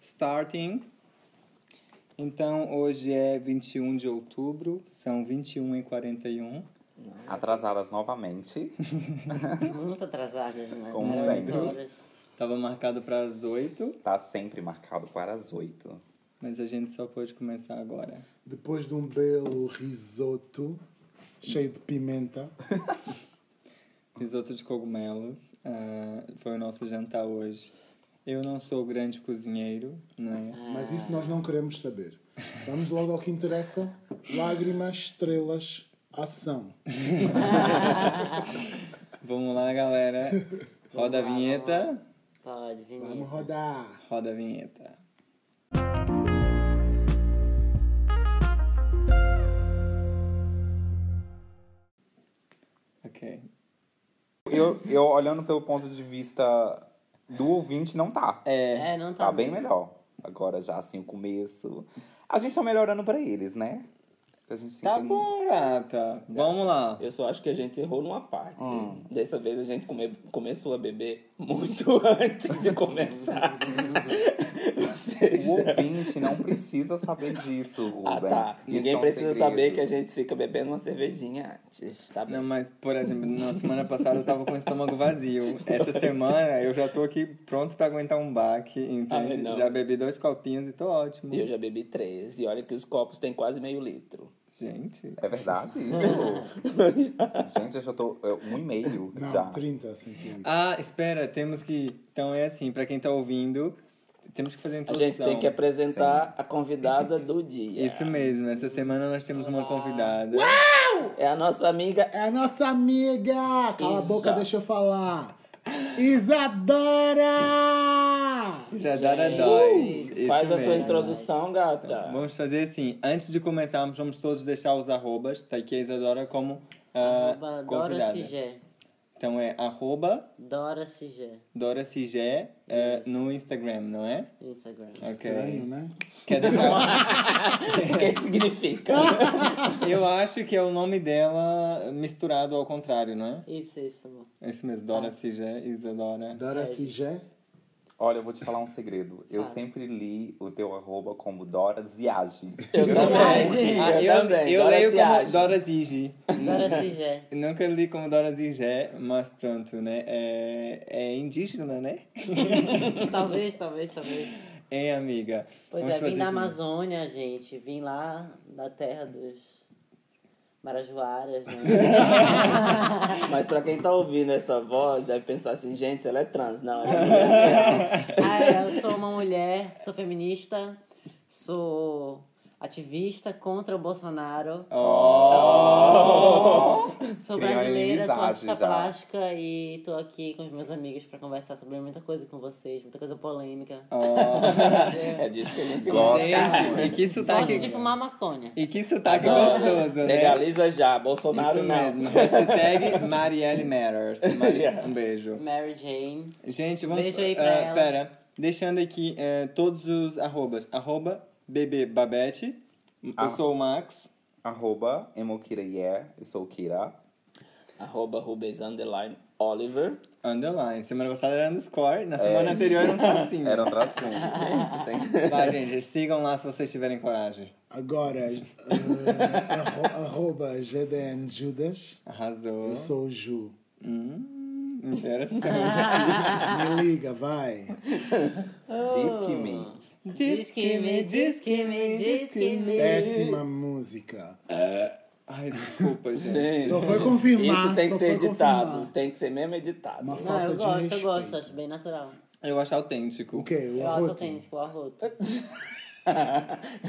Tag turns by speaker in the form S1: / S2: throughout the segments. S1: Starting. Então, hoje é 21 de outubro, são 21h41.
S2: Atrasadas novamente.
S3: Muito atrasada, né?
S2: Como
S3: Era oito
S2: sempre.
S3: horas.
S1: Tava marcado para as 8,
S2: Tá sempre marcado para as oito.
S1: mas a gente só pôde começar agora.
S4: Depois de um belo risoto cheio de pimenta,
S1: Risoto de cogumelos ah, foi o nosso jantar hoje. Eu não sou grande cozinheiro, né?
S3: Ah.
S4: mas isso nós não queremos saber. Vamos logo ao que interessa: lágrimas, estrelas, ação.
S1: Vamos lá, galera. Roda a
S3: Vamos lá,
S1: vinheta.
S3: Pode, Vinícius.
S4: Vamos rodar.
S1: Roda a vinheta. Ok.
S2: Eu, eu olhando pelo ponto de vista do ouvinte, não tá.
S1: É,
S3: É, não tá.
S2: Tá bem melhor. Agora já assim, o começo. A gente tá melhorando pra eles, né? A gente
S1: tá
S2: tem-
S5: Então-
S1: bom, gata. Vamos lá.
S5: Eu só acho que a gente errou numa parte.
S1: Hum.
S5: Dessa vez a gente come- começou a beber muito antes de começar. Ou
S2: O
S5: seja,
S2: ouvinte não precisa saber disso, Ruben.
S5: ah, tá.
S2: Isso é
S5: Ninguém
S2: um
S5: precisa
S2: segredo.
S5: saber que a gente fica bebendo uma cervejinha antes, tá bem?
S1: Não, mas, por exemplo, na semana passada eu tava com o estômago vazio. Essa semana eu já tô aqui pronto pra aguentar um baque,
S5: Ai,
S1: entende?
S5: Ah, não.
S1: já bebi dois copinhos e tô ótimo.
S5: E eu já bebi três. E olha que os copos têm quase meio litro.
S1: Gente,
S2: É verdade isso? gente, eu já tô. é, um e meio
S4: Não, assim
S2: já.
S4: 30 centímetros.
S1: Ah, espera, temos que. Então é assim, pra quem tá ouvindo, temos que fazer a
S5: A
S1: introdução.
S5: gente tem que apresentar a convidada do dia.
S1: Isso mesmo, essa semana nós temos uma convidada.
S5: É a nossa amiga.
S4: É a nossa amiga! Cala a
S5: Isa.
S4: boca, deixa eu falar. Isadora!
S1: Isadora
S3: Gente,
S1: Dóis.
S3: uh,
S1: Isso
S5: Faz a sua
S1: mesmo. Tá
S5: introdução, gata.
S1: Vamos fazer assim, antes de começarmos, vamos todos deixar os arrobas. Tá aqui a Isadora como ah,
S3: Arroba Dora
S1: convidada.
S3: Cigé.
S1: Então é arroba
S3: Dora Cigé.
S1: Dora Cigé ah, no Instagram, não é?
S3: no Instagram.
S4: Estranho, né?
S1: Quer deixar uma...
S5: O que que significa?
S1: Eu acho que é o nome dela misturado ao contrário, não é?
S3: Isso, isso, amor.
S1: É isso mesmo,
S5: Ah.
S1: Dora Cigé, Isadora.
S4: Dora Cigé.
S2: Olha, eu vou te falar um segredo. Eu sempre li o teu arroba como Dora Ziage.
S5: Eu também.
S1: Ah, eu,
S5: eu também.
S1: eu
S5: Dora
S1: leio
S5: se
S1: como
S5: acha.
S1: Dora Zigi.
S3: Dora Cigé.
S1: Nunca li como Dora Zigé, mas pronto, né? É, é indígena, né?
S3: talvez, talvez, talvez.
S1: hein, amiga?
S3: Pois
S1: Vamos
S3: é, vim
S1: fazer
S3: da
S1: isso.
S3: Amazônia, gente. Vim lá da terra dos Marajoaras, né?
S5: Mas pra quem tá ouvindo essa voz, deve pensar assim, gente, ela é trans. Não, ela é mulher.
S3: ah, é, eu sou uma mulher, sou feminista, sou ativista contra o Bolsonaro.
S5: Oh!
S3: Sou
S2: Criou
S3: brasileira, sou
S2: inimizade
S3: artista
S2: já.
S3: plástica e tô aqui com os meus amigos pra conversar sobre muita coisa com vocês, muita coisa polêmica.
S4: Ah,
S5: É disso que a gente
S2: Gosta.
S1: Oh. Gente, e que
S3: Gosto de
S1: sotaque...
S3: fumar maconha.
S1: E que sotaque
S5: Adoro.
S1: gostoso, né?
S5: Legaliza já, Bolsonaro
S1: Isso
S5: não.
S1: mesmo. Hashtag Marielle Matters. Mari- Um beijo.
S3: Mary Jane.
S1: Gente, vamos...
S3: Beijo aí pra
S1: ah,
S3: ela.
S1: Pera, deixando aqui eh, todos os arrobas. Arroba BB Babette. Eu
S2: Ah.
S1: sou o Max.
S2: Arroba Emokira yeah, eu sou o Kira.
S5: Arroba Rubens Underline Oliver.
S1: Underline. Semana passada era underscore, na semana anterior era um tracinho.
S2: É. Era um tracinho.
S5: Gente, tem-
S1: Vai, gente, sigam lá se vocês tiverem coragem.
S4: Agora, eh, arro- arroba GDN Judas.
S1: Arrasou.
S4: Eu sou o Ju.
S1: Hum, interessante.
S4: Me liga, vai.
S2: Diz
S1: Oh.
S2: que me.
S3: Diz que me, diz que me, diz que me.
S4: Péssima música.
S1: Ai, desculpa, gente.
S5: Gente,
S4: Só foi confirmar.
S5: Isso tem que
S4: só
S5: ser
S4: foi
S5: editado.
S4: confirmar.
S5: Tem que ser mesmo editado.
S4: Uma
S3: Não,
S4: falta
S3: eu
S4: de
S3: gosto, eu
S4: respeito.
S3: gosto, acho bem natural.
S1: Eu acho autêntico.
S4: O quê? O
S3: Eu acho
S4: arroto?
S3: autêntico, o tipo, arroto.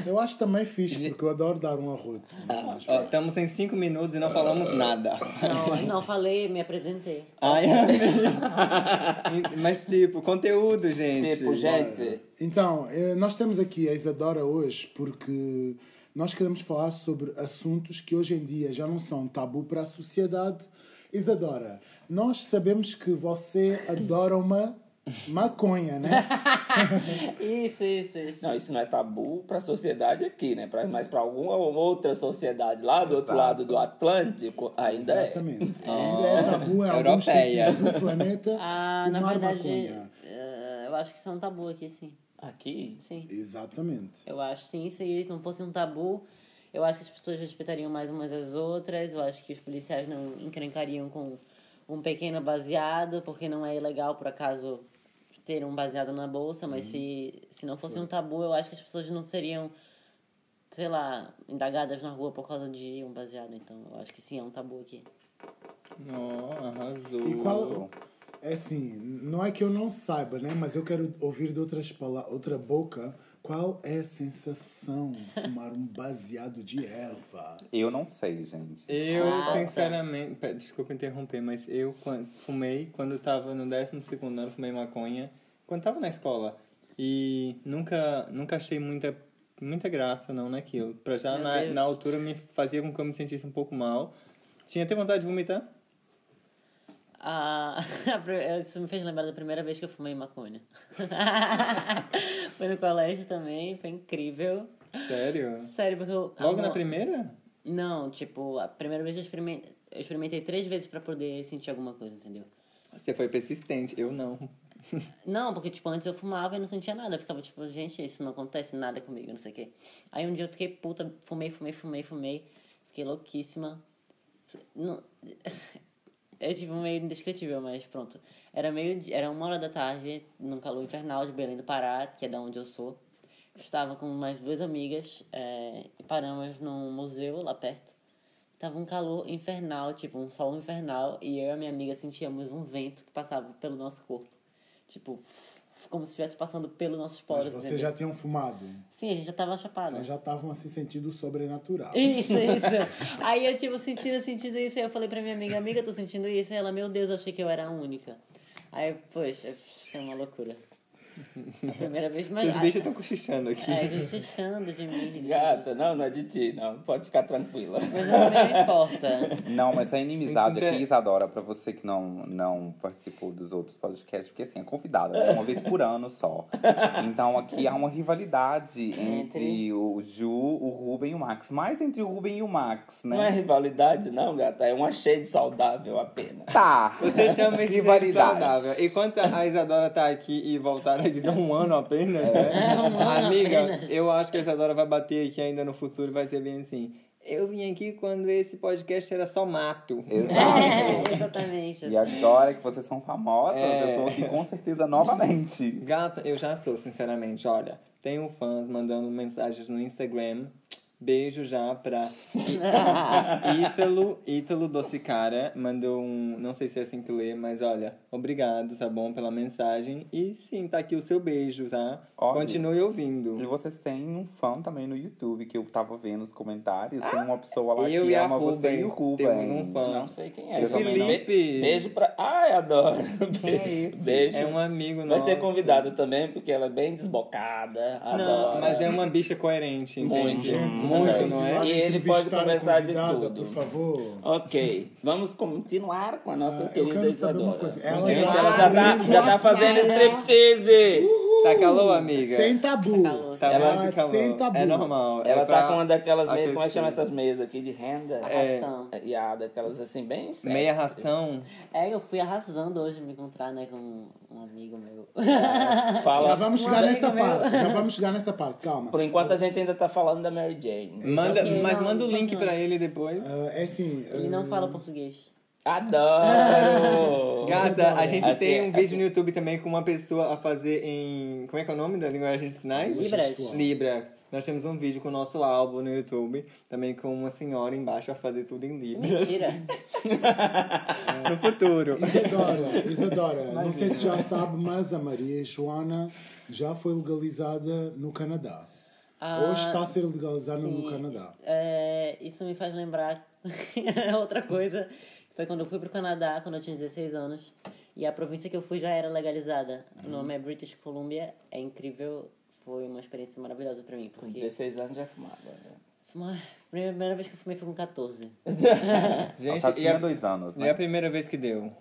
S4: Eu acho também fixe, porque eu adoro dar um arroto. Mas,
S1: Ó, estamos em cinco minutos e não falamos nada.
S3: Não, eu não, falei, me apresentei.
S1: Ai, amei. Mas, tipo, conteúdo, gente.
S5: Tipo, gente,
S4: Então, eh, nós temos aqui a Isadora hoje porque nós queremos falar sobre assuntos que hoje em dia já não são tabu para a sociedade. Isadora, nós sabemos que você adora uma maconha, né?
S3: Isso, isso, isso.
S5: não, isso não é tabu pra sociedade aqui, né? Pra, mas pra alguma outra sociedade lá do outro
S2: Exato.
S5: lado do Atlântico, ainda é.
S4: Exatamente. Ainda é tabu em alguns
S1: Europeia.
S4: sítios do planeta
S3: Ah, na
S4: fumar
S3: verdade,
S4: maconha.
S3: eh, eu acho que isso é um tabu aqui, sim.
S5: Aqui?
S3: Sim.
S4: Exatamente.
S3: Eu acho sim, se não fosse um tabu, eu acho que as pessoas respeitariam mais umas as outras, eu acho que os policiais não encrencariam com um pequeno baseado, porque não é ilegal por acaso ter um baseado na bolsa, mas se, se não fosse um tabu, eu acho que as pessoas não seriam, sei lá, indagadas na rua por causa de um baseado, então eu acho que sim, é um tabu aqui.
S1: Não, arrasou.
S4: E qual. É assim, não é que eu não saiba, né? Mas eu quero ouvir de outras pala- outra boca qual é a sensação de fumar um baseado de erva.
S2: Eu não sei, gente.
S1: Eu,
S3: Ah, tá.
S1: sinceramente, pe- desculpa interromper, mas eu quan- fumei quando eu tava no 12 ano, fumei maconha, quando tava na escola. E nunca, nunca achei muita, muita graça não naquilo. Pra já
S3: Meu
S1: na,
S3: Deus.
S1: na altura me fazia com que eu me sentisse um pouco mal. Tinha até vontade de vomitar.
S3: Ah, isso me fez lembrar da primeira vez que eu fumei maconha. foi no colégio também, foi incrível.
S1: Sério?
S3: Sério, porque eu.
S1: Logo na
S3: amor-
S1: primeira?
S3: Não, tipo, a primeira vez eu experimentei, eu experimentei três vezes pra poder sentir alguma coisa, entendeu?
S1: Você foi persistente, eu não.
S3: Não, porque, tipo, antes eu fumava e não sentia nada. Eu ficava, tipo, gente, isso não acontece nada comigo, não sei o quê. Aí um dia eu fiquei puta, fumei, fumei, fumei, fumei. Fiquei louquíssima. Não... É, tipo, meio indescritível, mas pronto. Era meio... di- Era uma hora da tarde, num calor infernal de Belém do Pará, que é da onde eu sou. Estava com mais duas amigas é, e paramos num museu lá perto. Tava um calor infernal, tipo, um sol infernal. E eu e a minha amiga sentíamos um vento que passava pelo nosso corpo. Tipo, como se estivesse passando pelos nossos poros.
S4: Mas vocês
S3: entendeu?
S4: já tinham fumado.
S3: Sim, a gente já tava chapada.
S4: Então já estavam assim sentindo o sobrenatural.
S3: Isso, isso. Aí eu, tipo, sentindo, sentindo isso. Aí eu falei pra minha amiga, amiga, tô sentindo isso. Aí ela, meu Deus, eu achei que eu era a única. Aí, poxa, foi uma loucura. A primeira vez, mas...
S1: Vocês bichos estão cochichando aqui.
S3: É, eu tô chando de mim, gente.
S5: Gata, não, não é de ti, não. Pode ficar tranquila.
S3: Mas não me importa.
S2: Não, mas a inimizade
S1: Entendi.
S2: aqui, Isadora, pra você que não, não participou dos outros podcasts, porque assim, é convidada, né? Uma vez por ano só. Então aqui há uma rivalidade entre o Ju, o Ruben e o Max. Mais entre o Ruben e o Max, né?
S5: Não é rivalidade, não, gata. É uma shade saudável apenas.
S2: Tá.
S1: Você chama isso de
S2: rivalidade.
S1: saudável. Enquanto a Isadora tá aqui e voltar aqui há um ano apenas, né?
S3: É, um ano
S1: Amiga,
S3: apenas.
S1: eu acho que a Isadora vai bater aqui ainda no futuro e vai ser bem assim. Eu vim aqui quando esse podcast era só mato.
S2: Exato.
S3: É, exatamente.
S2: Tá E agora que vocês são famosas,
S1: É.
S2: eu tô aqui com certeza novamente.
S1: Gata, eu já sou, sinceramente. Olha, tenho fãs mandando mensagens no Instagram. Beijo já pra Ítalo, Ítalo Docicara. Mandou um. Não sei se é assim que lê, mas olha, obrigado, tá bom, pela mensagem. E sim, tá aqui o seu beijo, tá?
S2: Olha.
S1: Continue
S2: E
S1: ouvindo.
S2: vocês têm um fã também no YouTube, que eu tava vendo os comentários. Tem uma pessoa lá
S1: eu
S2: que
S1: e a
S2: ama você
S1: Ruben
S2: e o Ruben.
S1: temos um fã.
S5: Eu não sei quem é.
S2: Eu também não.
S5: Be- Beijo pra. Ai, adoro.
S2: Quem é esse?
S5: Beijo.
S1: É um amigo
S5: Vai
S1: nosso.
S5: ser convidada também, porque ela é bem desbocada.
S1: Não,
S5: Adora.
S1: mas é uma bicha coerente,
S5: Muito.
S1: entende?
S5: Gente,
S1: Muito,
S5: gente,
S1: não
S5: olha.
S1: é?
S5: E ele pode
S4: Entrevistar a
S5: conversar de
S4: convidada,
S5: tudo.
S4: Por favor.
S5: Ok, vamos continuar com a nossa
S4: Ah, eu
S5: querida
S4: quero saber uma
S5: Isadora.
S4: coisa. Ela
S5: Gente,
S1: já-
S5: ela já tá, já tá fazendo striptease.
S1: Tá calor, amiga?
S4: Sem tabu.
S3: calor.
S1: Tá
S5: Ela-
S1: muito calor.
S4: sem tabu.
S1: É normal.
S5: Ela
S1: é
S5: tá
S1: pra
S5: com uma daquelas mesas, como é que
S1: aquecer.
S5: chama essas mesas aqui de renda?
S3: Arrastão.
S5: E a daquelas assim, bem sexy.
S1: Meia ração.
S3: É, eu fui arrasando hoje me encontrar, né, com um amigo meu.
S4: Já
S5: Fala.
S4: vamos chegar nessa parte. Já vamos chegar nessa parte, calma.
S5: Por enquanto a gente ainda tá falando da Mary Jane.
S1: Manda,
S3: Ok,
S1: mas
S3: não,
S1: manda o
S3: não
S1: link
S3: faz
S1: pra
S3: não.
S1: ele depois.
S4: Ah, é assim.
S3: Ele não fala português. Ah.
S5: Adoro!
S1: Gata, a gente
S5: Assim,
S1: tem um vídeo
S5: assim.
S1: no YouTube também com uma pessoa a fazer em. Como é que é o nome da linguagem de sinais?
S3: Libras.
S1: Libra. Nós temos um vídeo com o nosso álbum no YouTube, também com uma senhora embaixo a fazer tudo em Libras.
S3: Mentira.
S1: No futuro.
S4: Isadora, Isadora, não sei se já sabe, mas a Maria Joana já foi legalizada no Canadá.
S3: Ah,
S4: Ou está a ser legalizada no
S3: Sim,
S4: Canadá.
S3: é, isso me faz lembrar outra coisa. Foi quando eu fui pro Canadá, quando eu tinha 16 anos. E a província que eu fui já era legalizada. O nome é British Columbia. É incrível. Foi uma experiência maravilhosa pra mim.
S5: Com
S3: Porque...
S5: 16 anos já fumava. né?
S3: Mas, a primeira vez que eu fumei foi com 14.
S1: Gente,
S2: Ela só
S1: e,
S2: tinha
S1: a,
S2: tá dois anos,
S1: e a
S2: né?
S1: primeira vez que deu?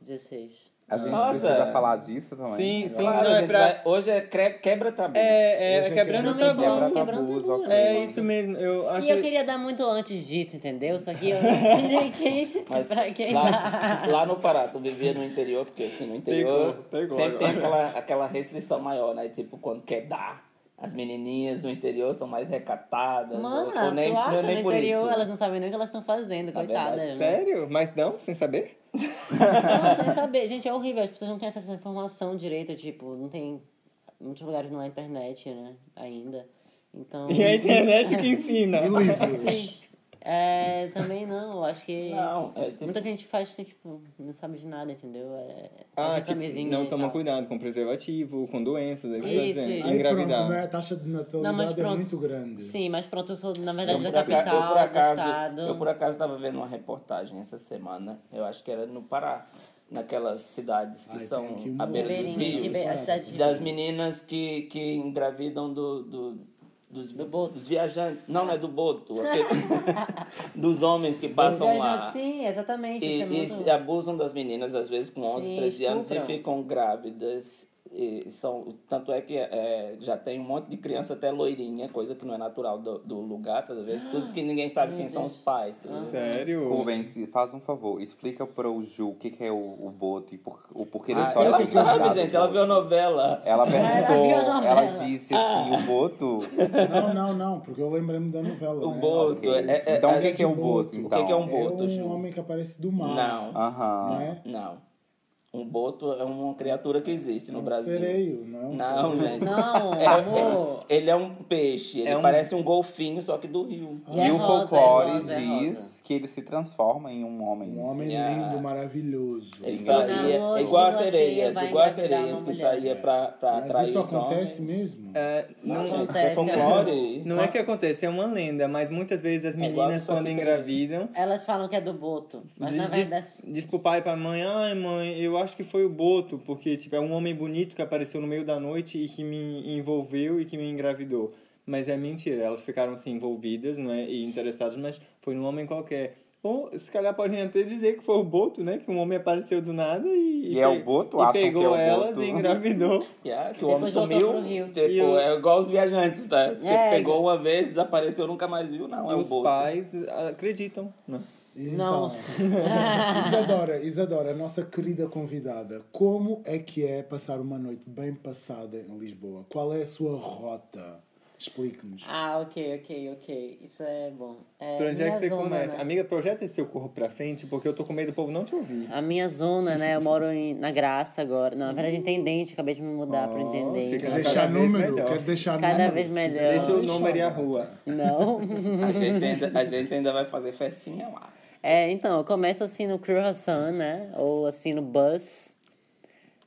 S3: 16.
S2: A gente
S5: Nossa.
S2: precisa falar disso também.
S1: Sim, sim,
S5: Claro,
S1: não é
S5: gente,
S1: pra.
S5: vai- hoje é cre- quebra tabus.
S1: É, é,
S4: Hoje é
S1: quebrando o
S4: quebra
S1: meu
S3: tabu.
S1: tabu.
S2: Quebra
S3: Quebrando
S2: tabus,
S3: tabu,
S2: ok.
S1: É isso mesmo, eu acho.
S3: E eu queria dar muito antes disso, entendeu? Só que eu tirei quem,
S5: Mas
S3: pra quem dá.
S5: lá, lá no Pará, tu vivia no interior, porque assim, no interior
S1: Pegou, pegou
S5: sempre tem
S1: agora.
S5: aquela, aquela restrição maior, né? Tipo, quando quer dar, as menininhas no interior são mais recatadas.
S3: Mano,
S5: ou, ou nem,
S3: tu acha
S5: ou nem
S3: no
S5: por
S3: interior,
S5: isso.
S3: elas não sabem nem o que elas estão fazendo,
S5: Na
S3: coitadas.
S5: verdade,
S3: né?
S1: Sério? Mas não, sem saber?
S3: Não, sem saber. Gente, é horrível. As pessoas não têm acesso à informação direita, tipo, não tem... Muitos lugares não há internet, né? Ainda. Então...
S1: E a internet que ensina.
S4: E livros.
S3: Sim. É, também não. Eu acho que...
S5: Não, é tipo,
S3: Muita gente faz, tipo, não sabe de nada, entendeu? É,
S1: Ah,
S3: essa
S1: tipo,
S3: camisinha
S1: não
S3: e
S1: toma
S3: tal.
S1: cuidado com preservativo, com doenças, é isso que eu tô
S3: Isso,
S1: dizendo.
S3: isso.
S1: E
S4: Aí pronto,
S1: engravidar.
S4: né? A taxa de
S3: Não, mas
S4: natalidade é
S3: pronto.
S4: muito grande.
S3: Sim, mas pronto, eu sou, na
S5: Eu
S3: verdade,
S5: por,
S3: da
S5: acaso,
S3: capital,
S5: eu, por
S3: do
S5: acaso,
S3: estado.
S5: eu por acaso tava vendo uma reportagem essa semana, eu acho que era no Pará, naquelas cidades que
S4: Ai,
S5: são
S4: tem aqui um
S5: à beira dos
S3: Ribeirinho,
S5: rios.
S3: Ribe- a cidade de-
S5: das meninas que, que engravidam do, do, dos, dos viajantes. Não, não é do boto. aquele- dos homens que passam lá.
S3: Sim, exatamente.
S5: E,
S3: isso é
S5: e
S3: muito...
S5: se abusam das meninas, às vezes com 11,
S3: Sim,
S5: 13 anos, e
S3: estupram.
S5: ficam grávidas. E são, tanto é que é, já tem um monte de criança até loirinha, coisa que não é natural do, do lugar, tá
S3: Ah,
S5: vendo? Tudo que ninguém sabe quem são os pais. Tá vendo?
S1: Sério?
S2: Rubens, faz um favor, explica pro Ju o que, que é o, o boto e por, o porquê da
S5: Ah,
S2: história.
S5: ela
S2: um do
S5: sabe,
S2: engravidado
S5: gente, ela
S2: boto.
S5: viu a novela.
S2: Ela perguntou,
S3: Ela viu a
S2: ela,
S3: novela.
S2: disse assim, o boto.
S4: Não, não, não, porque eu lembrei-me da novela.
S5: O
S4: né?
S5: boto.
S2: Ah, Ok.
S5: é- é-
S2: então
S5: é-
S2: o que, que é o boto?
S4: O
S5: que que é um
S2: então?
S5: boto?
S4: É um
S5: Ju.
S4: homem que aparece do mar.
S5: Não.
S2: Aham.
S4: Né?
S5: Não. Um boto é uma criatura que existe no
S4: É um
S5: Brasil.
S4: sereio, não é um
S5: Não,
S4: sereio.
S5: gente.
S3: Não,
S5: É-
S3: amor.
S5: é- ele é um peixe. Ele
S1: É um-
S5: parece um golfinho, só que do rio.
S3: E
S2: E
S3: é
S2: o
S3: rosa, é
S2: folclore
S3: rosa, é
S2: diz
S3: rosa.
S2: que ele se transforma em um homem.
S4: Um homem
S5: Yeah.
S4: lindo, maravilhoso.
S5: Ele
S2: Sim,
S5: saía
S3: não,
S5: é igual as
S3: hoje eu
S5: sereias,
S3: achei, vai
S5: igual as
S3: engravidar
S5: sereias
S3: uma
S5: que
S3: mulher.
S5: saía pra, pra
S4: Mas
S5: atrair
S4: isso
S5: os homens.
S4: acontece mesmo?
S3: Ah,
S1: É,
S5: Não,
S1: não,
S5: gente, isso é
S3: acontece.
S5: folclore.
S1: não é que acontece, é uma lenda, mas muitas vezes as
S5: É igual
S1: meninas,
S5: a pessoa
S1: quando
S5: se-
S1: engravidam,
S3: Elas falam que é do Boto, mas na
S1: diz,
S3: verdade...
S1: diz pro pai e pra mãe, ai mãe, eu acho que foi o Boto, porque tipo, é um homem bonito que apareceu no meio da noite e que me envolveu e que me engravidou. Mas é mentira, elas ficaram assim, envolvidas não é? e interessadas, mas foi num homem qualquer. Ou se calhar podem até dizer que foi o Boto, né? Que um homem apareceu do nada e.
S2: E é o
S1: pe-
S2: Boto?
S1: e
S2: Acham que é
S1: pegou
S2: o
S1: elas
S2: Boto?
S1: e engravidou.
S5: Yeah, que o homem
S3: Depois voltou
S5: sumiu.
S3: pro rio.
S5: Tipo,
S1: E o-
S5: É igual os viajantes, tá?
S3: É.
S5: Tipo, pegou uma vez, desapareceu, nunca mais viu, não. É
S1: e
S5: o
S1: os
S5: boto.
S1: pais acreditam. né? Não.
S4: Então, Isadora, Isadora, nossa querida convidada, como é que é passar uma noite bem passada em Lisboa? Qual é a sua rota? Explique-nos.
S3: Ah, ok, ok, ok. Isso é bom. É,
S1: Por onde é
S3: minha
S1: que você
S3: zona,
S1: começa?
S3: né?
S1: Amiga, projeta esse seu corpo pra frente, porque eu tô com medo do povo não te ouvir.
S3: A minha zona, né? Eu moro em- na Graça agora. Não, na verdade, intendente. Acabei de me mudar para
S1: Oh,
S3: intendente.
S1: fica-
S4: Quer deixar
S1: cada vez
S4: número?
S1: melhor.
S4: Quer deixar
S3: Cada
S4: número?
S3: vez
S4: Se quiser
S3: melhor.
S1: Deixa o
S4: deixar.
S1: número e a rua.
S3: Não.
S5: A gente, ainda, a gente ainda vai fazer festinha lá.
S3: É, então, eu começo assim no Croissant, né? Ou assim no Bus.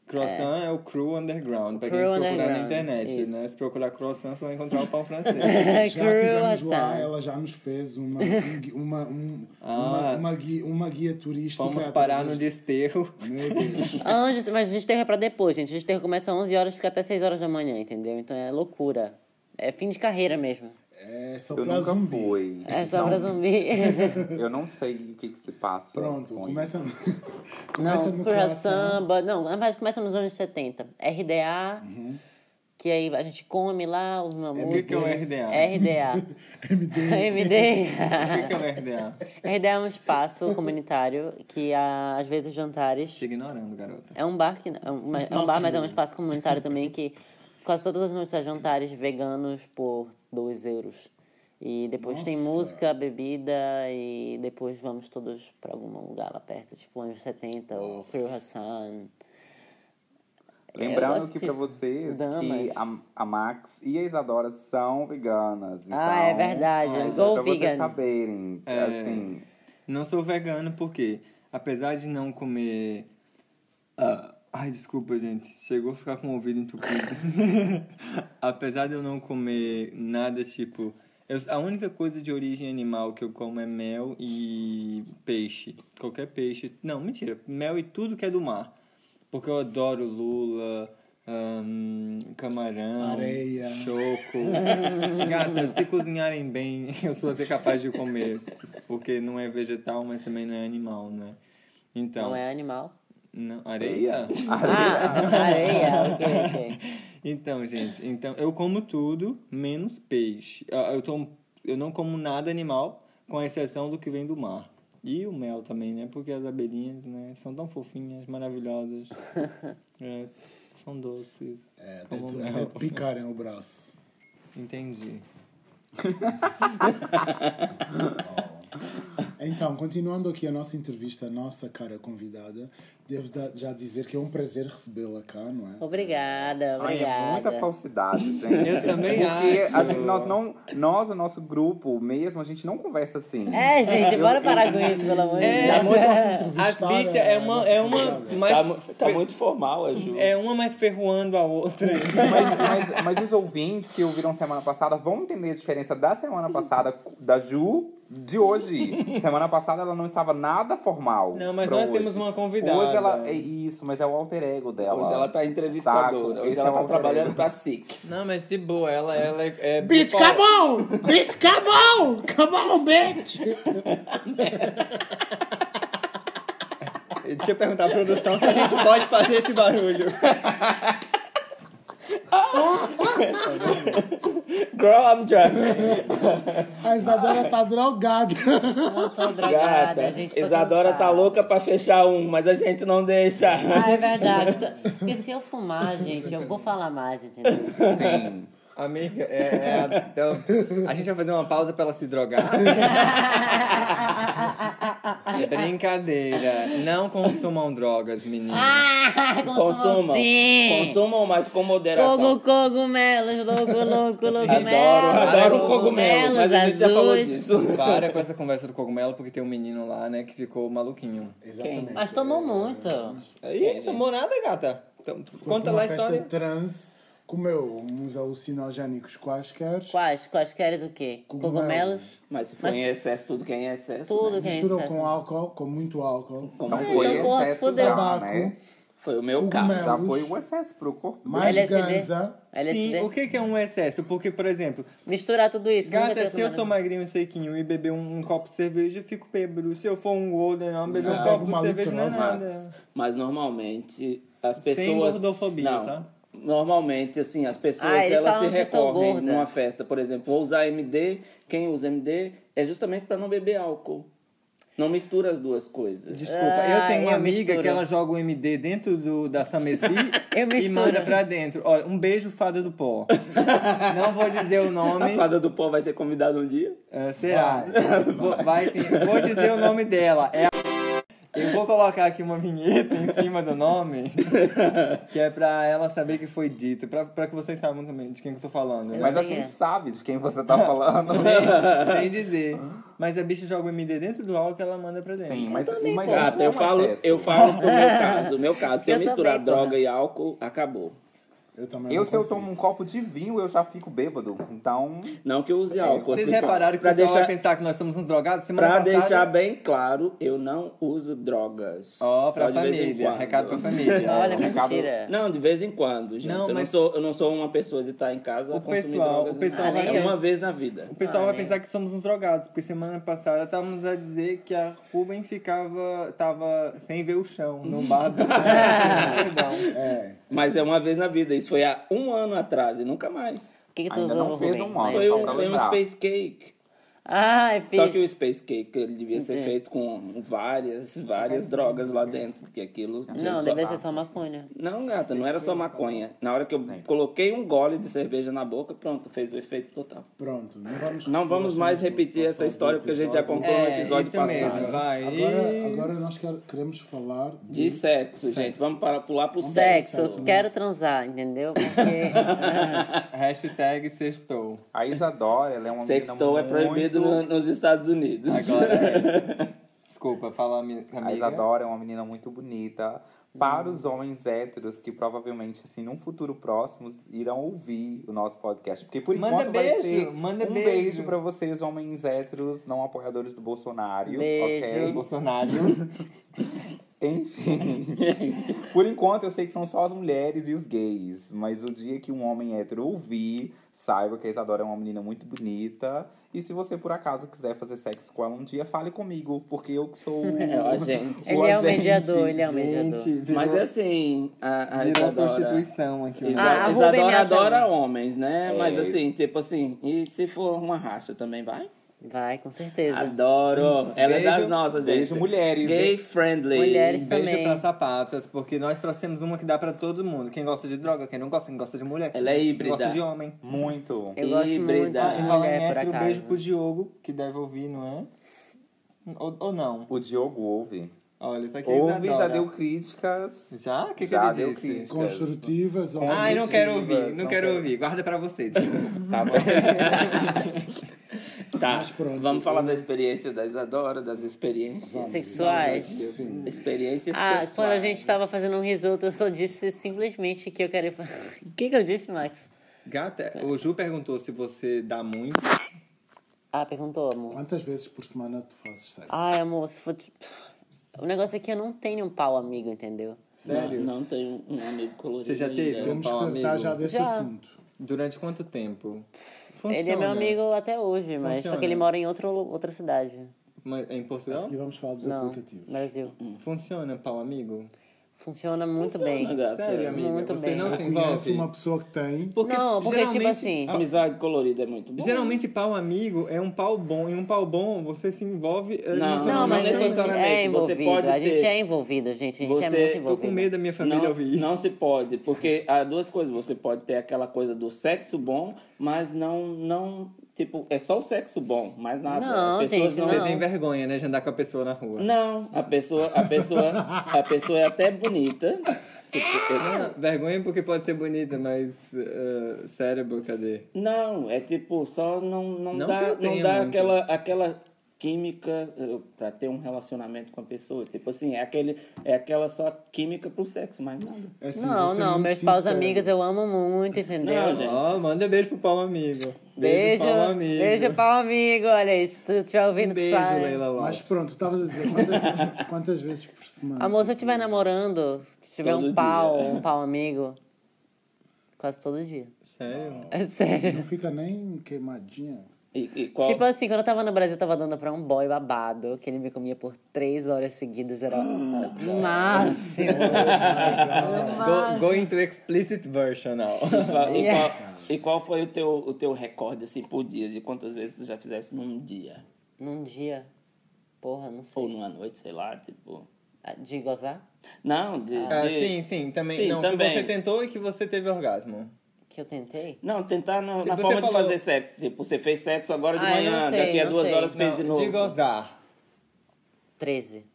S1: Croissant é, o Crew Underground, pra quem
S3: Crew
S1: procurar na
S3: Underground,
S1: internet,
S3: isso.
S1: né? Se procurar croissant, você vai encontrar o pão francês.
S4: Já tivemos lá,
S3: Croissant.
S4: ela já nos fez uma, um gui- uma, um- uma,
S1: Ah.
S4: uma gui- uma guia turística.
S1: Vamos parar no
S4: através-
S1: desterro.
S4: Meu Deus.
S3: Ah, Antes, mas desterro é pra depois, gente. Desterro começa às 11 horas e fica até 6 horas da manhã, entendeu? Então é loucura. É fim de carreira mesmo.
S4: É só
S2: Eu
S4: pra
S2: nunca
S4: zumbi.
S2: fui.
S3: É só pra zumbi.
S2: Eu não sei o que, que se passa.
S4: Pronto,
S2: com
S4: começa, começa
S3: Não,
S4: no
S3: Cura
S4: coração.
S3: Samba. Não, na verdade começa nos anos 70. RDA, que aí a gente come lá, uma
S1: O que, que Uhum. é
S3: música.
S1: o RDA?
S3: RDA.
S4: MD.
S1: O
S3: MD.
S1: que, que é o RDA?
S3: RDA é um espaço comunitário que ah, às vezes os jantares
S1: Te ignorando, garota.
S3: É um bar, que, é, um, é um bar, mas é um espaço comunitário também que quase todas as noites há jantares veganos por 2 euros. E depois tem
S4: Nossa.
S3: música, bebida e depois vamos todos pra algum lugar lá perto, tipo anos 70 ou Crew Hassan. Eu
S2: Lembrando
S3: gosto
S2: que pra
S3: disso.
S2: vocês que
S3: Damas.
S2: a, a Max e a Isadora são veganas. Então,
S3: Ah, é verdade.
S2: é
S3: Go
S2: pra
S3: vegan.
S2: vocês saberem.
S1: É.
S2: Assim,
S1: Não sou vegano porque, apesar de não comer. Ah, ai, desculpa, gente. Chegou a ficar com o ouvido entupido. apesar de eu não comer nada tipo. eu- a única coisa de origem animal que eu como é mel e peixe. Qualquer peixe. Não, mentira. Mel e tudo que é do mar. Porque eu adoro lula, ahn, camarão,
S4: Areia.
S1: choco. Gata, se cozinharem bem, eu sou até capaz de comer. Porque não é vegetal, mas também não é animal, né? Então,
S3: Não é animal.
S1: Não, areia?
S3: Ah, areia, ok, ok.
S1: Então, gente, então eu como tudo menos peixe. Ah, Eu, tomo, eu não como nada animal, com exceção do que vem do mar. E o mel também, né? Porque as abelhinhas, né? São tão fofinhas, maravilhosas. É, são doces.
S4: É, até
S1: como
S4: te,
S1: mel.
S4: até te picarem o braço.
S1: Entendi.
S4: Então, continuando aqui a nossa entrevista, a nossa cara convidada, devo da- já dizer que é um prazer recebê-la cá, não é?
S3: Obrigada,
S2: Ai,
S3: obrigada.
S2: é muita falsidade, gente.
S1: Eu também
S2: Porque
S1: acho.
S2: a gente- nós não, nós, o nosso grupo mesmo, a gente não conversa assim.
S3: É, gente, bora parar com isso, pelo amor de
S1: É,
S4: Já
S3: Deus.
S4: que eu posso
S1: As
S4: entrevistar
S1: bichas
S4: a
S1: é uma,
S4: nossa
S1: é uma
S4: convidada.
S5: Tá,
S1: mais.
S5: mu- tá muito formal, a Ju.
S1: É uma mais ferroando a outra.
S2: Mas, mas- mas os ouvintes que ouviram semana passada vão entender a diferença da semana passada da Ju de hoje. Semana passada ela não estava nada formal.
S1: Não, mas
S2: pra
S1: nós
S2: hoje.
S1: temos uma convidada.
S2: Hoje ela. É isso, mas é o alter ego dela.
S5: Hoje ela tá entrevistadora,
S2: Saco,
S5: hoje
S2: esse
S5: ela
S2: é o
S5: tá
S2: alter
S5: trabalhando
S2: ego.
S5: pra SIC.
S1: Não, mas de boa, ela, ela é. é
S4: Bitch,
S1: bipolar.
S4: come on! Bitch, come on! Come on, bitch!
S1: Deixa eu perguntar à produção se a gente pode fazer esse barulho.
S5: Girl, I'm drunk.
S4: A Isadora tá drogada.
S3: Eu tô drogada,
S5: Gata,
S3: Tá gente. tô
S5: Isadora tá
S3: cansada.
S5: louca pra fechar um, mas a gente não deixa.
S3: Ah, é verdade. Tô- Porque se eu fumar, gente, eu vou falar mais, entendeu?
S2: Sim.
S1: Amiga, é, é a, então, a gente vai fazer uma pausa pra ela se drogar. Brincadeira. Não consumam drogas, meninas.
S3: Ah, consumam
S5: Consumam.
S3: sim.
S5: Consumam, mas com moderação.
S3: Cogu, cogumelos, louco, louco,
S5: Adoro,
S3: loucumelo.
S5: adoro cogumelo, mas a gente já falou disso.
S1: Para com essa conversa do cogumelo, porque tem um menino lá, né, que ficou maluquinho. é
S4: Exatamente.
S3: Mas tomou muito.
S1: Aí, tomou nada, gata. Então,
S4: Foi
S1: conta
S4: pra uma
S1: lá a
S4: festa
S1: história.
S4: de trans, comeu uns alucinogénicos quaisquer.
S3: Quais? Quais queres o quê?
S4: Cogumelos.
S3: Cogumelos?
S5: Mas se for em excesso, tudo que é em excesso.
S3: Tudo
S5: né?
S3: que é
S4: Misturou com
S3: isso.
S4: álcool, com muito álcool.
S5: Como
S2: Não
S5: foi,
S2: foi
S3: então, posso
S2: excesso
S4: é
S3: foder.
S2: já,
S4: Tabaco.
S5: é.
S2: né?
S5: foi o meu
S4: Cogumelo.
S5: caso.
S2: Já foi o excesso pro corpo.
S4: Mais
S3: LSD.
S4: ganza.
S1: Sim,
S3: LSD?
S1: o que que é um excesso? Porque, por exemplo,
S3: Misturar tudo isso. nunca
S1: Gata,
S3: tinha
S1: se eu
S3: tomado.
S1: sou magrinho, sequinho e beber um, um copo de cerveja, eu fico bêbado. Se eu for um golden, não, beber
S4: Não,
S1: um
S4: pega
S1: copo
S4: uma
S1: de cerveja não é
S4: litrosa.
S1: nada.
S5: Mas normalmente as
S1: Sem
S5: pessoas.
S1: gordofobia,
S5: não,
S1: tá?
S5: Normalmente, assim, as pessoas
S3: Ah, eles
S5: elas se
S3: falam que eu sou
S5: recorrem
S3: gorda.
S5: numa festa. Por exemplo, vou usar MD. Quem usa MD é justamente para não beber álcool. Não mistura as duas coisas.
S1: Desculpa, eu
S3: Ah,
S1: tenho uma
S3: eu
S1: amiga
S3: misturo.
S1: que ela joga o MD dentro do, da Samesbi
S3: Eu
S1: e
S3: misturo.
S1: manda pra dentro. Olha, um beijo, fada do pó. não vou dizer o
S5: A
S1: nome.
S5: fada do pó vai ser convidada um dia?
S1: É, será? Vou- Vai. sim. Vou dizer o nome dela. É a... Eu vou colocar aqui uma vinheta em cima do nome, que é pra ela saber que foi dito, pra, pra que vocês saibam também de quem que eu tô falando. né?
S2: Mas a
S3: sei
S2: gente
S3: é.
S2: sabe de quem você tá falando.
S1: sem, sem dizer. Mas a bicha joga o MD dentro do álcool e ela manda pra dentro.
S2: Sim, mas, mas isso
S5: Gata,
S2: é
S5: eu
S2: um
S5: falo,
S2: excesso.
S5: eu falo pro meu caso. Meu caso, se eu,
S3: Eu
S5: misturar
S3: também,
S5: droga
S3: porra.
S5: e álcool, acabou.
S4: Eu também
S2: Eu,
S4: não
S2: se eu
S4: consigo.
S2: tomo um copo de vinho, eu já fico bêbado. Então.
S5: Não que eu use álcool.
S1: É, Vocês
S5: assim,
S1: repararam que o
S5: pra
S1: pessoal vai
S5: deixar,
S1: pensar que nós somos uns drogados? Semana
S5: Pra
S1: passada...
S5: deixar bem claro, eu não uso drogas.
S1: Ó,
S5: Só
S1: pra
S5: de vez em
S1: família.
S5: quando.
S1: Recado pra família.
S3: Olha,
S2: Acabou.
S3: mentira.
S5: Não, de vez em quando, gente.
S1: Não,
S5: eu, não
S1: mas-
S5: sou, eu não sou uma pessoa de estar em casa
S1: O
S5: consumindo
S1: pessoal-
S5: drogas.
S1: o pessoal
S5: nem nada.
S3: vai-
S5: É uma vez na vida.
S1: O pessoal
S3: Ah,
S1: vai
S3: né?
S1: pensar que somos uns drogados, porque semana passada estávamos a dizer que a Ruben ficava. tava sem ver o chão no bar do. Perdão.
S4: É.
S5: Mas é uma vez na vida. Isso foi há um ano atrás e nunca mais.
S3: O que, que tu
S2: Ainda
S3: usou,
S2: não fez
S3: Rubem?
S2: um álcool.
S5: Foi
S2: só
S5: um,
S2: pra
S5: foi um
S2: lembrar.
S5: space cake.
S3: Ai,
S5: Só que o
S3: fiz.
S5: space cake ele devia ser
S3: Entendi.
S5: feito com várias, várias drogas lá dentro. Porque aquilo...
S3: Não,
S5: gente, só-
S3: deve ser só maconha.
S5: Não, gata, não era só maconha. Na hora que eu coloquei um gole de cerveja na boca, pronto, fez o efeito total.
S4: Pronto, não vamos, assim
S5: Não vamos mais repetir essa história porque a gente já contou no
S1: É,
S5: episódio
S1: isso
S5: passado.
S1: mesmo, vai.
S4: Agora, agora nós quer- queremos falar
S3: Uhum.
S5: De sexo, gente. Vamos para, pular pro sexo.
S3: Sexo, quero transar, entendeu? Porque.
S1: Hashtag sextou.
S2: A Isadora, ela é uma
S5: Sextou é
S2: menina
S5: proibido
S2: muito...
S5: no- nos Estados Unidos.
S1: Agora é. Desculpa, fala ami-
S2: A
S1: amiga.
S2: Isadora é uma menina muito bonita. Para os homens héteros que provavelmente, assim, num futuro próximo, irão ouvir o nosso podcast. Porque por
S1: Manda
S2: enquanto vai
S1: beijo,
S2: ser
S1: manda
S2: um
S1: beijo.
S2: pra vocês,
S1: é
S2: homens héteros não apoiadores do Bolsonaro,
S3: Beijo.
S2: ok?
S1: Bolsonaro.
S2: Enfim. Por enquanto, eu sei que são só as mulheres e os gays. Mas o dia que um homem hétero ouvir, saiba que a Isadora é uma menina muito bonita. E se você, por acaso, quiser fazer sexo com ela um dia, fale comigo. Porque eu que sou... o-
S5: É, ó, gente.
S2: o
S3: Ele é o
S2: agente.
S3: mediador,
S1: um
S3: ele é o mediador.
S1: Gente, virou,
S5: Mas assim, a, a
S1: virou
S5: Isadora...
S1: prostituição aqui. hoje.
S5: Isa-
S3: Ah, a Rubem me
S5: Isadora
S3: achou, né?
S5: adora homens, né?
S2: É.
S5: Mas assim, tipo assim, e se for uma racha também, vai?
S3: Vai, com certeza.
S5: Adoro. Ela é
S2: Beijo-
S5: das nossas, gente.
S2: beijo, mulheres.
S1: né?
S5: Gay friendly. Tá.
S3: Mulheres
S1: Beijo
S3: também.
S1: pra sapatas, porque nós trouxemos uma que dá pra todo mundo. Quem gosta de droga, quem não gosta, quem gosta de mulher.
S5: Ela é
S1: quem
S5: híbrida.
S1: Gosta de homem.
S2: Muito.
S3: Eu gosto muito
S5: Híbrida.
S3: de
S1: E falando em
S3: mulher, Tá, é, por
S1: hétero,
S3: acaso.
S1: beijo pro Diogo, que deve ouvir, não é? Ou, ou não?
S2: O Diogo ouve.
S1: Olha, isso aqui é
S2: Ouve, já
S1: Isadora.
S2: deu críticas.
S1: Já? O que, que
S2: Já
S1: ele
S2: deu
S1: disse?
S2: crítica.
S4: Construtivas ou
S1: Ai, Ah, não quero ouvir, não
S2: Não
S1: quero
S2: quero.
S1: ouvir. Guarda pra você, Diogo.
S2: Tá bom.
S5: Tá,
S4: Mas pronto.
S5: vamos falar da experiência da Isadora, das experiências.
S3: Sexuais.
S4: Sim.
S1: é
S5: Experiências
S3: Ah,
S5: sexuais.
S3: quando a
S1: né?
S3: gente tava fazendo um risoto, eu só disse simplesmente que eu queria falar. O que, que eu disse, Max?
S1: Gata,
S3: Tá.
S1: o Ju perguntou se você dá muito.
S3: Ah, perguntou, amor.
S4: Quantas vezes por semana tu fazes sexo?
S3: Ai, amor, se for. tipo, O negócio é que eu não tenho um pau amigo, entendeu?
S1: Sério?
S5: Não, não tem um amigo colorido
S1: Você já
S5: ainda.
S1: teve?
S4: Temos que
S1: Bom,
S4: tratar
S1: amigo.
S4: já desse
S3: Já.
S4: assunto.
S1: Durante quanto tempo? Funciona.
S3: Ele é meu amigo até hoje, mas só que
S1: Funciona.
S3: ele mora em outro, outra cidade.
S1: Mas é em
S4: A
S1: Portugal?
S2: Assim,
S4: seguir vamos falar dos
S3: Não,
S4: aplicativos.
S3: Brasil.
S1: Hum. Funciona, pau amigo?
S3: Funciona muito
S5: Funciona,
S3: bem.
S5: gata.
S1: Sério, amiga?
S3: Muito
S1: você
S3: bem.
S1: não se
S3: Eu
S4: Conheço
S1: envolve?
S4: uma pessoa que tem.
S3: Não, porque, tipo
S1: geralmente-
S3: assim, Uhum.
S1: Ah,
S5: Amizade colorida é muito bom.
S1: Geralmente pau amigo é um pau bom, e um pau bom você se envolve eh,
S5: Não,
S3: Não, mas a gente
S5: necessariamente.
S3: é
S5: Você
S3: envolvido.
S5: pode
S3: a gente
S5: ter-
S3: é envolvido, gente. A gente é
S5: Você-
S3: muito
S5: eu
S1: Tô com medo
S3: envolvido.
S1: da minha família
S5: Não,
S1: ouvir isso.
S5: não se pode, porque há duas coisas. Você pode ter aquela coisa do sexo bom, mas não, não tipo, é só o sexo bom, mas nada.
S3: Não,
S5: As pessoas
S3: gente,
S5: não.
S1: Você
S3: não.
S1: tem vergonha, né, de andar com a pessoa na rua.
S5: Não, a pessoa, a pessoa, a pessoa é até bonita. Tipo, eu-
S1: Vergonha porque pode ser bonita, mas eh, cérebro, cadê?
S5: não, é tipo, só não, não,
S1: Não que
S5: dá,
S1: eu
S5: não
S1: tenha
S5: dá
S1: muito.
S5: aquela, aquela química eh, pra ter um relacionamento com a pessoa. Tipo assim, é, aquele, é aquela só química pro sexo, mas nada.
S4: É assim,
S3: Não,
S4: vou ser
S3: não,
S4: muito
S3: meus paus
S4: sincero.
S3: amigos eu amo muito, entendeu?
S5: Não, gente.
S1: Ó, manda beijo pro pau amigo.
S3: Beijo,
S1: pau amigo. Um
S3: beijo, pau amigo. Olha aí, se tu estiver ouvindo, tu
S1: Beijo,
S3: sabe.
S1: Leila
S4: Mas
S1: Lopes.
S4: pronto, tu estavas a dizer quantas, quantas vezes por semana?
S3: Amor, se eu estiver namorando, se tiver
S5: Todo
S3: um pau,
S5: dia.
S3: um pau amigo, quase todo dia.
S1: Sério?
S3: É sério.
S4: Não fica nem queimadinha.
S5: E, e qual-
S3: Tipo assim, quando eu tava no Brasil, eu tava dando pra um boy babado, que ele me comia por três horas seguidas, era o máximo.
S1: Go, go into explicit version now.
S5: Ah, e,
S1: É.
S3: Yeah.
S5: qual, e qual foi o teu, o teu recorde, assim, por dia? De quantas vezes tu já fizesse num dia?
S3: Num dia, porra, não sei.
S5: Ou numa noite, sei lá, tipo...
S3: Ah, De gozar?
S5: Não, de...
S1: Ah,
S5: de-
S1: sim, sim, também.
S5: Sim,
S1: não,
S5: também.
S1: que você tentou e que você teve orgasmo.
S3: Que eu tentei?
S5: Não, tentar na, na
S1: Tipo, você
S5: forma de
S1: falou-
S5: fazer sexo. Tipo, você fez sexo agora de
S3: Ah, eu não
S5: manhã,
S3: sei,
S5: daqui a
S3: não
S5: duas
S3: sei.
S5: horas fez
S1: Não,
S5: de novo.
S1: De gozar.
S3: 13.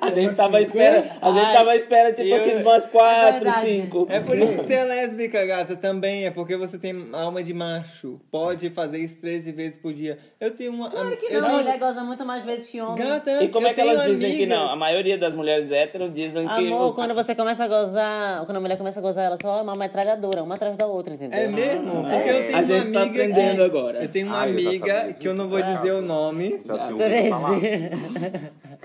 S5: A gente tava à espera, a gente
S1: Ai,
S5: tava à espera, tipo
S1: eu-
S5: assim, umas quatro,
S3: verdade.
S5: cinco.
S1: É por isso que você é lésbica, gata, também. É porque você tem alma de macho. Pode fazer isso 13 vezes por dia. Eu tenho uma.
S3: Claro que
S1: eu
S3: não,
S1: tenho-
S3: mulher goza muito mais vezes que homem.
S1: Gata,
S5: é E como
S1: eu
S5: é que elas
S1: tenho
S5: dizem que
S1: amigas.
S5: não? A maioria das mulheres héteros
S1: é
S5: dizem que...
S3: Amor,
S5: os-
S3: quando você começa a gozar, quando a mulher começa a gozar, ela só é uma metralhadora, uma atrás da outra, entendeu?
S1: É mesmo? Porque eu tenho
S5: A
S1: uma
S5: gente tá
S1: amiga.
S5: aprendendo
S1: é,
S5: agora.
S1: Eu tenho uma
S2: Ah, eu já
S1: amiga
S2: sabia
S1: que eu não
S2: disso,
S1: vou
S2: tá?
S1: dizer o nome.
S2: Já tinha ouvido falar.
S3: 13.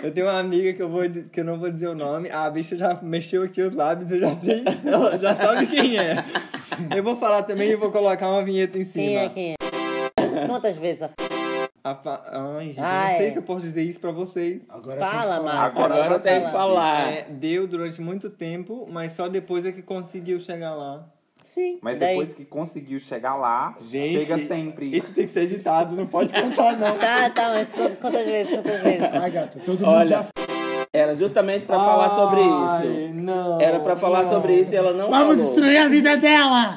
S1: Eu tenho uma amiga que eu, vou, di- que eu não vou dizer o nome. Ah, A bicha já mexeu aqui os lábios, eu já sei. Ela já sabe quem é. Eu vou falar também e vou colocar uma vinheta em cima.
S3: Quem é, quem é? Quantas vezes a f...
S1: A fa- Ai, gente, eu
S3: Ai.
S1: não sei se eu posso dizer isso pra vocês.
S4: Agora
S3: Fala,
S4: tem que
S3: Marcos.
S2: Agora
S5: Agora
S3: tem
S5: tem que falar.
S1: É, deu durante muito tempo, mas só depois é que conseguiu chegar lá.
S3: Sim.
S2: Mas
S3: Daí-
S2: depois que conseguiu chegar lá,
S1: Gente,
S2: chega sempre.
S1: Isso tem que ser editado, não pode contar, não.
S3: Tá, tá, mas qu- quantas vezes, quantas vezes?
S4: Ai, gata, todo mundo
S5: Olha,
S4: já sabe.
S5: Era justamente pra falar sobre
S1: Ai,
S5: isso.
S1: Não.
S5: Era pra falar sobre isso e ela não
S4: Vamos
S5: falou.
S4: destruir a vida dela!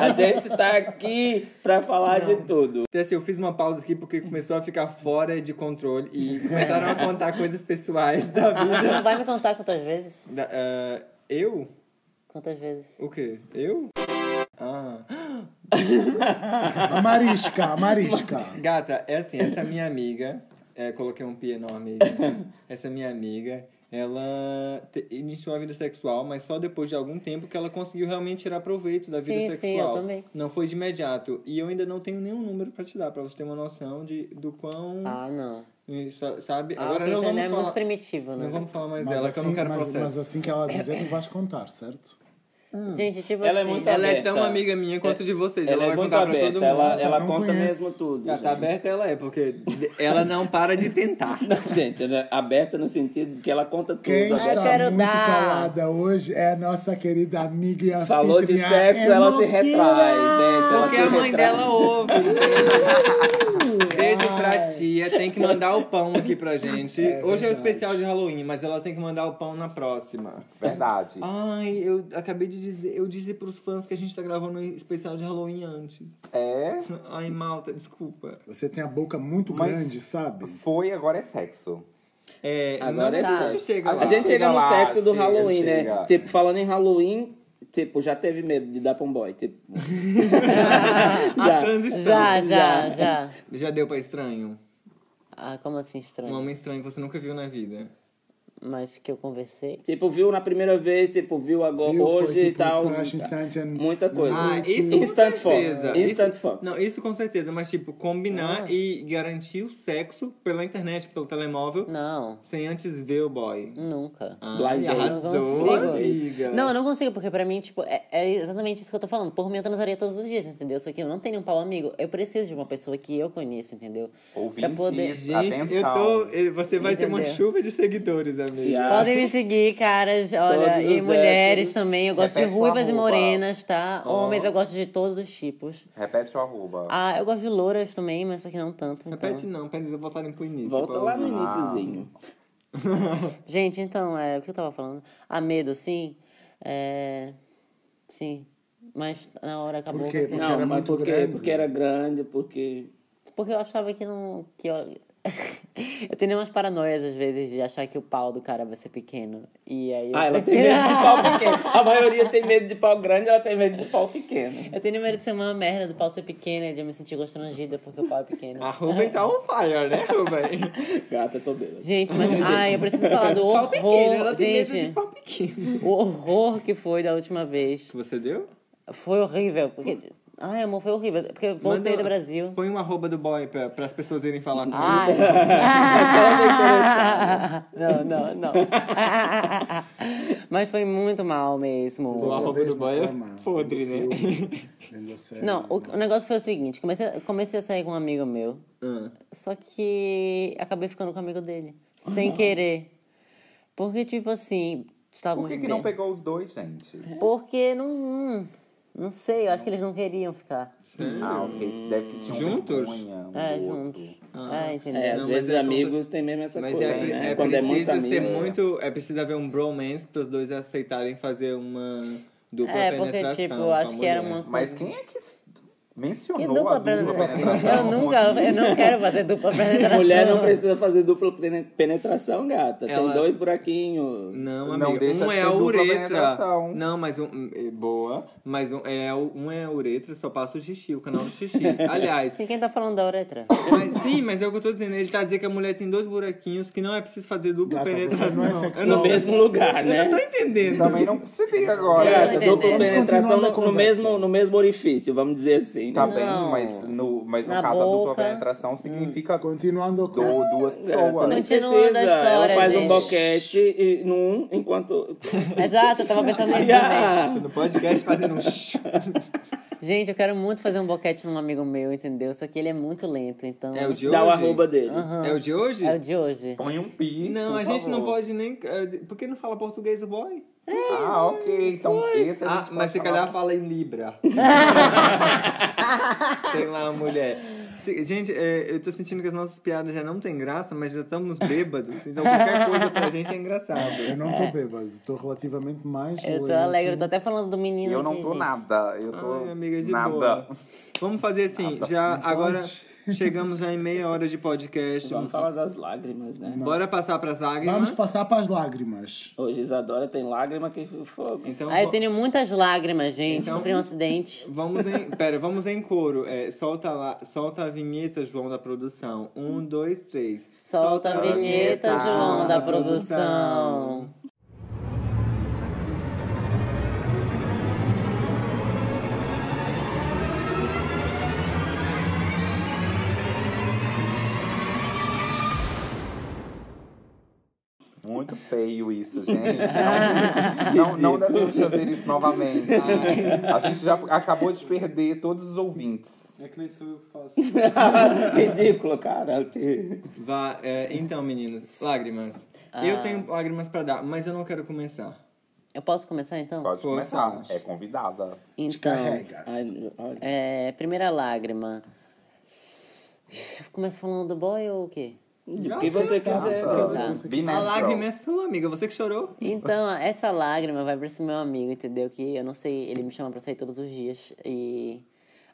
S5: A gente tá aqui pra falar de tudo.
S1: Então, assim, eu fiz uma pausa aqui porque começou a ficar fora de controle e começaram a contar coisas pessoais da vida.
S3: Não vai me contar quantas vezes?
S1: Da- ah, eu?
S3: Quantas vezes?
S1: O quê? Eu? Ah.
S4: A marisca, a marisca.
S1: Gata, é assim, essa minha amiga, é, coloquei um pi enorme aí, né? essa minha amiga, ela te- iniciou a vida sexual, mas só depois de algum tempo que ela conseguiu realmente tirar proveito da vida
S3: Sim, sim,
S1: sexual.
S3: eu também.
S1: Não foi de imediato. E eu ainda não tenho nenhum número pra te dar, pra você ter uma noção de, do quão...
S3: Ah, não.
S1: E sa- Sabe?
S3: A
S1: Agora não
S3: Alpitana
S1: vamos
S3: é muito
S1: falar.
S3: primitiva, né?
S1: Não vamos falar mais
S4: Mas,
S1: dela,
S4: assim,
S1: que eu não quero
S4: mas-
S1: processo.
S4: mas assim que ela dizer, tu vais contar, certo?
S3: Gente, tipo
S5: Ela é
S3: assim...
S5: muito
S1: Ela é tão
S5: aberta.
S1: amiga minha quanto de vocês. Ela,
S5: Ela, é
S1: vai
S5: muito
S1: contar pra todo
S5: aberta,
S1: mundo.
S5: ela, ela
S4: não
S5: conta
S4: conheço.
S5: mesmo tudo.
S1: Ah, tá
S5: gente.
S1: aberta ela é, porque ela não para de tentar.
S5: Não, gente, ela é aberta no sentido que ela conta tudo.
S4: Quem
S5: Ela-
S4: está
S3: quero
S4: muito
S3: dar.
S4: calada hoje é a nossa querida amiga e anfitriã.
S5: Falou de sexo, ela se
S4: Emoquira!
S5: retrai, gente. Ela
S1: Porque
S5: se
S1: a mãe
S5: retrai.
S1: dela ouve. Beijo pra tia. Tem que mandar o pão aqui pra gente. Hoje é o especial de Halloween, mas ela tem que mandar o pão na próxima.
S2: Verdade.
S1: Ai, eu acabei de dizer, eu disse pros fãs que a gente tá gravando o especial de Halloween antes.
S2: É.
S1: Ai, malta, desculpa.
S4: Você tem a boca muito
S2: Mas-
S4: grande, sabe?
S2: Foi, agora é sexo.
S1: É,
S5: Agora
S1: não,
S5: é
S1: a gente
S5: sexo.
S1: chega
S2: A
S1: lá.
S5: A gente chega
S2: Chega
S5: no
S2: lá,
S5: sexo do
S2: chega,
S5: Halloween, né?
S2: chega.
S5: Tipo, falando em Halloween, tipo, já teve medo de dar pra um boy. Tipo,
S1: A transição.
S3: Já, já, já.
S1: Já deu pra estranho?
S3: Ah, como assim
S1: Um
S3: estranho?
S1: homem estranho que você nunca viu na vida.
S3: Mas que eu conversei.
S5: tipo, viu na primeira vez, tipo, viu agora
S4: Viu? Foi,
S5: hoje e
S4: tipo,
S5: tal.
S4: crush instant and-
S5: Muita coisa.
S1: Ah, isso
S5: Instant
S1: com
S5: fuck.
S1: certeza.
S5: Instant
S1: Isso-
S5: fuck.
S1: Não, isso com certeza, mas tipo, combinar e garantir o sexo pela internet, pelo telemóvel,
S3: Não,
S1: sem antes ver o boy.
S3: nunca.
S5: Blind
S1: Ai,
S5: date.
S3: Eu não
S1: Ah, arrasou,
S3: consigo.
S1: amiga.
S3: Não, eu não consigo, porque pra mim, tipo, é, é exatamente isso que eu tô falando. Por mim, eu transaria todos os dias, entendeu? Só que eu não tenho um pau amigo. Eu preciso de uma pessoa que eu conheço, entendeu?
S2: Ouvinte,
S1: Gente,
S2: atenção.
S1: eu tô. ele- Você vai ter uma
S3: Entendeu?
S1: chuva de seguidores, amiga.
S5: Yeah.
S3: Podem me seguir, caras, olha,
S5: Todos
S3: e
S5: os
S3: mulheres
S5: héteros.
S3: também. Eu gosto
S2: Repete
S3: de
S2: o
S3: ruivas e
S2: arroba.
S3: morenas, tá? Homens, eu gosto de todos os tipos.
S2: Repete o arroba.
S3: Ah, eu gosto de louras também, mas só que não tanto. então.
S1: Repete não, pra eles voltarem pro início.
S5: Volta
S1: pra
S5: lá
S1: ouvir.
S5: no iníciozinho.
S3: Gente, então, é, o que eu tava falando? A medo, sim. É, sim. Mas na hora acabou.
S4: Por quê?
S3: que assim,
S4: Porque
S5: não,
S4: era
S5: mas
S4: muito
S5: porque,
S4: grande.
S5: porque era grande, porque.
S3: Porque eu achava que não. Que eu... eu tenho umas paranoias às vezes de achar que o pau do cara vai ser pequeno. E aí. eu
S5: Ah, ela tem
S3: prefiro-
S5: medo de pau pequeno. A maioria tem medo de pau grande, ela tem medo de pau pequeno.
S3: Eu tenho medo de ser uma merda do pau ser pequeno e de eu me sentir constrangida porque o pau é pequeno.
S1: A Ruben tá on fire, né, Ruben?
S5: Gata, tô bêbada.
S3: Gente, mas. Ai, eu preciso falar do
S1: pau
S3: horror.
S1: pequeno, ela tem medo de
S3: gente,
S1: pau pequeno.
S3: o horror que foi da última vez.
S1: Você deu?
S3: Foi horrível. Porque... Ai, amor, foi horrível. Porque eu voltei
S1: Manda-
S3: do Brasil.
S1: Põe um arroba do boy pra, pras pessoas irem falar com ele.
S3: Ai. não, não, não. Mas foi muito mal
S1: O
S3: mesmo.
S4: Outra
S1: arroba
S4: vez
S1: do
S4: na
S1: boy
S4: cama,
S1: é podre, né?
S4: vendo filme, vendo série.
S3: Não, o, o negócio foi o seguinte: comecei, comecei a sair com um amigo meu,
S1: Ah.
S3: só que acabei ficando com um amigo dele,
S2: Ah.
S3: sem querer. Porque, tipo assim,
S2: Por
S3: estávamos
S2: que, que
S3: bem.
S2: não pegou os dois, gente?
S3: Porque não. hum, Não sei, eu acho que eles não queriam ficar.
S2: Ah, ok. Deve que tinham
S1: Juntos?
S2: vergonha um
S3: É,
S2: do outro.
S3: juntos. É, entendeu?
S5: É, às
S1: Não, mas
S5: vezes
S1: é quando-
S5: amigos têm mesmo essa
S1: Mas
S5: coisa.
S1: é, pre-
S5: né?
S1: é
S5: Quando
S1: preciso
S5: muito
S1: ser
S5: amigo, é.
S1: muito. É preciso haver um bromance para os dois aceitarem fazer uma dupla
S3: É,
S1: penetração.
S3: porque, tipo,
S1: com
S3: eu
S1: a
S3: acho que era
S1: mulher.
S3: uma
S2: Mas quem é que mencionou
S3: Que dupla
S2: a dupla
S3: penetração? Eu
S2: penetração?
S3: nunca, eu não quero fazer dupla penetração.
S5: Mulher não precisa fazer dupla pene- penetração, gata.
S1: Ela-
S5: Tem dois buraquinhos.
S1: Não,
S2: Não
S1: amiga.
S2: deixa
S1: um
S2: de
S1: é
S2: ser
S1: a
S2: dupla
S1: uretra.
S2: penetração.
S1: Não, mas um. um, é Boa. Mas um é, o- um é a uretra, só passa o xixi, o canal do xixi. Aliás.
S3: Sim, quem tá falando da uretra?
S1: mas- sim, mas é o que eu tô dizendo. Ele tá dizendo que a mulher tem dois buraquinhos, que não é preciso fazer dupla
S4: Gata,
S1: penetração.
S4: você não é
S1: eu
S4: sexual.
S5: No
S1: não,
S5: mesmo lugar,
S1: eu não tô
S5: né?
S1: entendendo.
S2: Também não percebi agora.
S3: É,
S5: Gata,
S3: entendendo.
S5: dupla
S3: Vamos
S5: penetração
S4: continuar na
S5: no, no
S4: conversa.
S5: mesmo, no mesmo orifício, vamos dizer assim.
S2: Tá
S5: né?
S2: bem,
S3: Não.
S2: mas no, mas no
S3: Na
S2: caso a dupla
S3: boca.
S1: Hum.
S2: penetração significa
S4: Continuando com...
S2: du- duas
S1: É,
S5: Gata, nem
S2: pessoas.
S3: Continua
S5: precisa.
S3: da história,
S5: Ela faz
S3: gente.
S5: um boquete e, num enquanto.
S3: Exato, eu tava pensando nisso também.
S5: Ah,
S1: No podcast fazendo um.
S3: Gente, eu quero muito fazer um boquete num amigo meu, entendeu? Só que ele é muito lento, então.
S1: É o de hoje?
S5: Dá o arroba dele.
S1: É o de hoje?
S3: É o de hoje.
S2: Põe um pi.
S1: Não,
S2: por
S1: a gente não
S2: favor.
S1: pode nem. eh, Por que não fala português o boy?
S2: Ah, ok. Então esse a gente
S1: Ah, mas
S2: pode
S1: se
S2: falar.
S1: calhar fala em Libra. Tem lá a mulher. Se- gente, é, eu tô sentindo que as nossas piadas já não têm graça, mas já estamos bêbados. Então qualquer coisa pra gente é
S4: Eu
S1: engraçado.
S4: não tô bêbado, estou relativamente mais
S3: Eu tô
S4: lento.
S3: alegre, eu tô até falando do menino.
S2: Eu não
S3: aqui,
S2: tô
S3: gente.
S2: nada. Eu tô
S1: Ai, amiga, de
S2: nada.
S1: boa. Vamos fazer assim, já
S4: Não
S1: agora
S4: pode.
S1: chegamos já em meia hora de podcast.
S3: Uhum.
S5: Vamos falar das lágrimas, né?
S1: Bora passar pras lágrimas.
S4: Vamos passar para as lágrimas.
S5: Hoje Isadora tem lágrima que fogo.
S1: Então,
S3: Ah, eu
S1: vo-
S3: tenho muitas lágrimas, gente.
S1: Então-
S3: Sofri um acidente.
S1: Vamos em, pera, vamos em coro. É, solta, lá, solta a vinheta, João, da produção. Um, dois, três.
S3: Solta a vinheta,
S1: vinheta,
S3: João, da produção.
S2: muito feio isso, gente. Não, não, não devemos fazer isso novamente. A gente já acabou de perder todos os ouvintes.
S1: É que nem sou eu que faço.
S5: Ridículo, cara. Te-
S1: Vá, é, então, meninos, lágrimas.
S3: Ah.
S1: Eu tenho lágrimas pra dar, mas eu não quero começar.
S3: Eu posso começar então?
S2: Pode
S1: Pô,
S2: começar,
S1: sabe.
S2: é convidada.
S3: Então,
S4: Descarrega.
S5: Ai, olha.
S3: é, primeira lágrima. Eu começo falando do boy ou o quê?
S5: O que você
S4: é
S5: quiser.
S3: tá.
S1: A
S2: Binetro.
S1: lágrima é sua, amiga. Você é que chorou.
S3: Então, essa lágrima vai pra esse meu amigo, entendeu? Que eu não sei, ele me chama pra sair todos os dias. E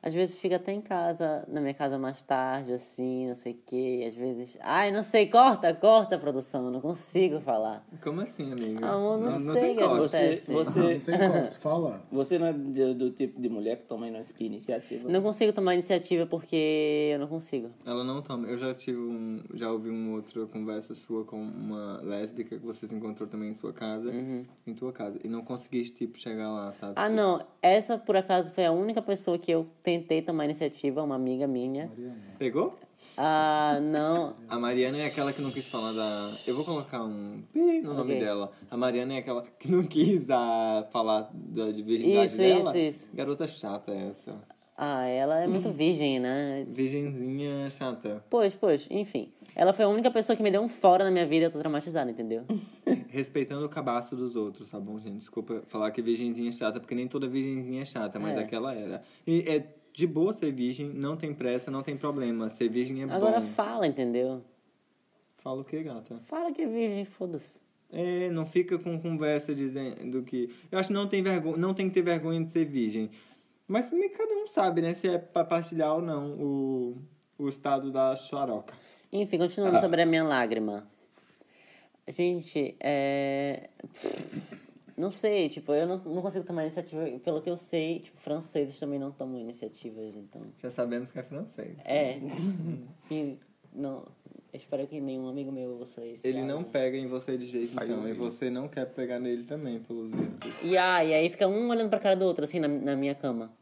S3: às vezes fica até em casa, na minha casa mais tarde, assim, não sei o quê. Às vezes. Ai, não sei, corta, corta, produção, não consigo falar.
S1: Como assim, amiga?
S3: Amor, não sei,
S1: tem corte.
S3: garoto.
S5: Você,
S4: Não
S5: você,
S4: tem corte, fala.
S5: você não é do, do tipo de mulher que toma inici- iniciativa.
S3: Não consigo tomar iniciativa porque eu não consigo.
S1: Ela não toma. Eu já tive um. Já ouvi uma outra conversa sua com uma lésbica que você se encontrou também em sua casa. Em tua casa. E não conseguiste, tipo, chegar lá, sabe?
S3: Uhum. Ah,
S1: Tipo,
S3: não, essa por acaso foi a única pessoa que eu tentei tomar iniciativa, uma amiga minha.
S1: Pegou?
S3: Ah, não.
S1: A Mariana é aquela que não quis falar da. Eu vou colocar um pi no nome
S3: Ok.
S1: dela. A Mariana é aquela que não quis ah, falar da de virgindade
S3: Isso,
S1: dela.
S3: isso, isso.
S1: Garota chata essa.
S3: Ah, ela é muito virgem, né?
S1: Virgenzinha chata.
S3: Pois, pois, enfim. Ela foi a única pessoa que me deu um fora na minha vida e eu tô traumatizada, entendeu?
S1: Respeitando o cabaço dos outros, tá bom, gente? Desculpa falar que virgenzinha é chata, porque nem toda virgenzinha é chata, mas
S3: É.
S1: aquela era. E é de boa ser virgem, não tem pressa, não tem problema. Ser virgem é
S3: Agora
S1: bom.
S3: fala, entendeu?
S1: Fala o que, gata?
S3: Fala que é virgem, foda-se.
S1: É, não fica com conversa dizendo que. Eu acho que não tem, vergonha, não tem que ter vergonha de ser virgem. Mas também cada um sabe, né? Se é pra partilhar ou não o, o estado da xaroca.
S3: Enfim, continuando sobre a minha lágrima. Gente, é. pff, Não sei, tipo, eu não, não consigo tomar iniciativa. Pelo que eu sei, tipo, franceses também não tomam iniciativas, então.
S1: Já sabemos que é francês.
S3: É. E não, eu espero que nenhum amigo meu ouça isso.
S1: Ele
S3: sabe?
S1: não pega em você de jeito nenhum. E você não quer pegar nele também, pelos vistos.
S3: E, ah, e aí fica um olhando pra cara do outro, assim, na, na minha cama.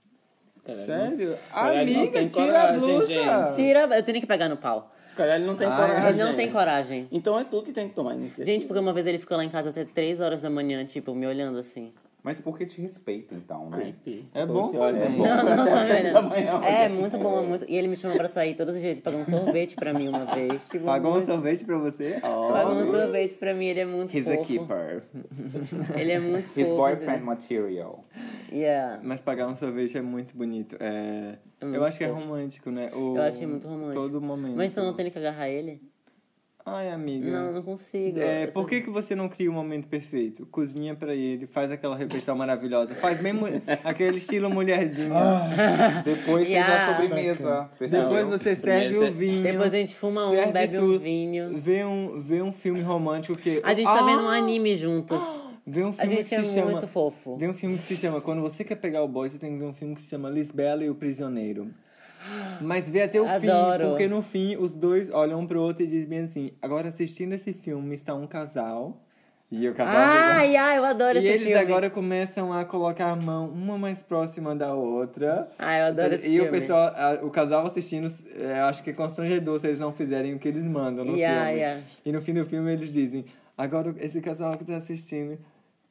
S5: Esse cara, ele
S1: Sério?
S5: Caralho, não
S1: Amiga,
S5: tem
S1: tira a
S5: coragem,
S1: blusa!
S5: gente.
S3: Tira, eu tenho que pegar no pau.
S5: não- Esse cara ele não tem
S1: Ah,
S5: coragem.
S3: é? Ele não tem coragem.
S5: Então é tu que tem que tomar iniciativa.
S3: Gente, porque uma vez ele ficou lá em casa até 3 horas da manhã, tipo, me olhando assim.
S2: Mas porque te respeita, então, né?
S5: Creepy.
S1: É bom
S5: Te olha,
S1: também.
S5: é bom.
S3: Não, não,
S5: Até
S3: sabe,
S5: sete da
S3: não.
S5: manhã,
S3: É,
S5: olha.
S3: muito bom, muito. E ele me chamou pra sair todos os dias. Pagou um sorvete pra mim uma vez. Tipo,
S1: Pagou um
S3: muito-
S1: sorvete pra você?
S3: Pagou um sorvete pra mim, ele é muito
S1: He's a
S3: fofo.
S1: keeper.
S3: Ele é muito
S2: His
S3: fofo. né?
S2: boyfriend material.
S3: entendeu? Yeah.
S1: Mas pagar um sorvete é muito bonito. É...
S3: É muito
S1: eu acho que é
S3: fofo.
S1: romântico, né? O...
S3: Eu achei muito romântico.
S1: Todo momento.
S3: Mas tu não tem que agarrar ele?
S1: Ai, amiga.
S3: Não, não consigo.
S1: É,
S3: Eu
S1: por
S3: sou-
S1: que, que você não cria o momento perfeito? Cozinha pra ele, faz aquela refeição maravilhosa, faz mesmo aquele estilo mulherzinha.
S2: Depois tem
S3: Ah. Yeah.
S2: a sobremesa.
S1: Depois
S2: percebeu?
S1: você serve
S5: você-
S1: o vinho.
S3: Depois a gente fuma um,
S1: serve
S3: bebe um
S1: tudo.
S3: vinho.
S1: Vê um, vê um filme romântico que.
S3: A gente
S1: Ah!
S3: tá vendo um anime juntos.
S1: Vê um
S3: A
S1: filme que
S3: gente
S1: se
S3: é
S1: chama.
S3: muito fofo.
S1: Vê um filme que se chama. Quando você quer pegar o boy, você tem que ver um filme que se chama Lisbela e o Prisioneiro. Mas vê até o
S3: Adoro.
S1: fim, porque no fim os dois olham um pro outro e dizem bem assim: agora assistindo esse filme está um casal. E o casal.
S3: Ai, ai, eu
S1: E
S3: adoro esse
S1: eles
S3: filme.
S1: agora começam a colocar a mão uma mais próxima da outra.
S3: Ai, eu adoro esse
S1: e
S3: filme.
S1: o pessoal, a- o casal assistindo, é, acho que é constrangedor se eles não fizerem o que eles mandam no
S3: Yeah,
S1: filme.
S3: yeah.
S1: E no fim do filme eles dizem: agora esse casal que tá assistindo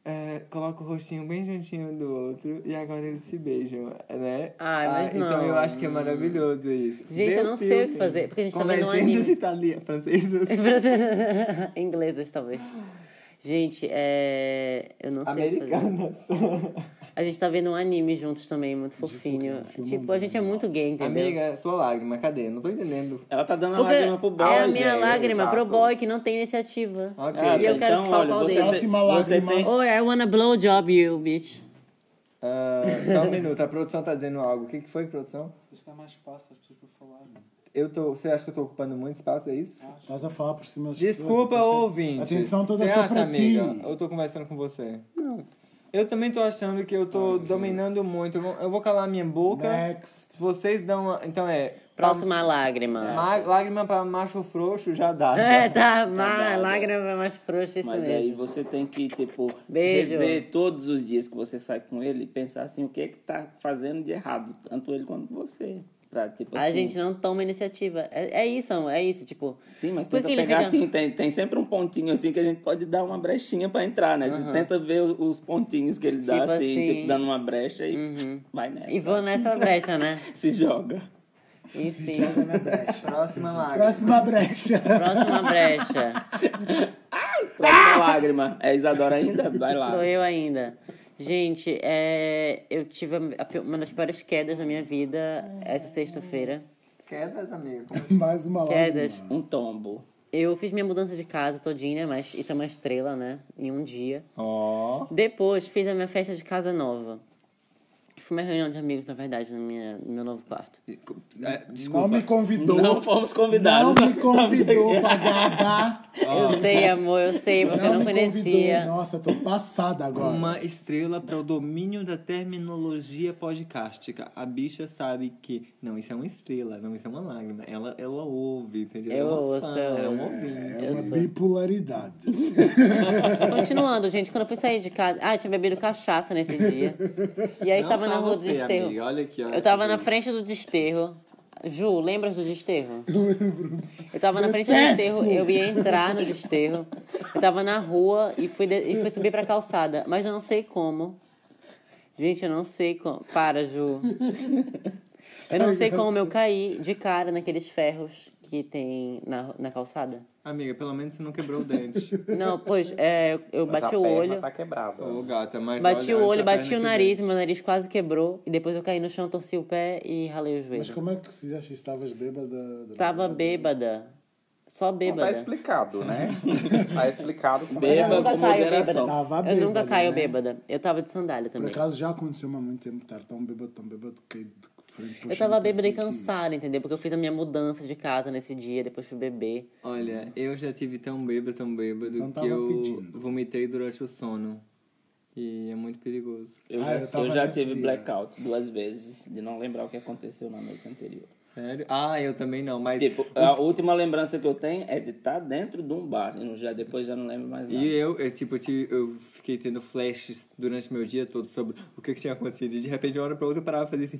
S1: é, coloca o rostinho bem juntinho do outro e agora eles se beijam, né?
S3: Ai, mas
S1: Então
S3: não.
S1: eu acho que é maravilhoso isso.
S3: Gente,
S1: Vê
S3: eu não sei o que fazer, porque a gente
S1: com
S3: tá vendo um
S1: legendas
S3: anime.
S1: italianas, francesas,
S3: Inglesas, talvez. Gente, é... Eu não sei o que fazer.
S1: americanas.
S3: A gente tá vendo um anime juntos também, muito fofinho. Tipo, a gente
S5: né?
S3: é muito gay, entendeu?
S1: Amiga, sua lágrima, cadê? Não tô entendendo.
S5: Ela tá dando a
S3: Porque
S5: lágrima pro boy.
S3: é a minha
S5: gente.
S3: lágrima pro
S2: exato.
S3: boy que não tem iniciativa.
S1: Ok.
S5: Ah,
S3: E eu quero
S5: então,
S3: chupar o
S5: olha,
S3: pau
S5: você
S3: dele.
S5: tem-
S4: Próxima
S5: você
S4: lágrima.
S5: tem-
S3: Oh, I wanna blow job you, bitch.
S1: Ah, só um minuto, a produção tá dizendo algo. O que, que foi, produção?
S6: Está mais fácil as pessoas para falarem.
S1: Eu tô, você acha que eu tô ocupando muito espaço, é isso?
S4: Estás a falar por cima das
S1: Desculpa,
S4: Ah, pessoas, depois tem-
S1: ouvinte.
S4: Atenção toda
S1: Você
S4: só
S1: acha,
S4: para ti.
S1: amiga? Eu tô conversando com você. Não. Eu também tô achando que eu tô dominando muito. Eu vou, eu vou calar minha boca.
S4: Next.
S1: Se vocês dão uma, Então é... pra-
S5: Tá.
S3: Próxima lágrima.
S1: ma- lágrima pra macho frouxo já dá.
S3: É,
S1: tá?
S3: tá, má, lágrima é mais frouxa, isso
S5: Mas
S3: mesmo.
S5: aí você tem que, tipo,
S3: Beijo.
S5: rever todos os dias que você sai com ele e pensar assim, o que é que tá fazendo de errado, tanto ele quanto você. Pra, tipo,
S3: A
S5: assim,
S3: gente não toma iniciativa. É, é isso, amor, é isso, tipo.
S5: Sim, mas
S3: Por
S5: tenta
S3: que ele
S5: pegar
S3: fica-
S5: assim, tem, tem sempre um pontinho assim que a gente pode dar uma brechinha pra entrar, né? Você tenta ver o- os pontinhos que ele dá
S3: Tipo
S5: assim,
S3: assim. Uhum.
S5: tipo, dando uma brecha e vai nessa.
S3: E vou nessa brecha, né?
S5: Se joga.
S4: Se
S3: Enfim.
S4: joga na brecha.
S1: Próxima lágrima.
S4: Próxima brecha.
S3: Próxima brecha.
S5: Próxima lágrima. É Isadora ainda? Vai lá.
S3: Ah! Sou eu ainda. Gente, é, eu tive a- a pi- uma das piores quedas da minha vida essa sexta-feira.
S1: Quedas, amigo.
S4: Mais uma lágrima.
S3: Quedas.
S5: Um tombo.
S3: Eu fiz minha mudança de casa todinha, mas isso é uma estrela, né? Em um dia.
S1: Ó.
S3: Depois fiz a minha festa de casa nova. Foi uma reunião de amigos, na verdade, no, minha, no meu novo quarto.
S1: É,
S4: Não
S1: desculpa.
S4: me convidou.
S5: Não fomos
S4: Não
S5: convidados.
S1: tá
S4: me convidou, vagabunda.
S3: Eu sei, amor, eu sei, você não,
S4: Ah. me
S3: conhecia.
S4: convidou. né? Nossa, tô passada agora.
S1: Uma estrela para o domínio da terminologia podcástica. A bicha sabe que. Não, isso é uma estrela, não, isso é uma lágrima. Ela, ela ouve, entendeu?
S3: Eu
S1: ela
S3: ouço,
S1: fã,
S3: eu
S1: ela é um
S3: ouço.
S1: ouvinte.
S4: É uma bipolaridade.
S3: Continuando, gente, quando eu fui sair de casa. Ah, eu tinha bebido cachaça nesse dia. E aí
S1: Não
S3: estava
S1: só
S3: na rua do
S1: você,
S3: desterro.
S1: amiga, olha aqui, olha
S3: eu tava
S1: aqui.
S3: na frente do desterro. Ju, lembras do desterro? Eu lembro. Eu tava na frente do
S4: Detesto.
S3: desterro, eu ia entrar no desterro. Eu tava na rua e fui, de- e fui subir pra calçada. Mas eu não sei como. Gente, eu não sei como. Para, Ju. Eu não sei como eu caí de cara naqueles ferros que tem na, na calçada.
S1: Amiga, pelo menos você não quebrou o dente.
S3: Não, pois, é, eu- eu
S2: Mas
S3: bati
S2: a
S3: o
S2: perna
S3: olho.
S2: Tá quebrada.
S1: Ô, gata, mas.
S3: Bati
S1: olha,
S3: o
S1: antes
S3: olho,
S1: a perna
S3: bati o
S1: que o
S3: nariz,
S1: dente.
S3: meu nariz quase quebrou. E depois eu caí no chão, torci o pé e ralei o joelho.
S4: Mas como é que se acha estavas bêbada? drogada?
S3: Tava bêbada. Só
S2: Não tá
S3: bêbada.
S2: explicado, né? tá explicado como é.
S5: Beba
S3: Eu
S5: com
S3: nunca caio bêbada.
S5: moderação.
S4: Tava
S3: eu
S4: bêbada,
S3: nunca caio
S4: né?
S3: bêbada. Eu tava de sandália
S4: Por
S3: também.
S4: acaso já aconteceu há muito tempo estar tão bêbado, tão bêbado que de frente pro
S3: Eu
S4: chão, tá
S3: tava
S4: por
S3: bêbada e
S4: tudo que- é
S3: cansada, entendeu? Porque eu fiz a minha mudança de casa nesse dia, depois fui beber.
S1: Olha, eu já tive tão bêbado, tão bêbado
S4: Então
S1: que
S4: tava
S1: eu
S4: pedindo.
S1: vomitei durante o sono. E é muito perigoso.
S5: Eu
S4: Ah,
S5: já,
S4: eu tava
S5: eu já
S4: nesse
S5: tive
S4: dia.
S5: blackout duas vezes de não lembrar o que aconteceu na noite anterior.
S1: Sério? Ah, eu também não, mas.
S5: Tipo, a última lembrança que eu tenho é de estar dentro de um bar. Eu já, depois já não lembro mais nada.
S1: E eu, eu, tipo, eu, tive- eu fiquei tendo flashes durante meu dia todo sobre o que, que tinha acontecido. E de repente, de uma hora pra outra, eu parava e fazia assim...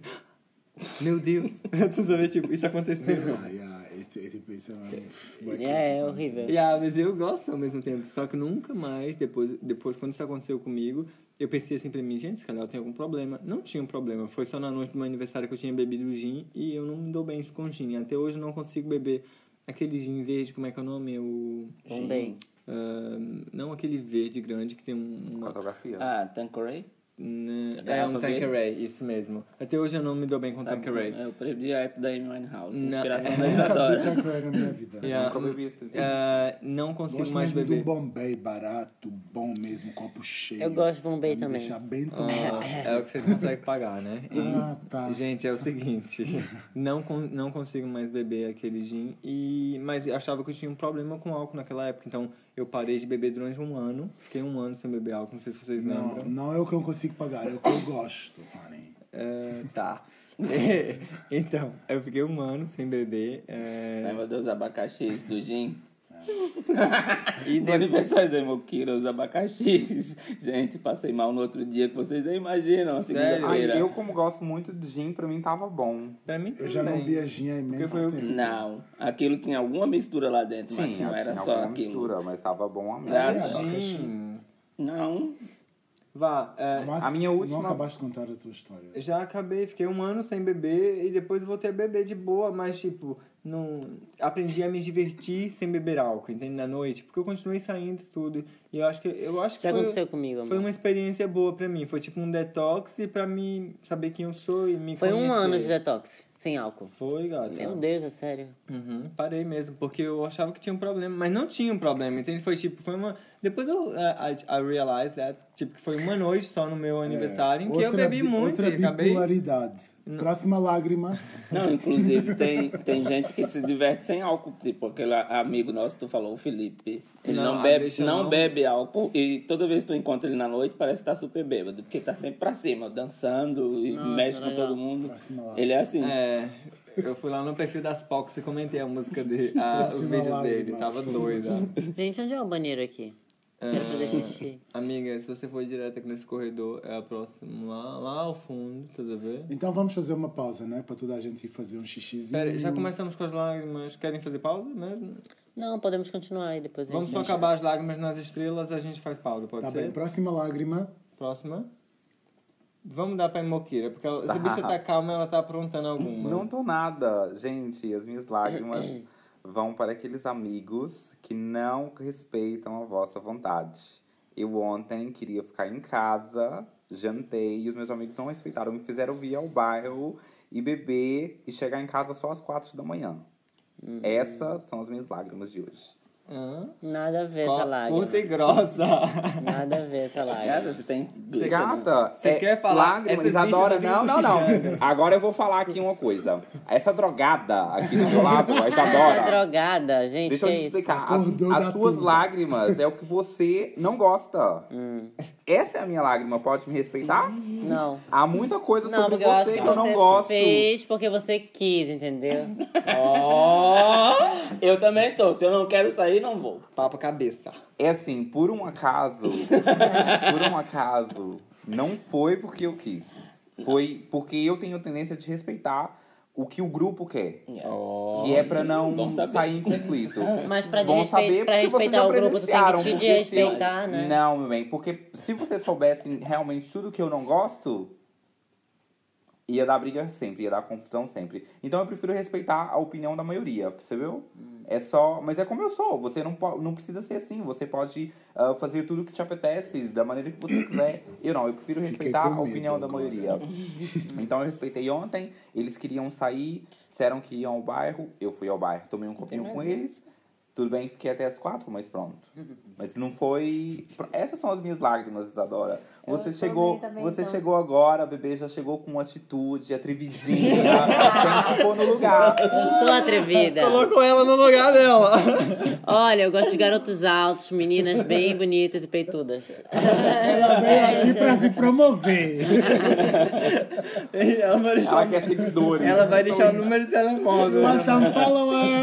S1: Meu Deus! Eu tô sabendo, tipo, isso aconteceu.
S4: Ah, yeah, esse, esse, esse é um...
S3: É, é horrível.
S1: E, ah, mas eu gosto ao mesmo tempo. Só que nunca mais, depois, depois quando isso aconteceu comigo, eu pensei assim pra mim, gente, se calhar eu tenho algum problema. Não tinha um problema. Foi só na noite do meu aniversário que eu tinha bebido gin e eu não me dou bem com gin. Até hoje eu não consigo beber aquele gin verde, como é que é o nome? O...
S3: Também.
S1: ah, não aquele verde grande que tem um- uma
S2: Ortografia.
S5: Ah, Tanqueray?
S1: Né, É
S5: Garrafa
S1: um
S5: verde?
S1: Tanqueray, isso mesmo. Até hoje eu não me dou bem
S5: Tá
S1: com Tanqueray.
S5: é? Eu perdi a da Amy Winehouse.
S1: Não.
S5: Inspiração da
S4: Eu nunca vi
S5: Isadora.
S4: Tanqueray na minha vida.
S1: Yeah,
S2: Nunca bebi isso.
S1: ah, não consigo
S4: Gosto
S1: mais
S4: mesmo do
S1: beber.
S4: Bombay barato, bom mesmo, copo cheio.
S3: Eu gosto de Bombay
S4: Pra me
S3: também.
S4: Deixar bem tomado.
S1: Ah, é o que vocês conseguem pagar, né? E,
S4: Ah, tá.
S1: Gente, é o seguinte, não, con- não consigo mais beber aquele gin, e, mas eu achava que eu tinha um problema com álcool naquela época, então eu parei de beber durante um ano, fiquei um ano sem beber álcool, não sei se vocês
S4: Não,
S1: lembram.
S4: não é o que eu consigo pagar, é o que eu gosto, honey.
S1: Ah, tá. então, eu fiquei um ano sem beber. é,
S5: Ai, meu Deus, abacaxis do gin.
S1: e
S5: No
S1: depois...
S5: aniversário da Emoquira, os abacaxis. Gente, passei mal no outro dia que vocês nem imaginam. a
S1: Sério?
S2: Ai,
S5: segunda-feira.
S2: eu, como gosto muito de gin, pra mim tava bom.
S1: Pra mim
S4: Eu já não
S1: também.
S4: bebia gin há imenso
S1: Porque eu-
S4: tempo.
S5: Não, aquilo tinha alguma mistura lá dentro,
S2: Sim,
S5: mas não era
S2: é assim, né? tinha
S5: só
S2: alguma
S5: aquilo.
S2: mistura, mas tava bom a
S4: É,
S5: Era
S2: mesmo.
S5: gin.
S1: Gin.
S5: Não,
S1: Vá, é,
S4: Mas
S2: a minha última-
S4: Não acabaste de contar a tua história.
S1: já acabei, fiquei um ano sem beber e depois voltei a beber de boa, mas tipo, não aprendi a me divertir sem beber álcool, entende? Na noite, porque eu continuei saindo e tudo. E eu acho que eu acho que
S3: Já
S1: foi,
S3: aconteceu comigo, amor.
S1: foi uma experiência boa pra mim, foi tipo um detox e para mim saber quem eu sou e me
S3: Foi um
S1: conhecer.
S3: ano de detox, sem álcool.
S1: Foi, gata.
S3: Meu Deus, é sério.
S1: Uhum, parei mesmo, porque eu achava que tinha um problema, mas não tinha um problema, entende? Foi tipo, foi uma. Depois eu eh, I, I realized that, tipo, que foi uma noite só no meu aniversário em que eu
S4: É, Outra
S1: bebi
S4: bi-
S1: muito
S4: Outra
S1: e acabei.
S4: bipolaridade. Próxima lágrima.
S5: não, inclusive tem, tem gente que se diverte sem álcool, tipo aquele amigo nosso que tu falou, o Felipe. Ele
S1: Não,
S5: não,
S1: ah,
S5: bebe,
S1: deixa eu
S5: não
S1: não.
S5: bebe álcool e toda vez que tu encontra ele na noite parece que tá super bêbado, porque tá sempre pra cima, dançando e
S3: Nossa,
S5: mexe com
S3: legal.
S5: todo mundo.
S4: Próxima lágrima.
S5: Ele é assim.
S1: É, eu fui lá no perfil das Pox e comentei a música dele, a- os
S4: Próxima
S1: vídeos
S4: lágrima.
S1: dele, tava doida.
S3: Gente, onde é o banheiro aqui? Quero fazer xixi.
S1: Amiga, se você for direto aqui nesse corredor, é a próxima lá, lá ao fundo, tá a ver?
S4: Então vamos fazer uma pausa, né? Para toda a gente ir fazer um xixizinho.
S1: Pera, já começamos com as lágrimas. Querem fazer pausa mesmo?
S3: Não, podemos continuar aí depois. a
S1: Vamos
S3: gente-
S1: só acabar as lágrimas nas estrelas, a gente faz pausa, pode
S4: Tá
S1: ser?
S4: bem, próxima lágrima.
S1: Próxima. Vamos dar pra Moquira, porque ela, essa bicha tá calma, ela tá aprontando alguma.
S2: Não tô nada, gente. As minhas lágrimas vão para aqueles amigos que não respeitam a vossa vontade. Eu ontem queria ficar em casa, jantei, e os meus amigos não respeitaram. Me fizeram vir ao bairro e beber e chegar em casa só às quatro da manhã. Essas são as minhas lágrimas de hoje.
S1: Hã?
S3: Nada a ver essa
S1: Co-
S3: lágrima.
S1: Curta e grossa.
S3: Nada a ver essa lágrima.
S5: Gata, você tem.
S2: Você gata, é,
S1: Você quer falar? tá
S2: Lágrimas,
S1: Essas
S2: Isadora,
S1: bichas já
S2: não, não,
S1: ficam
S2: não. Agora eu vou falar aqui uma coisa. Essa drogada aqui do meu lado, a
S3: Essa
S2: Isadora.
S3: é drogada, gente,
S2: Deixa
S3: que
S2: eu
S3: é
S2: te
S3: isso?
S2: explicar.
S4: Acordou
S2: as
S4: da
S2: as suas
S4: tumba.
S2: lágrimas é o que você não gosta.
S3: Hum.
S2: Essa é a minha lágrima, pode me respeitar?
S3: Não.
S2: Há muita coisa
S3: Não,
S2: sobre
S3: porque eu acho
S2: você
S3: que
S2: que eu não
S3: você é
S2: gosto.
S3: fez porque você quis, entendeu?
S5: Eu também tô. Se eu não quero sair, não vou.
S1: Papo cabeça.
S2: É assim, por um acaso, por um acaso, não foi porque eu quis. Foi porque eu tenho tendência de respeitar o que o grupo quer.
S5: Yeah.
S2: que é pra não
S5: bom saber.
S2: sair em conflito.
S3: Mas pra,
S2: Bom
S3: desrespe-
S2: saber
S3: pra
S2: porque vocês já
S3: respeitar o grupo, tu tem
S2: presenciaram,
S3: que te
S2: porque
S3: respeitar,
S2: se...
S3: né?
S2: Não, meu bem, porque se vocês soubessem realmente tudo que eu não gosto, ia dar briga sempre, ia dar confusão sempre. Então eu prefiro respeitar a opinião da maioria, percebeu? É só. Mas é como eu sou, você não, po- não precisa ser assim, você pode ah, fazer tudo que te apetece, da maneira que você quiser. Eu não, eu prefiro respeitar
S4: com
S2: a
S4: medo
S2: opinião da
S4: agora.
S2: maioria. Então eu respeitei ontem, eles queriam sair, disseram que iam ao bairro, eu fui ao bairro, tomei um copinho com eles. Tudo bem, fiquei até as quatro, mas pronto. Mas não foi. Essas são as minhas lágrimas, Isadora. Você
S3: tô
S2: chegou,
S3: bem também,
S2: você
S3: então.
S2: chegou agora, bebê já chegou com atitude, atrevidinha, tem que pôr no lugar.
S3: Eu sou atrevida.
S1: Colocou ela no lugar dela.
S3: Olha, eu gosto de garotos altos, meninas bem bonitas e peitudas. É.
S4: Ela veio aqui para se promover.
S1: ela vai deixar,
S2: Ela quer seguidores.
S1: um. ela vai deixar o número de telemóvel.
S4: What's up, followers?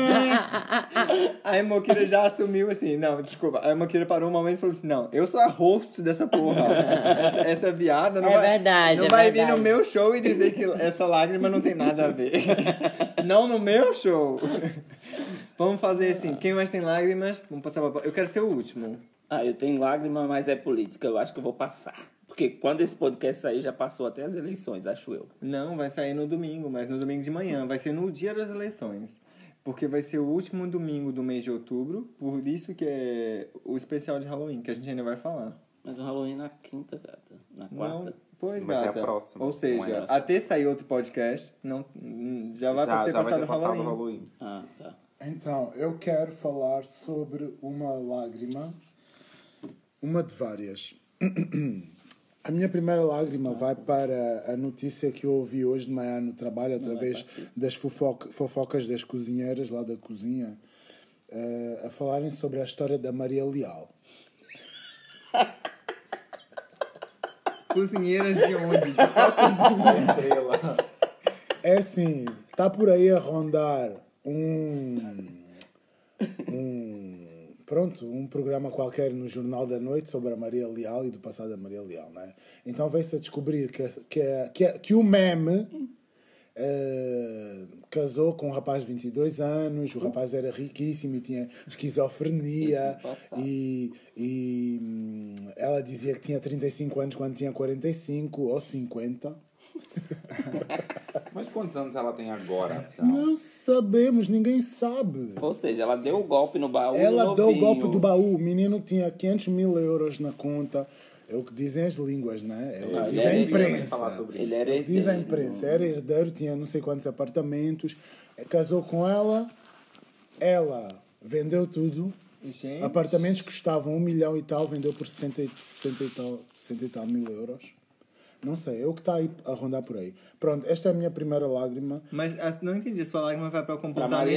S1: A Moquira já assumiu assim, não, desculpa. A Moquira parou um momento e falou assim, não, eu sou a host dessa porra. Essa, essa viada não
S3: É
S1: vai,
S3: verdade,
S1: não
S3: é
S1: vai vir
S3: verdade.
S1: no meu show e dizer que essa lágrima não tem nada a ver. não no meu show. Vamos fazer assim, quem mais tem lágrimas, vamos passar pra... Eu quero ser o último.
S5: Ah, eu tenho lágrima, mas é política. Eu acho que eu vou passar. Porque quando esse podcast sair, já passou até as eleições, acho eu.
S1: Não, vai sair no domingo, mas no domingo de manhã. Vai ser no dia das eleições. Porque vai ser o último domingo do mês de outubro, por isso que é o especial de Halloween, que a gente ainda vai falar.
S5: Mas o Halloween é na quinta, gata. Na quarta.
S1: Não, pois,
S2: Mas é a
S1: gata.
S2: próxima,
S1: Ou
S2: não é
S1: seja,
S2: essa.
S1: até sair outro podcast, não, hum, já vai
S2: já,
S1: ter
S2: já vai
S1: passado
S2: ter
S1: o
S2: passado o
S1: Halloween.
S2: Halloween.
S5: Ah, tá.
S4: Então, eu quero falar sobre uma lágrima, uma de várias. A minha primeira lágrima vai para a notícia que eu ouvi hoje de manhã no trabalho, através das fofoca- fofocas das cozinheiras lá da cozinha, eh, a falarem sobre a história da Maria Leal.
S1: Cozinheiras de onde?
S4: É assim, está por aí a rondar um. um pronto, um programa qualquer no Jornal da Noite sobre a Maria Leal e do passado da Maria Leal, né? Então veio-se a descobrir que, que, é, que, que o meme. eh, casou com um rapaz de 22 anos, o rapaz era riquíssimo e tinha esquizofrenia e, e hum, ela dizia que tinha 35 anos quando tinha 45 ou 50.
S2: Mas quantos anos ela tem agora? então?
S4: Não sabemos, ninguém sabe.
S5: Ou seja, ela deu o golpe no baú.
S4: Ela
S5: novinho.
S4: deu o golpe do baú. O menino tinha 500 mil euros na conta. É o que dizem as línguas, né? É o
S5: Não,
S4: que diz a
S5: ele-
S4: imprensa. É
S2: falar sobre
S5: Ele era
S4: Diz a
S5: herdeiro.
S4: imprensa. Era herdeiro, tinha não sei quantos apartamentos. Eh, Casou com ela. Ela vendeu tudo.
S1: Gente,
S4: Apartamentos que custavam um milhão e tal, vendeu por 60 e, 60 e tal, 60 e tal mil euros. Não sei, é o que está aí a rondar por aí. Pronto, esta é a minha primeira lágrima
S1: mas ah, não entendi, sua lágrima vai para o
S5: Maria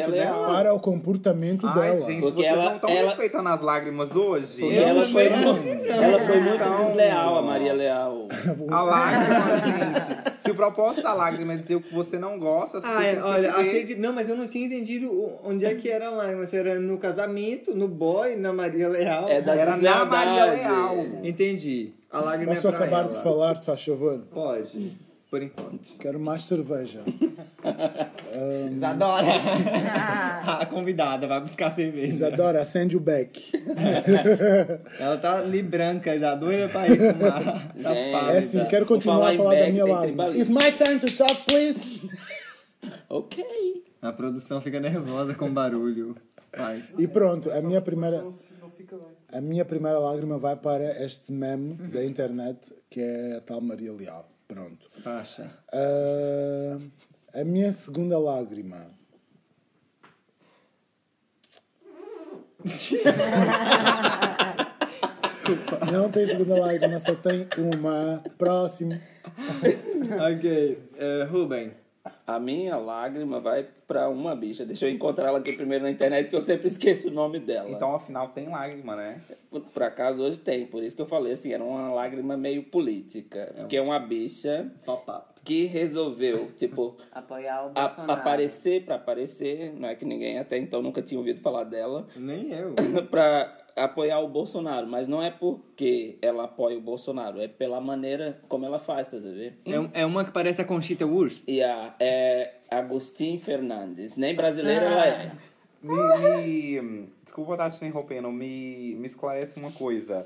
S1: comportamento
S5: Leal.
S1: dela?
S4: para o comportamento
S2: Ai,
S4: dela.
S2: gente,
S5: Porque
S2: vocês
S5: ela-
S2: não estão
S5: ela-
S2: respeitando as lágrimas hoje?
S5: Porque
S2: Eu
S5: ela
S2: não
S5: foi,
S2: mereço.
S5: ela foi muito desleal, a Maria Leal.
S2: A lágrima, gente. Se o propósito da lágrima é dizer o que você não gosta. as
S1: Ah,
S2: pessoas
S1: é,
S2: têm que
S1: olha,
S2: perceber.
S1: achei de... Não, mas eu não tinha entendido o- onde é que era a lágrima. Se era no casamento, no boy, na Maria Leal.
S5: É da
S2: Era na Maria
S5: deslealdade.
S2: Leal.
S1: Entendi. A lágrima
S4: Posso
S1: é pra
S4: acabar
S1: ela.
S4: de falar, se faz favor?
S1: Pode, por enquanto.
S4: Quero mais cerveja.
S1: Isadora! a convidada vai buscar cerveja.
S4: Isadora, acende o beck.
S1: Ela tá ali branca já, doida pra ir fumar. tá
S5: Gente.
S1: pálida.
S4: É assim, quero
S5: Vou
S4: continuar
S5: falar
S4: a
S5: em
S4: falar da
S5: beck,
S4: minha
S5: tem
S4: lágrima. It's
S5: tribalismo.
S4: my time to talk, please!
S5: Ok.
S1: A produção fica nervosa com o barulho. Vai.
S4: E pronto, a minha primeira...
S6: Não, se- não fica bem.
S4: A minha primeira lágrima vai para este meme da internet, que é a tal Maria Leal. Pronto.
S1: Baixa.
S4: Ah, a minha segunda lágrima. Desculpa. Não tem segunda lágrima, só tem uma. Próximo.
S1: Ok, eh, Ruben.
S5: A minha lágrima vai pra uma bicha. Deixa eu encontrar ela aqui primeiro na internet, que eu sempre esqueço o nome dela.
S2: Então, afinal, tem lágrima, né?
S5: Por, por acaso hoje tem, por isso que eu falei assim, era uma lágrima meio
S2: um-
S5: política. Porque é uma bicha
S1: Pop-up.
S5: que resolveu, tipo,
S3: Apoiar o
S5: a-
S3: Bolsonaro.
S5: aparecer pra aparecer, não é que ninguém até então nunca tinha ouvido falar dela,
S1: Nem eu.
S5: pra apoiar o Bolsonaro, mas não é porque ela apoia o Bolsonaro, é pela maneira como ela faz, tá vendo?
S1: É, um- é uma que parece a Conchita Wurst.
S5: E a é Agustin Fernandes, nem brasileira ela é.
S2: Me, me- desculpa estar te interrompendo, me, me esclarece uma coisa.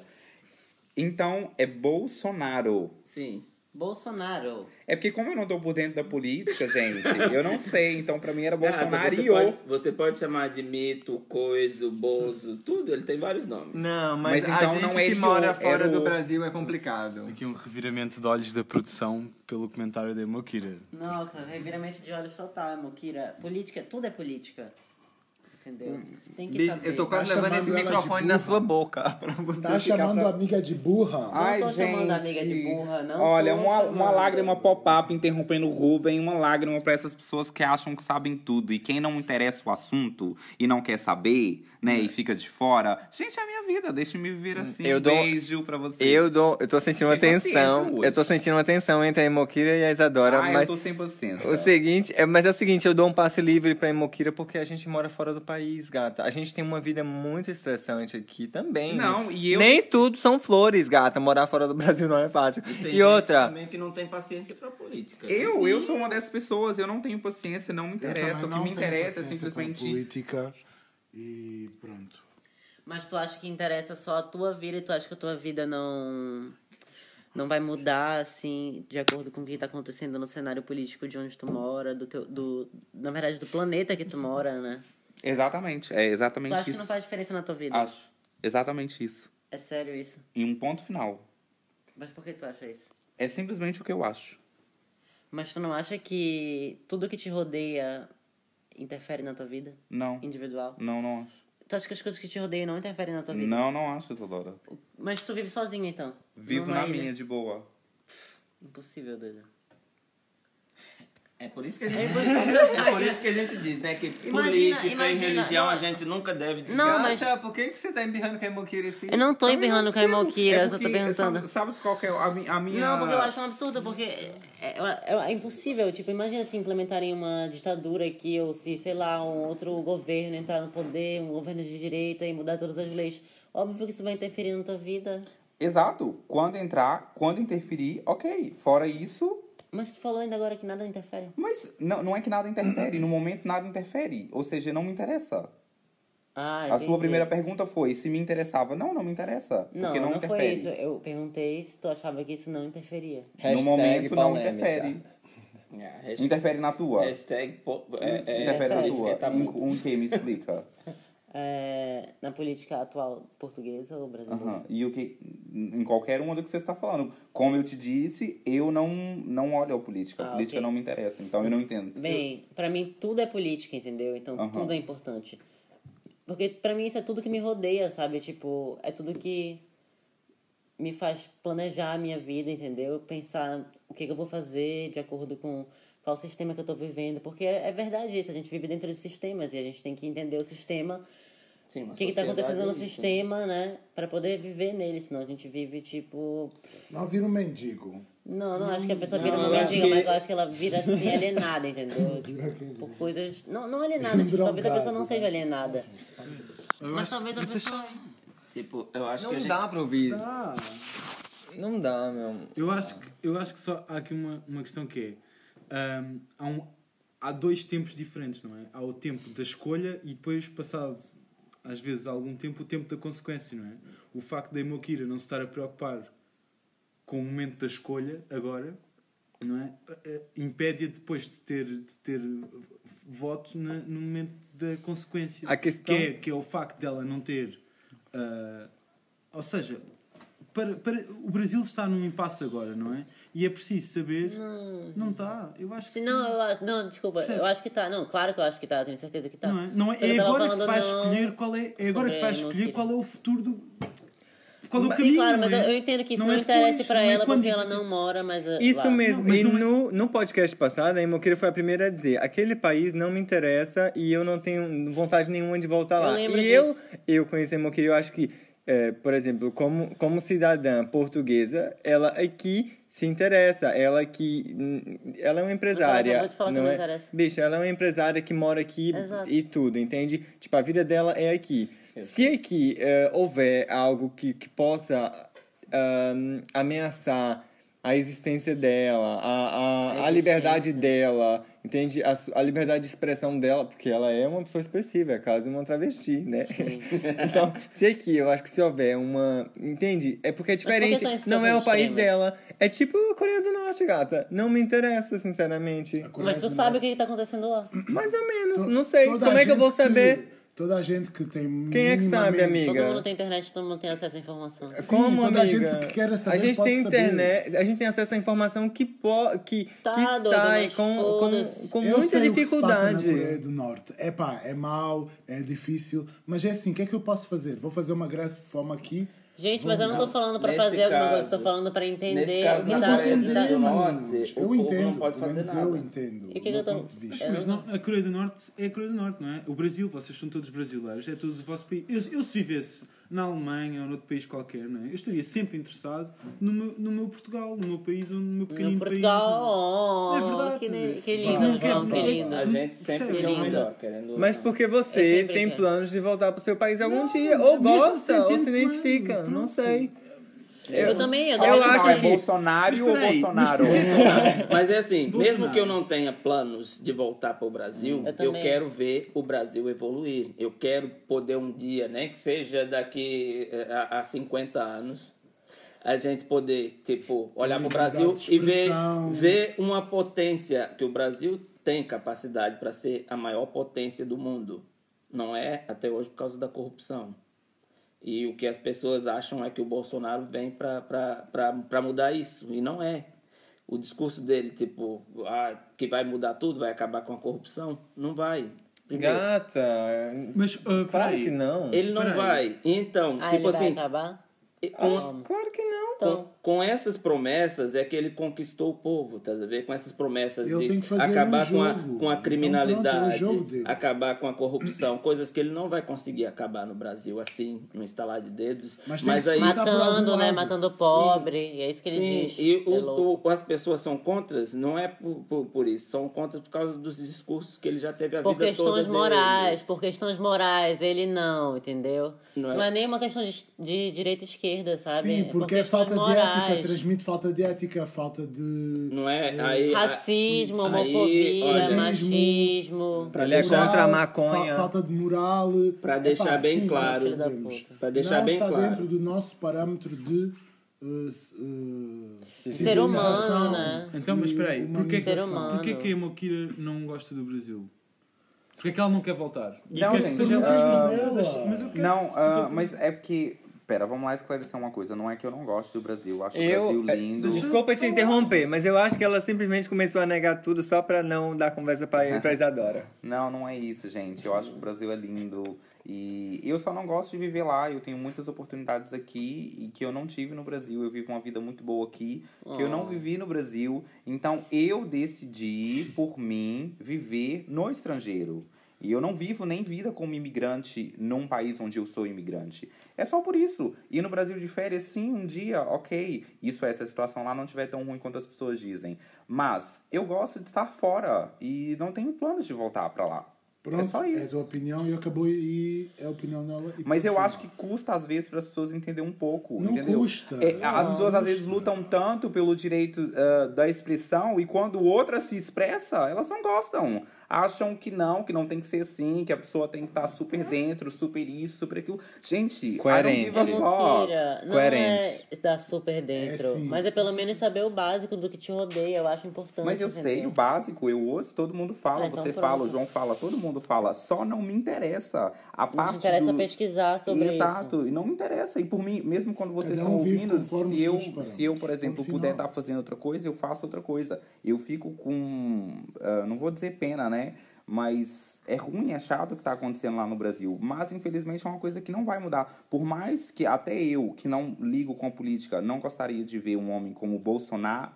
S2: Então, é Bolsonaro.
S5: Sim.
S3: Bolsonaro.
S2: É porque como eu não tô por dentro da política, gente, eu não sei. Então, pra
S3: Ah,
S2: mim era Bolsonaro
S5: Ah, você,
S2: e eu.
S5: pode, você pode chamar de mito, coiso, bozo, tudo, ele tem vários nomes.
S1: Não,
S2: mas Mas a então gente não é que ele, mora era fora o- do
S1: Brasil é complicado.
S7: Aqui um reviramento de olhos da produção pelo comentário da Mokira.
S3: Nossa, reviramento de olhos total, Mokira. Política, tudo é política. Entendeu?
S2: Hum.
S3: Você tem que saber.
S1: eu tô quase
S4: Tá
S1: levando esse
S4: chamando ela de
S1: microfone na sua boca. Pra você ficar
S4: Tá chamando
S1: pra-
S4: a amiga de
S2: Ah,
S4: burra?
S3: Não tô chamando a amiga de burra, não
S2: Olha,
S3: tô
S2: uma,
S3: chamando.
S2: uma lágrima pop-up interrompendo o Ruben, uma lágrima pra essas pessoas que acham que sabem tudo. E quem não interessa o assunto e não quer saber, né,
S3: Hum.
S2: e fica de fora, gente, é a minha vida, deixa-me viver assim.
S1: Eu
S2: um
S1: dou-
S2: beijo pra vocês.
S1: Eu dou, eu tô sentindo uma
S2: Tem paciência
S1: tensão.
S2: hoje.
S1: Eu tô sentindo uma tensão entre a Emokira e a Isadora,
S2: Ai,
S1: mas
S2: Ah, eu tô sem paciência.
S1: o seguinte, é, mas é o seguinte, eu dou um passe livre pra Emokira porque a gente mora fora do país, gata. A gente tem uma vida muito estressante aqui também.
S2: Não, e eu-
S1: Nem tudo são flores, gata. Morar fora do Brasil não é fácil.
S5: Tem
S1: E,
S5: gente
S1: outra,
S5: também que não tem paciência pra política. né?
S2: Eu, eu sou uma dessas pessoas, eu não tenho paciência, não me
S4: Eu
S2: interessa.
S4: também
S2: O que
S4: não
S2: me
S4: tenho
S2: interessa é
S4: paciência com
S2: simplesmente.
S4: política e pronto.
S3: Mas tu acha que interessa só a tua vida e tu acha que a tua vida não. Não vai mudar, assim, de acordo com o que tá acontecendo no cenário político de onde tu mora, do teu. Do, na verdade, do planeta que tu mora, né?
S2: Exatamente, é
S3: Tu
S2: exatamente
S3: acha que
S2: isso.
S3: não faz diferença na tua vida?
S2: Acho. Exatamente isso.
S3: É sério isso?
S2: Em um ponto final.
S3: Mas por que tu acha isso?
S2: É simplesmente o que eu acho.
S3: Mas tu não acha que tudo que te rodeia interfere na tua vida?
S2: Não.
S3: Individual?
S2: Não, não acho.
S3: Tu acha que as coisas que te rodeiam não interferem na tua vida?
S2: Não, não acho, Isadora.
S3: Mas tu vive sozinho então?
S2: Vivo
S3: Numa
S2: na
S3: ilha?
S2: minha, de boa.
S3: Impossível, doido.
S5: É por isso que a gente, é por isso que a gente diz, né? Que
S3: Imagina,
S5: política
S3: imagina,
S5: e religião
S3: não.
S5: a gente nunca deve
S3: Não,
S5: desgastar.
S3: mas-
S2: é
S1: Gata, por que, que você tá emberrando com a Emokira assim?
S3: Eu não tô
S2: Também
S3: emperrando com a
S2: sei.
S3: Emoquira,
S2: É
S3: eu só tô
S2: porque-
S3: perguntando.
S2: Sabe, sabe qual que é a, mi- a minha.
S3: Não, porque eu acho um absurdo, porque é, é- é impossível. Tipo, imagina se implementarem uma ditadura aqui, ou se, sei lá, um outro governo entrar no poder, um governo de direita e mudar todas as leis. Óbvio que isso vai interferir na tua vida.
S2: Exato. Quando entrar, quando interferir, ok. Fora isso,
S3: Mas tu falou ainda agora que nada interfere.
S2: mas não, não é que nada interfere. No momento, nada interfere. Ou seja, não me interessa.
S3: Ah,
S2: A sua
S3: entendi.
S2: primeira pergunta foi se me interessava. Não, não me interessa.
S3: Não,
S2: porque não,
S3: não
S2: interfere.
S3: foi isso. Eu perguntei se tu achava que isso não interferia.
S2: No
S1: Hashtag
S2: momento
S1: polêmica.
S2: não interfere.
S5: É, hashtag,
S2: Interfere na tua.
S5: hashtag po- é, é,
S2: interfere na
S5: política
S2: tua.
S5: é
S3: tá
S5: tabu.
S2: Um, um que me explica.
S3: É, na política atual portuguesa ou brasileira?
S2: Aham. E o que. Em qualquer uma do que você está falando. Como eu te disse, eu não, não olho a política. A
S3: Ah,
S2: política
S3: ok.
S2: não me interessa, então eu não entendo.
S3: Bem, pra mim tudo é política, entendeu? Então
S2: Aham.
S3: tudo é importante. Porque pra mim isso é tudo que me rodeia, sabe? Tipo, é tudo que me faz planejar a minha vida, entendeu? Pensar o que, que eu vou fazer de acordo com qual sistema que eu tô vivendo. Porque é é verdade isso, a gente vive dentro de sistemas e a gente tem que entender o sistema
S5: Sim, uma
S3: o que, está
S5: sociedade
S3: acontecendo no
S5: é isso, né?
S3: sistema, né? Pra poder viver nele, senão a gente vive tipo.
S4: Se não vir um mendigo
S3: Não, não acho que a pessoa vira
S5: Não,
S3: uma
S5: eu acho
S3: mendiga,
S5: que-
S3: mas eu acho que ela vira assim alienada, entendeu? Tipo, por coisas. Não, não alienada, tipo, talvez a
S4: Drogada.
S3: pessoa não seja alienada.
S7: Eu
S3: Mas
S7: acho
S3: talvez a pessoa.
S5: Tipo, eu acho que a
S1: Não
S5: gente...
S1: dá pra ouvir. Não dá, meu.
S7: Ah. Eu acho que, eu acho que só há aqui uma, uma questão que é. ahm, há, um- há dois tempos diferentes, não é? Há o tempo da escolha e depois, passado às vezes algum tempo, o tempo da consequência, não é? O facto da Emokira não se estar a preocupar com o momento da escolha agora, não é? Eh, eh, Impede-a depois de ter, de ter voto na- no momento da consequência.
S1: A questão-
S7: Que é, que é o facto dela não ter. ah, ou seja, para, para, o Brasil está num impasse agora, não é? E é preciso saber. Não, está. Eu acho que.
S3: Se
S7: Sim.
S3: não, eu acho. Não, desculpa,
S7: Sim.
S3: eu acho que tá. Não, claro que eu acho que tá, eu tenho certeza que tá.
S7: Não é, não é,
S3: Só que eu
S7: é
S3: tava
S7: agora que
S3: falando
S7: se vai
S3: não-
S7: escolher qual é, é agora que se vai
S3: sobre a
S7: escolher
S3: Emokira.
S7: qual é o futuro do. Qual é o
S3: Sim,
S7: caminho.
S3: claro,
S7: não
S3: mas eu,
S7: é?
S3: eu entendo que isso não,
S7: é depois,
S3: interessa pra
S7: não é
S3: ela
S7: quando
S3: porque ela
S7: efetivamente-
S3: não mora, mas. eh,
S1: Isso
S3: lá.
S1: mesmo.
S7: Não, mas
S1: e
S7: não é-
S1: no, no podcast passado, a Emokira foi a primeira a dizer: aquele país não me interessa e eu não tenho vontade nenhuma de voltar
S3: Eu
S1: lá.
S3: lembro
S1: E
S3: disso.
S1: eu, eu conheci a Emokira, eu acho que, eh, por exemplo, como, como cidadã portuguesa, ela aqui se interessa. Ela aqui. hum, Ela é uma empresária.
S3: acabou de falar que
S1: não
S3: não
S1: é?
S3: interessa.
S1: Bicho, ela é uma empresária que mora aqui
S3: Exato.
S1: e tudo, entende? Tipo, a vida dela é aqui. Se aqui eh, houver algo que, que possa ahn, ameaçar a existência dela, a, a, a,
S3: A
S1: liberdade
S3: existência.
S1: dela, entende? A, su- a liberdade de expressão dela, porque ela é uma pessoa expressiva, é quase uma travesti, né? então, se aqui, eu acho que se houver uma. Entende? É porque é diferente.
S3: são
S1: não é o
S3: situações
S1: país
S3: extremas?
S1: dela. É tipo a Coreia do Norte, gata. Não me interessa, sinceramente.
S3: Mas
S4: é
S3: tu sabe o
S5: né?
S3: que, que tá acontecendo lá.
S1: Mais ou
S4: To-
S1: menos. Não sei.
S4: toda
S1: Como
S4: a
S1: é que eu vou
S4: gente que-
S1: saber?
S4: toda a gente que tem.
S1: Quem é que sabe,
S4: minimamente-
S1: amiga?
S3: Todo mundo tem internet, todo mundo tem acesso à informação.
S4: Sim,
S1: Como,
S4: toda a
S1: amiga?
S4: gente que quer saber
S1: A gente
S4: pode
S1: tem
S4: saber.
S1: internet, a gente tem acesso à informação que, po, que,
S3: Tá,
S1: que
S3: doido,
S1: sai
S3: mas
S1: com, com,
S3: foda-se.
S1: com
S4: Eu
S1: muita
S4: sei o que se passa na Coreia
S1: dificuldade.
S4: do Norte. É pá, é mau, é difícil, mas é assim, o que é que eu posso fazer? Vou fazer uma grande fome aqui.
S3: Gente, mas eu não tô falando pra
S5: Nesse
S3: fazer alguma coisa,
S5: caso-
S3: tô falando pra entender.
S5: nesse caso,
S3: o que
S5: na
S3: tá, o
S5: Coreia
S3: que tá-
S5: do Norte, o
S4: eu
S5: povo
S4: entendo,
S5: não pode
S4: pelo
S5: fazer
S4: menos
S5: nada. É
S4: eu entendo.
S3: E o que
S4: do
S3: eu tô-
S4: meu ponto de vista.
S7: Sim, Mas não, a Coreia do Norte é a Coreia do Norte, não é? O Brasil, vocês são todos brasileiros, é todo o vosso país. Eu, eu se vivesse na Alemanha ou noutro país qualquer, não é? Eu estaria sempre interessado no meu, no meu Portugal, no meu país ou no meu
S3: No
S7: pequenino
S3: Portugal,
S7: país.
S3: oh,
S7: não é? É verdade.
S3: que, ne- que
S7: Não
S3: lindo,
S7: quer
S3: João,
S7: dizer-
S3: querido.
S5: A gente sempre
S7: Sim.
S5: quer o melhor, querendo...
S1: Mas porque você
S3: sempre
S1: tem
S3: quero.
S1: planos de voltar pro seu país algum
S7: Não, é?
S1: dia. Ou
S7: mesmo
S1: gosta,
S7: sem
S1: ou
S7: ter
S1: se
S7: plano,
S1: identifica. não
S7: pronto.
S1: sei.
S3: Eu, também, eu,
S1: Eu
S3: também
S1: acho
S2: Não, é
S1: que-
S2: Bolsonaro
S7: Mas
S2: ou
S7: peraí,
S2: Bolsonaro?
S5: Mas é assim, mesmo
S7: Bolsonaro.
S5: que eu não tenha planos de voltar para o Brasil,
S3: Eu
S5: eu,
S3: também.
S5: quero ver o Brasil evoluir. Eu quero poder um dia, nem que seja daqui eh, a, a 50 anos, a gente poder, tipo, olhar para o Brasil
S4: liberdade de
S5: e ver,
S4: expressão.
S5: ver É uma potência que o Brasil tem capacidade para ser a maior potência do mundo. Não é até hoje por causa da corrupção. E o que as pessoas acham é que o Bolsonaro vem para mudar isso. E não é. O discurso dele, tipo, ah, que vai mudar tudo, vai acabar com a corrupção, não vai. Primeiro,
S1: Gata.
S7: Mas, ah,
S1: Claro
S7: peraí.
S1: que não.
S5: ele não
S7: Peraí.
S5: vai. Então,
S3: Ah,
S5: tipo
S3: ele vai
S5: assim,
S3: acabar?
S5: com-
S1: Acho- Ah, Claro que não.
S5: com,
S3: Então,
S5: com essas promessas é que ele conquistou o povo, tá a ver? Com essas promessas
S4: Eu tenho
S5: de
S4: que fazer
S5: acabar
S4: um
S5: com, a,
S4: jogo.
S5: com a
S4: Então, pronto, é o
S5: criminalidade,
S4: jogo dele.
S5: acabar com a corrupção, coisas que ele não vai conseguir acabar no Brasil assim, no instalar de dedos.
S4: Mas tem
S5: Mas,
S4: que
S5: aí
S4: começar por algum
S3: matando, né?
S4: lado.
S3: Matando o pobre. E é isso que ele
S5: Sim,
S3: diz.
S5: e
S3: é
S5: o-
S3: louco.
S5: o- as pessoas são contras, não é por, por, por isso, são contras por causa dos discursos que ele já teve a
S3: Por
S5: vida toda.
S3: questões
S5: dele. né?
S3: morais, por questões morais, ele não, entendeu?
S5: Não
S3: Não
S5: é?
S3: é, nem uma questão de, de direita e esquerda, sabe?
S4: Sim,
S3: É
S4: porque é
S3: questões
S4: falta de ética,
S3: morais.
S4: transmite falta de ética, falta de. eh,
S5: Não é? Aí,
S3: Racismo,
S5: aí,
S3: homofobia,
S5: olha,
S3: machismo.
S1: Pra Ele é contra a maconha.
S4: fa- falta de moral.
S5: Pra
S4: Epá,
S5: deixar bem
S4: sim, nós
S5: claro.
S4: percebemos.
S3: Filho da puta.
S5: Pra deixar
S4: não
S5: bem
S4: está
S5: claro.
S4: dentro do nosso parâmetro de. uh, s- uh,
S3: Ser humano,
S4: civilização,
S3: né?
S7: Então, mas
S4: de
S7: espera aí. Porquê, que-
S3: Ser
S4: humanização.
S3: humano.
S7: porquê é que a Mokira não gosta do Brasil? Porquê é que ela não quer voltar? E
S2: Não,
S7: quer
S2: gente,
S7: que seja o
S2: ah,
S7: país dos merdas, mas eu quero
S2: Não,
S7: que-
S2: ah, mas é porque. Pera, vamos lá esclarecer uma coisa. Não é que eu não gosto do Brasil. Eu acho o
S1: Eu,
S2: Brasil lindo.
S1: eh, desculpa te interromper, mas eu acho que ela simplesmente começou a negar tudo só pra não dar conversa pra, pra Isadora.
S2: Não, não é isso, gente. Eu acho que o Brasil é lindo. E eu só não gosto de viver lá. Eu tenho muitas oportunidades aqui e que eu não tive no Brasil. Eu vivo uma vida muito boa aqui, que eu não vivi no Brasil. Então eu decidi, por mim, viver no estrangeiro. E eu não vivo nem vida como imigrante num país onde eu sou imigrante. É só por isso. E no Brasil de férias, sim, um dia, ok, isso essa situação lá não tiver tão ruim quanto as pessoas dizem. Mas eu gosto de estar fora e não tenho planos de voltar pra lá.
S4: Pronto,
S2: é só
S4: a
S2: isso.
S4: tua opinião e acabou e é a opinião dela. e
S2: Mas eu
S4: pronto.
S2: acho que custa, às vezes, para as pessoas entender um pouco.
S4: Não
S2: entendeu?
S4: custa.
S2: É,
S4: Não,
S2: as pessoas,
S4: não
S2: às vezes,
S4: custa.
S2: lutam tanto pelo direito ah, da expressão e quando outra se expressa, elas não gostam. Acham que não, que não tem que ser assim, que a pessoa tem que estar super dentro, super isso, super aquilo. Gente,
S3: É
S2: I don't give a fuck.
S3: mentira. Não
S2: Coerente.
S3: é dar super dentro.
S4: sim.
S3: mas é pelo menos saber o básico do que te rodeia. Eu acho importante.
S2: Mas eu sei o básico, eu ouço, todo mundo fala,
S3: Ah, então
S2: você
S3: pronto.
S2: fala, o João fala, todo mundo fala. Só não me interessa. A
S3: Não
S2: parte
S3: te interessa
S2: do...
S3: pesquisar sobre
S2: Exato,
S3: isso.
S2: e não me interessa. E por mim, mesmo quando vocês
S4: Cada
S2: estão
S4: um vive
S2: ouvindo,
S4: conforme
S2: se eu,
S4: os seus
S2: se eu, por
S4: parâmetros,
S2: exemplo,
S4: ponto
S2: puder
S4: final.
S2: estar fazendo outra coisa, eu faço outra coisa. Eu fico com. ah, não vou dizer pena, né? Mas é ruim, é chato o que está acontecendo lá no Brasil. Mas, infelizmente, é uma coisa que não vai mudar. Por mais que até eu, que não ligo com a política, não gostaria de ver um homem como Bolsonaro,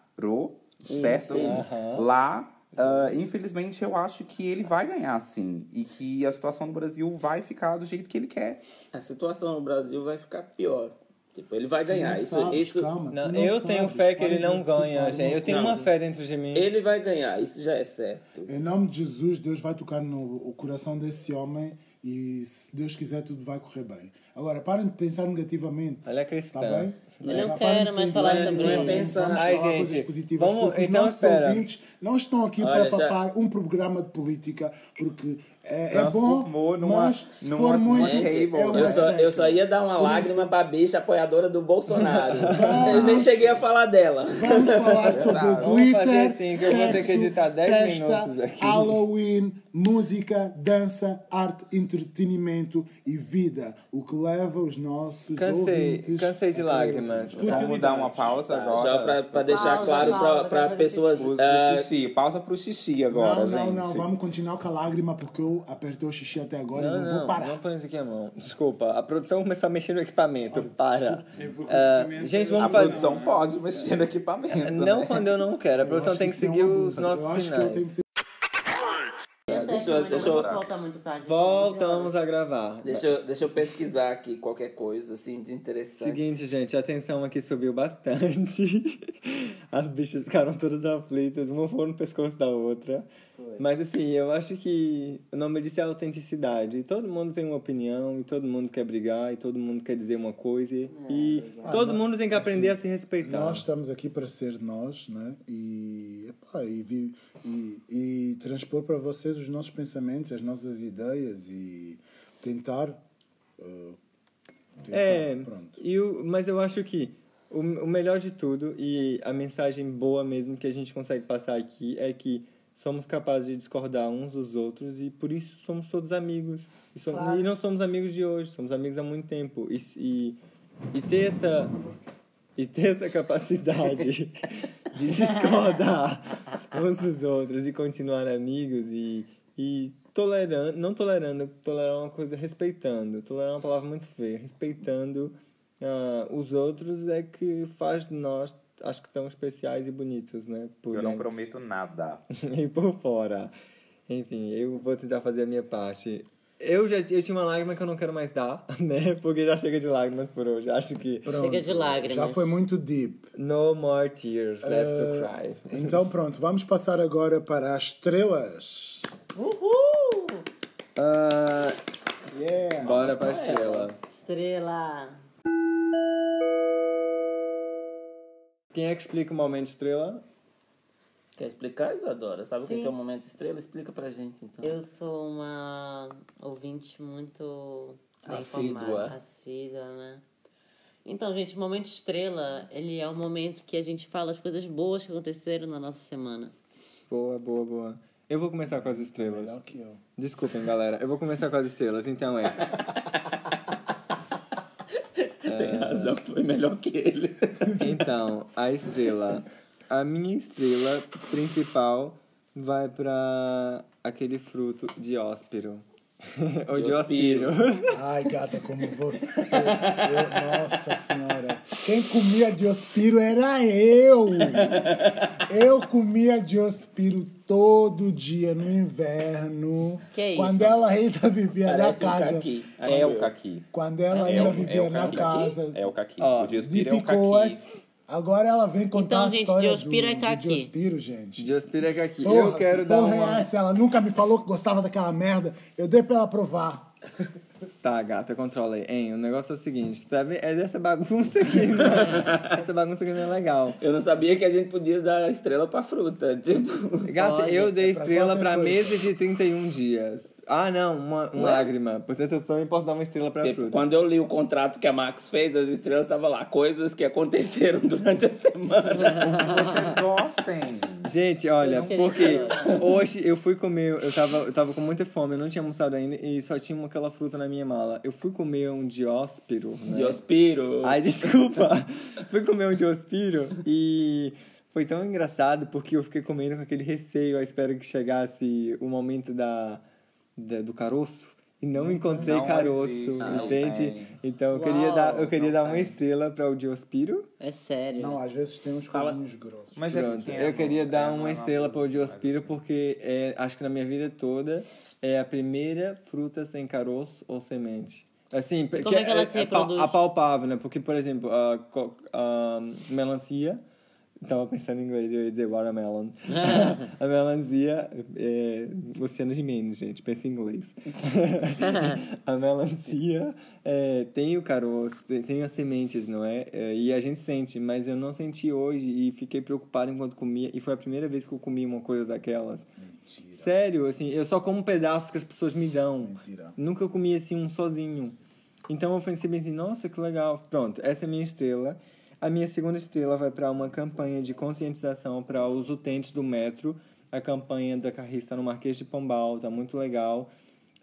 S2: certo?
S1: Aham.
S2: Lá. ah, infelizmente, eu acho que ele vai ganhar sim. E que a situação no Brasil vai ficar do jeito que ele quer.
S5: A situação no Brasil vai ficar pior. Tipo, ele vai ganhar.
S4: Não
S5: isso,
S4: sabes,
S5: isso,
S4: calma, tu
S1: Não,
S4: não
S1: eu
S4: sabes,
S1: tenho fé que
S4: para
S1: ele
S4: de
S1: não
S4: antecipar
S1: ganha, gente. Eu tenho
S5: Não.
S1: uma fé dentro de mim.
S5: Ele vai ganhar, isso já é certo.
S4: Em nome de Jesus, Deus vai tocar no o coração desse homem e, se Deus quiser, tudo vai correr bem. Agora, parem de pensar negativamente.
S1: Ela é cristã.
S4: Tá bem?
S3: Eu não
S4: Já
S3: quero
S4: parem de
S3: mais
S4: pensar
S3: falar
S4: negativamente.
S5: sobre
S4: Vamos
S5: isso.
S4: falar
S1: Ai,
S4: coisas
S1: gente,
S4: positivas,
S1: vamos-
S4: porque os
S1: então,
S4: nossos
S1: espera.
S4: ouvintes não estão aqui para
S5: Olha, já-
S4: papar um programa de política, porque é, é
S2: Transformou
S4: bom,
S2: numa-
S4: mas se
S2: numa-
S4: for muito...
S2: numa
S4: é
S2: table,
S4: uma
S5: Eu só, eu só
S4: seca.
S5: ia dar uma
S4: Por
S5: lágrima pra bicha apoiadora do Bolsonaro. Eu nem cheguei a falar dela.
S4: Vamos falar sobre
S2: Vamos
S4: glitter,
S1: fazer assim, que eu vou ter que
S4: sexo,
S1: editar 10
S4: festa,
S1: minutos aqui.
S4: Halloween, música, dança, arte, entretenimento e vida. O que leva os nossos
S1: Cansei,
S4: ouvintes...
S1: cansei de lágrimas.
S2: Vamos dar uma pausa
S1: Tá,
S2: agora.
S5: Só pra, pra deixar
S3: Pausa, pausa,
S5: claro para as
S3: pra fazer
S5: pessoas.
S2: Pro, pro
S1: é.
S5: ah,
S2: xixi. Pausa pro xixi agora,
S4: Não,
S2: gente.
S4: não, não, vamos continuar com a lágrima porque eu apertei o xixi até agora
S1: Não,
S4: e não,
S1: não,
S4: vou parar.
S1: não põe isso aqui a mão. Desculpa, a produção começou a mexer no equipamento. Para.
S7: Eu vou com
S1: Ah,
S7: o
S1: gente,
S7: equipamento.
S2: A
S1: vamos fazer.
S4: um
S2: produção pode mexer no equipamento.
S1: Não
S2: né?
S1: quando eu não quero. A
S4: Eu
S1: produção
S4: acho
S1: tem que
S4: isso é um
S1: seguir os
S4: abuso.
S1: nossos
S4: eu acho que eu tenho que
S1: sinais.
S4: ser...
S5: deixa eu- deixa eu-
S3: voltar muito tarde.
S1: Voltamos a gravar.
S5: deixa, eu, deixa eu pesquisar aqui qualquer coisa assim de interessante.
S1: Seguinte, gente, a tensão aqui subiu bastante. As bichas ficaram todas aflitas, uma foi no pescoço da outra. Mas assim, eu acho que o nome disso é autenticidade. Todo mundo tem uma opinião, e todo mundo quer brigar, e todo mundo quer dizer uma coisa. e todo mundo tem que aprender a se respeitar.
S4: Nós estamos aqui para ser nós, né? E, epá, e, vi- e- e transpor para vocês os nossos pensamentos, as nossas ideias e tentar. uh, tentar,
S1: É,
S4: pronto.
S1: e o, mas eu acho que o, o melhor de tudo e a mensagem boa mesmo que a gente consegue passar aqui é que somos capazes de discordar uns dos outros e por isso somos todos amigos. E, somos- e não somos amigos de hoje, somos amigos há muito tempo. E, s- e, e ter essa. E ter essa capacidade de discordar uns dos outros e continuar amigos e, e tolerando, não tolerando, tolerar é uma coisa, respeitando. Tolerar é uma palavra muito feia. Respeitando ah, os outros é que faz de nós, acho que tão especiais e bonitos, né? Por
S2: Eu não
S1: dentro
S2: prometo nada.
S1: e por fora. Enfim, eu vou tentar fazer a minha parte. Eu já eu tinha uma lágrima que eu não quero mais dar, né? Porque já chega de lágrimas por hoje. Acho que
S3: Chega de lágrimas.
S4: Já foi muito deep.
S1: no more tears left to cry.
S4: Então, pronto, vamos passar agora para as estrelas.
S3: Uhul!
S1: Ah,
S4: Yeah!
S1: bora pra estrela.
S3: Estrela.
S1: Quem é que explica o momento estrela?
S5: Quer explicar, Isadora? Sabe o que
S3: Sim.
S5: que é o momento estrela? Explica pra gente então.
S3: Eu sou uma ouvinte muito bem
S5: Assídua.
S3: informada, assídua, né? Então, gente, o momento estrela, ele é o momento que a gente fala as coisas boas que aconteceram na nossa semana.
S1: Boa, boa, boa. Eu vou começar com as estrelas.
S4: Melhor que eu.
S1: Desculpem, galera. Eu vou começar com as estrelas, então é.
S5: Tem razão, foi melhor que ele.
S1: Então, a estrela. A minha estrela principal vai pra aquele fruto de óspero. Ou de
S5: Diospiro.
S1: ospiro.
S4: Ai, gata, como você. Eu- nossa Senhora. Quem comia Diospiro era eu. Eu comia Diospiro todo dia no inverno.
S3: Que é isso?
S4: quando ela ainda vivia
S5: Parece
S4: na
S5: um
S4: casa.
S5: caqui. Acho
S2: É o
S5: eu.
S2: caqui.
S4: quando ela
S2: É
S4: ainda
S2: o-
S4: vivia
S2: é o
S4: na
S2: caqui.
S4: casa
S2: É o caqui.
S1: Ó,
S2: o
S4: de
S2: Diospiro é o caqui.
S4: Picoas. assim. Agora ela vem contar
S3: Então,
S4: a
S3: gente,
S4: história
S3: Diospiro
S4: do,
S3: é
S4: do
S3: caqui.
S4: Diospiro, gente.
S1: Diospira é aqui.
S4: Porra,
S1: Eu quero
S4: que
S1: dar
S4: porra é
S1: uma.
S4: essa? Ela nunca me falou que gostava daquela merda. Eu dei pra ela provar.
S1: Tá, gata, controla aí. Hein, o negócio é o seguinte, tá vendo? É dessa bagunça aqui, né? Essa bagunça aqui não é legal.
S5: Eu não sabia que a gente podia dar estrela pra fruta. Tipo,
S1: Gata, eu dei
S4: é pra
S1: estrela
S4: qualquer
S1: pra
S4: coisa.
S1: meses de 31 dias. Ah, não, uma, uma lágrima. Portanto, eu também posso dar uma estrela pra
S5: tipo,
S1: fruta.
S5: quando eu li o contrato que a Max fez, as estrelas estavam lá. Coisas que aconteceram durante a semana.
S2: Vocês gostem.
S1: Gente, olha,
S3: Acho que a
S1: porque
S3: gente
S4: né?
S1: hoje eu fui comer, eu tava, eu tava com muita fome, eu não tinha almoçado ainda e só tinha aquela fruta na minha mala. Eu fui comer um dióspiro, né?
S5: Diospiro.
S1: Ai, desculpa. Fui comer um diospiro e foi tão engraçado porque eu fiquei comendo com aquele receio, à espera que chegasse o momento da, da- do caroço. E não encontrei
S2: não
S1: caroço,
S2: existe, não
S1: entende?
S2: tem.
S1: Então eu
S3: Uau,
S1: queria dar, eu queria
S2: não
S1: dar uma
S2: tem.
S1: estrela para o Diospiro.
S3: É sério.
S4: Não, às vezes tem uns cozinhos grossos.
S2: Mas é
S1: Pronto.
S2: pequeno,
S1: eu queria
S2: é,
S1: dar
S2: não
S1: uma
S2: é
S1: estrela para o
S2: fruta.
S1: Diospiro porque é, acho que na minha vida toda é a primeira fruta sem caroço ou semente. Assim,
S3: como é que ela se
S1: apal-
S3: reproduz?
S1: apalpável, né? Porque, por exemplo, a, co- a melancia. Tava pensando em inglês, eu ia dizer watermelon. a melancia. É, Luciana Gimenez, gente, pensa em inglês. a melancia é, tem o caroço, tem- tem as sementes, não é? É, E a gente sente, mas eu não senti hoje e fiquei preocupado enquanto comia. E foi a primeira vez que eu comi uma coisa daquelas. Sério, assim, eu só como pedaços que as pessoas me dão.
S4: Mentira.
S1: Nunca comi assim um sozinho. Então eu pensei assim, nossa, que legal. Pronto, essa é a minha estrela. A minha segunda estrela vai para uma campanha de conscientização para os utentes do metro. A campanha da Carrista no Marquês de Pombal, tá muito legal.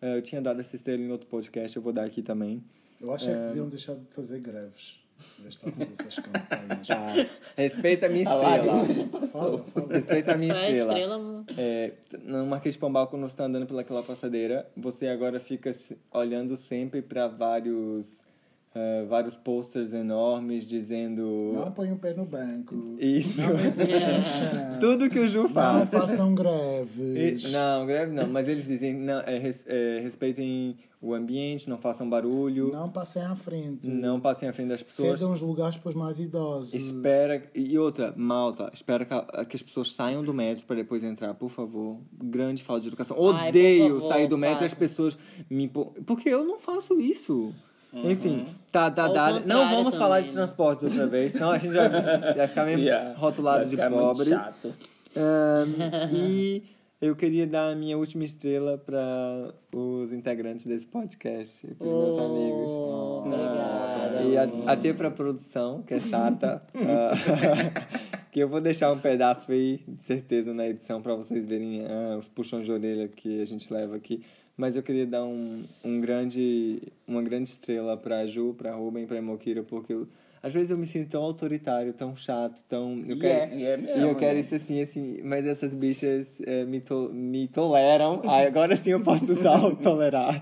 S1: Eh, Eu tinha dado essa estrela em outro podcast, eu vou dar aqui também.
S4: Eu acho é que deviam deixar de fazer greves. Em vez de estar a fazer essas campanhas.
S1: Tá. Respeita a minha
S5: A lágrima
S1: estrela.
S5: já passou.
S4: Fala, fala.
S1: Respeita a minha
S3: Qual é a
S1: estrela.
S3: estrela, mano?
S1: É, no Marquês de Pombal, quando você tá andando pelaquela passadeira, você agora fica se- olhando sempre para vários ah, vários posters enormes dizendo
S4: Não põe o pé no banco.
S1: isso.
S4: Não,
S1: Tudo que o Ju
S4: Não
S1: faz.
S4: façam
S1: E-
S4: greves.
S1: não, greve não, mas eles dizem não, é, res- é, respeitem o ambiente, não façam barulho, não,
S4: Não passem à frente.
S1: passem à frente das pessoas.
S4: Cedam os lugares para os mais idosos.
S1: Espera. E outra, malta, espera que, a- que as pessoas saiam do metro para depois entrar, por favor. Grande falta de educação.
S3: Ai, por
S1: Odeio
S3: favor,
S1: sair do metro e
S3: para.
S1: as pessoas me. impo- Porque eu não faço isso. Enfim, tá, tá,
S3: Uhum. Ao
S1: tá. Não
S3: contrário
S1: vamos falar de
S3: também, né?
S1: transporte outra vez, senão a gente vai, vai ficar mesmo
S5: Yeah.
S1: rotulado
S5: Vai
S1: de
S5: ficar muito
S1: pobre.
S5: chato.
S1: Ahn, e eu queria dar a minha última estrela para os integrantes desse podcast, para os meus amigos.
S3: Obrigada.
S1: E a- até pra produção, que é chata. ah, que eu vou deixar um pedaço aí, de certeza, na edição pra vocês verem ah, os puxões de orelha que a gente leva aqui. Mas eu queria dar um, um grande, uma grande estrela pra Ju, pra Ruben, pra Mokira, porque eu- às vezes eu me sinto tão autoritário, tão chato, tão. Eu
S2: E
S1: quero,
S2: é,
S5: e é
S1: e eu
S5: mesmo,
S1: quero
S5: né?
S1: isso assim, assim. Mas essas bichas eh, me, to, me toleram. Ai, agora sim eu posso usar o tolerar.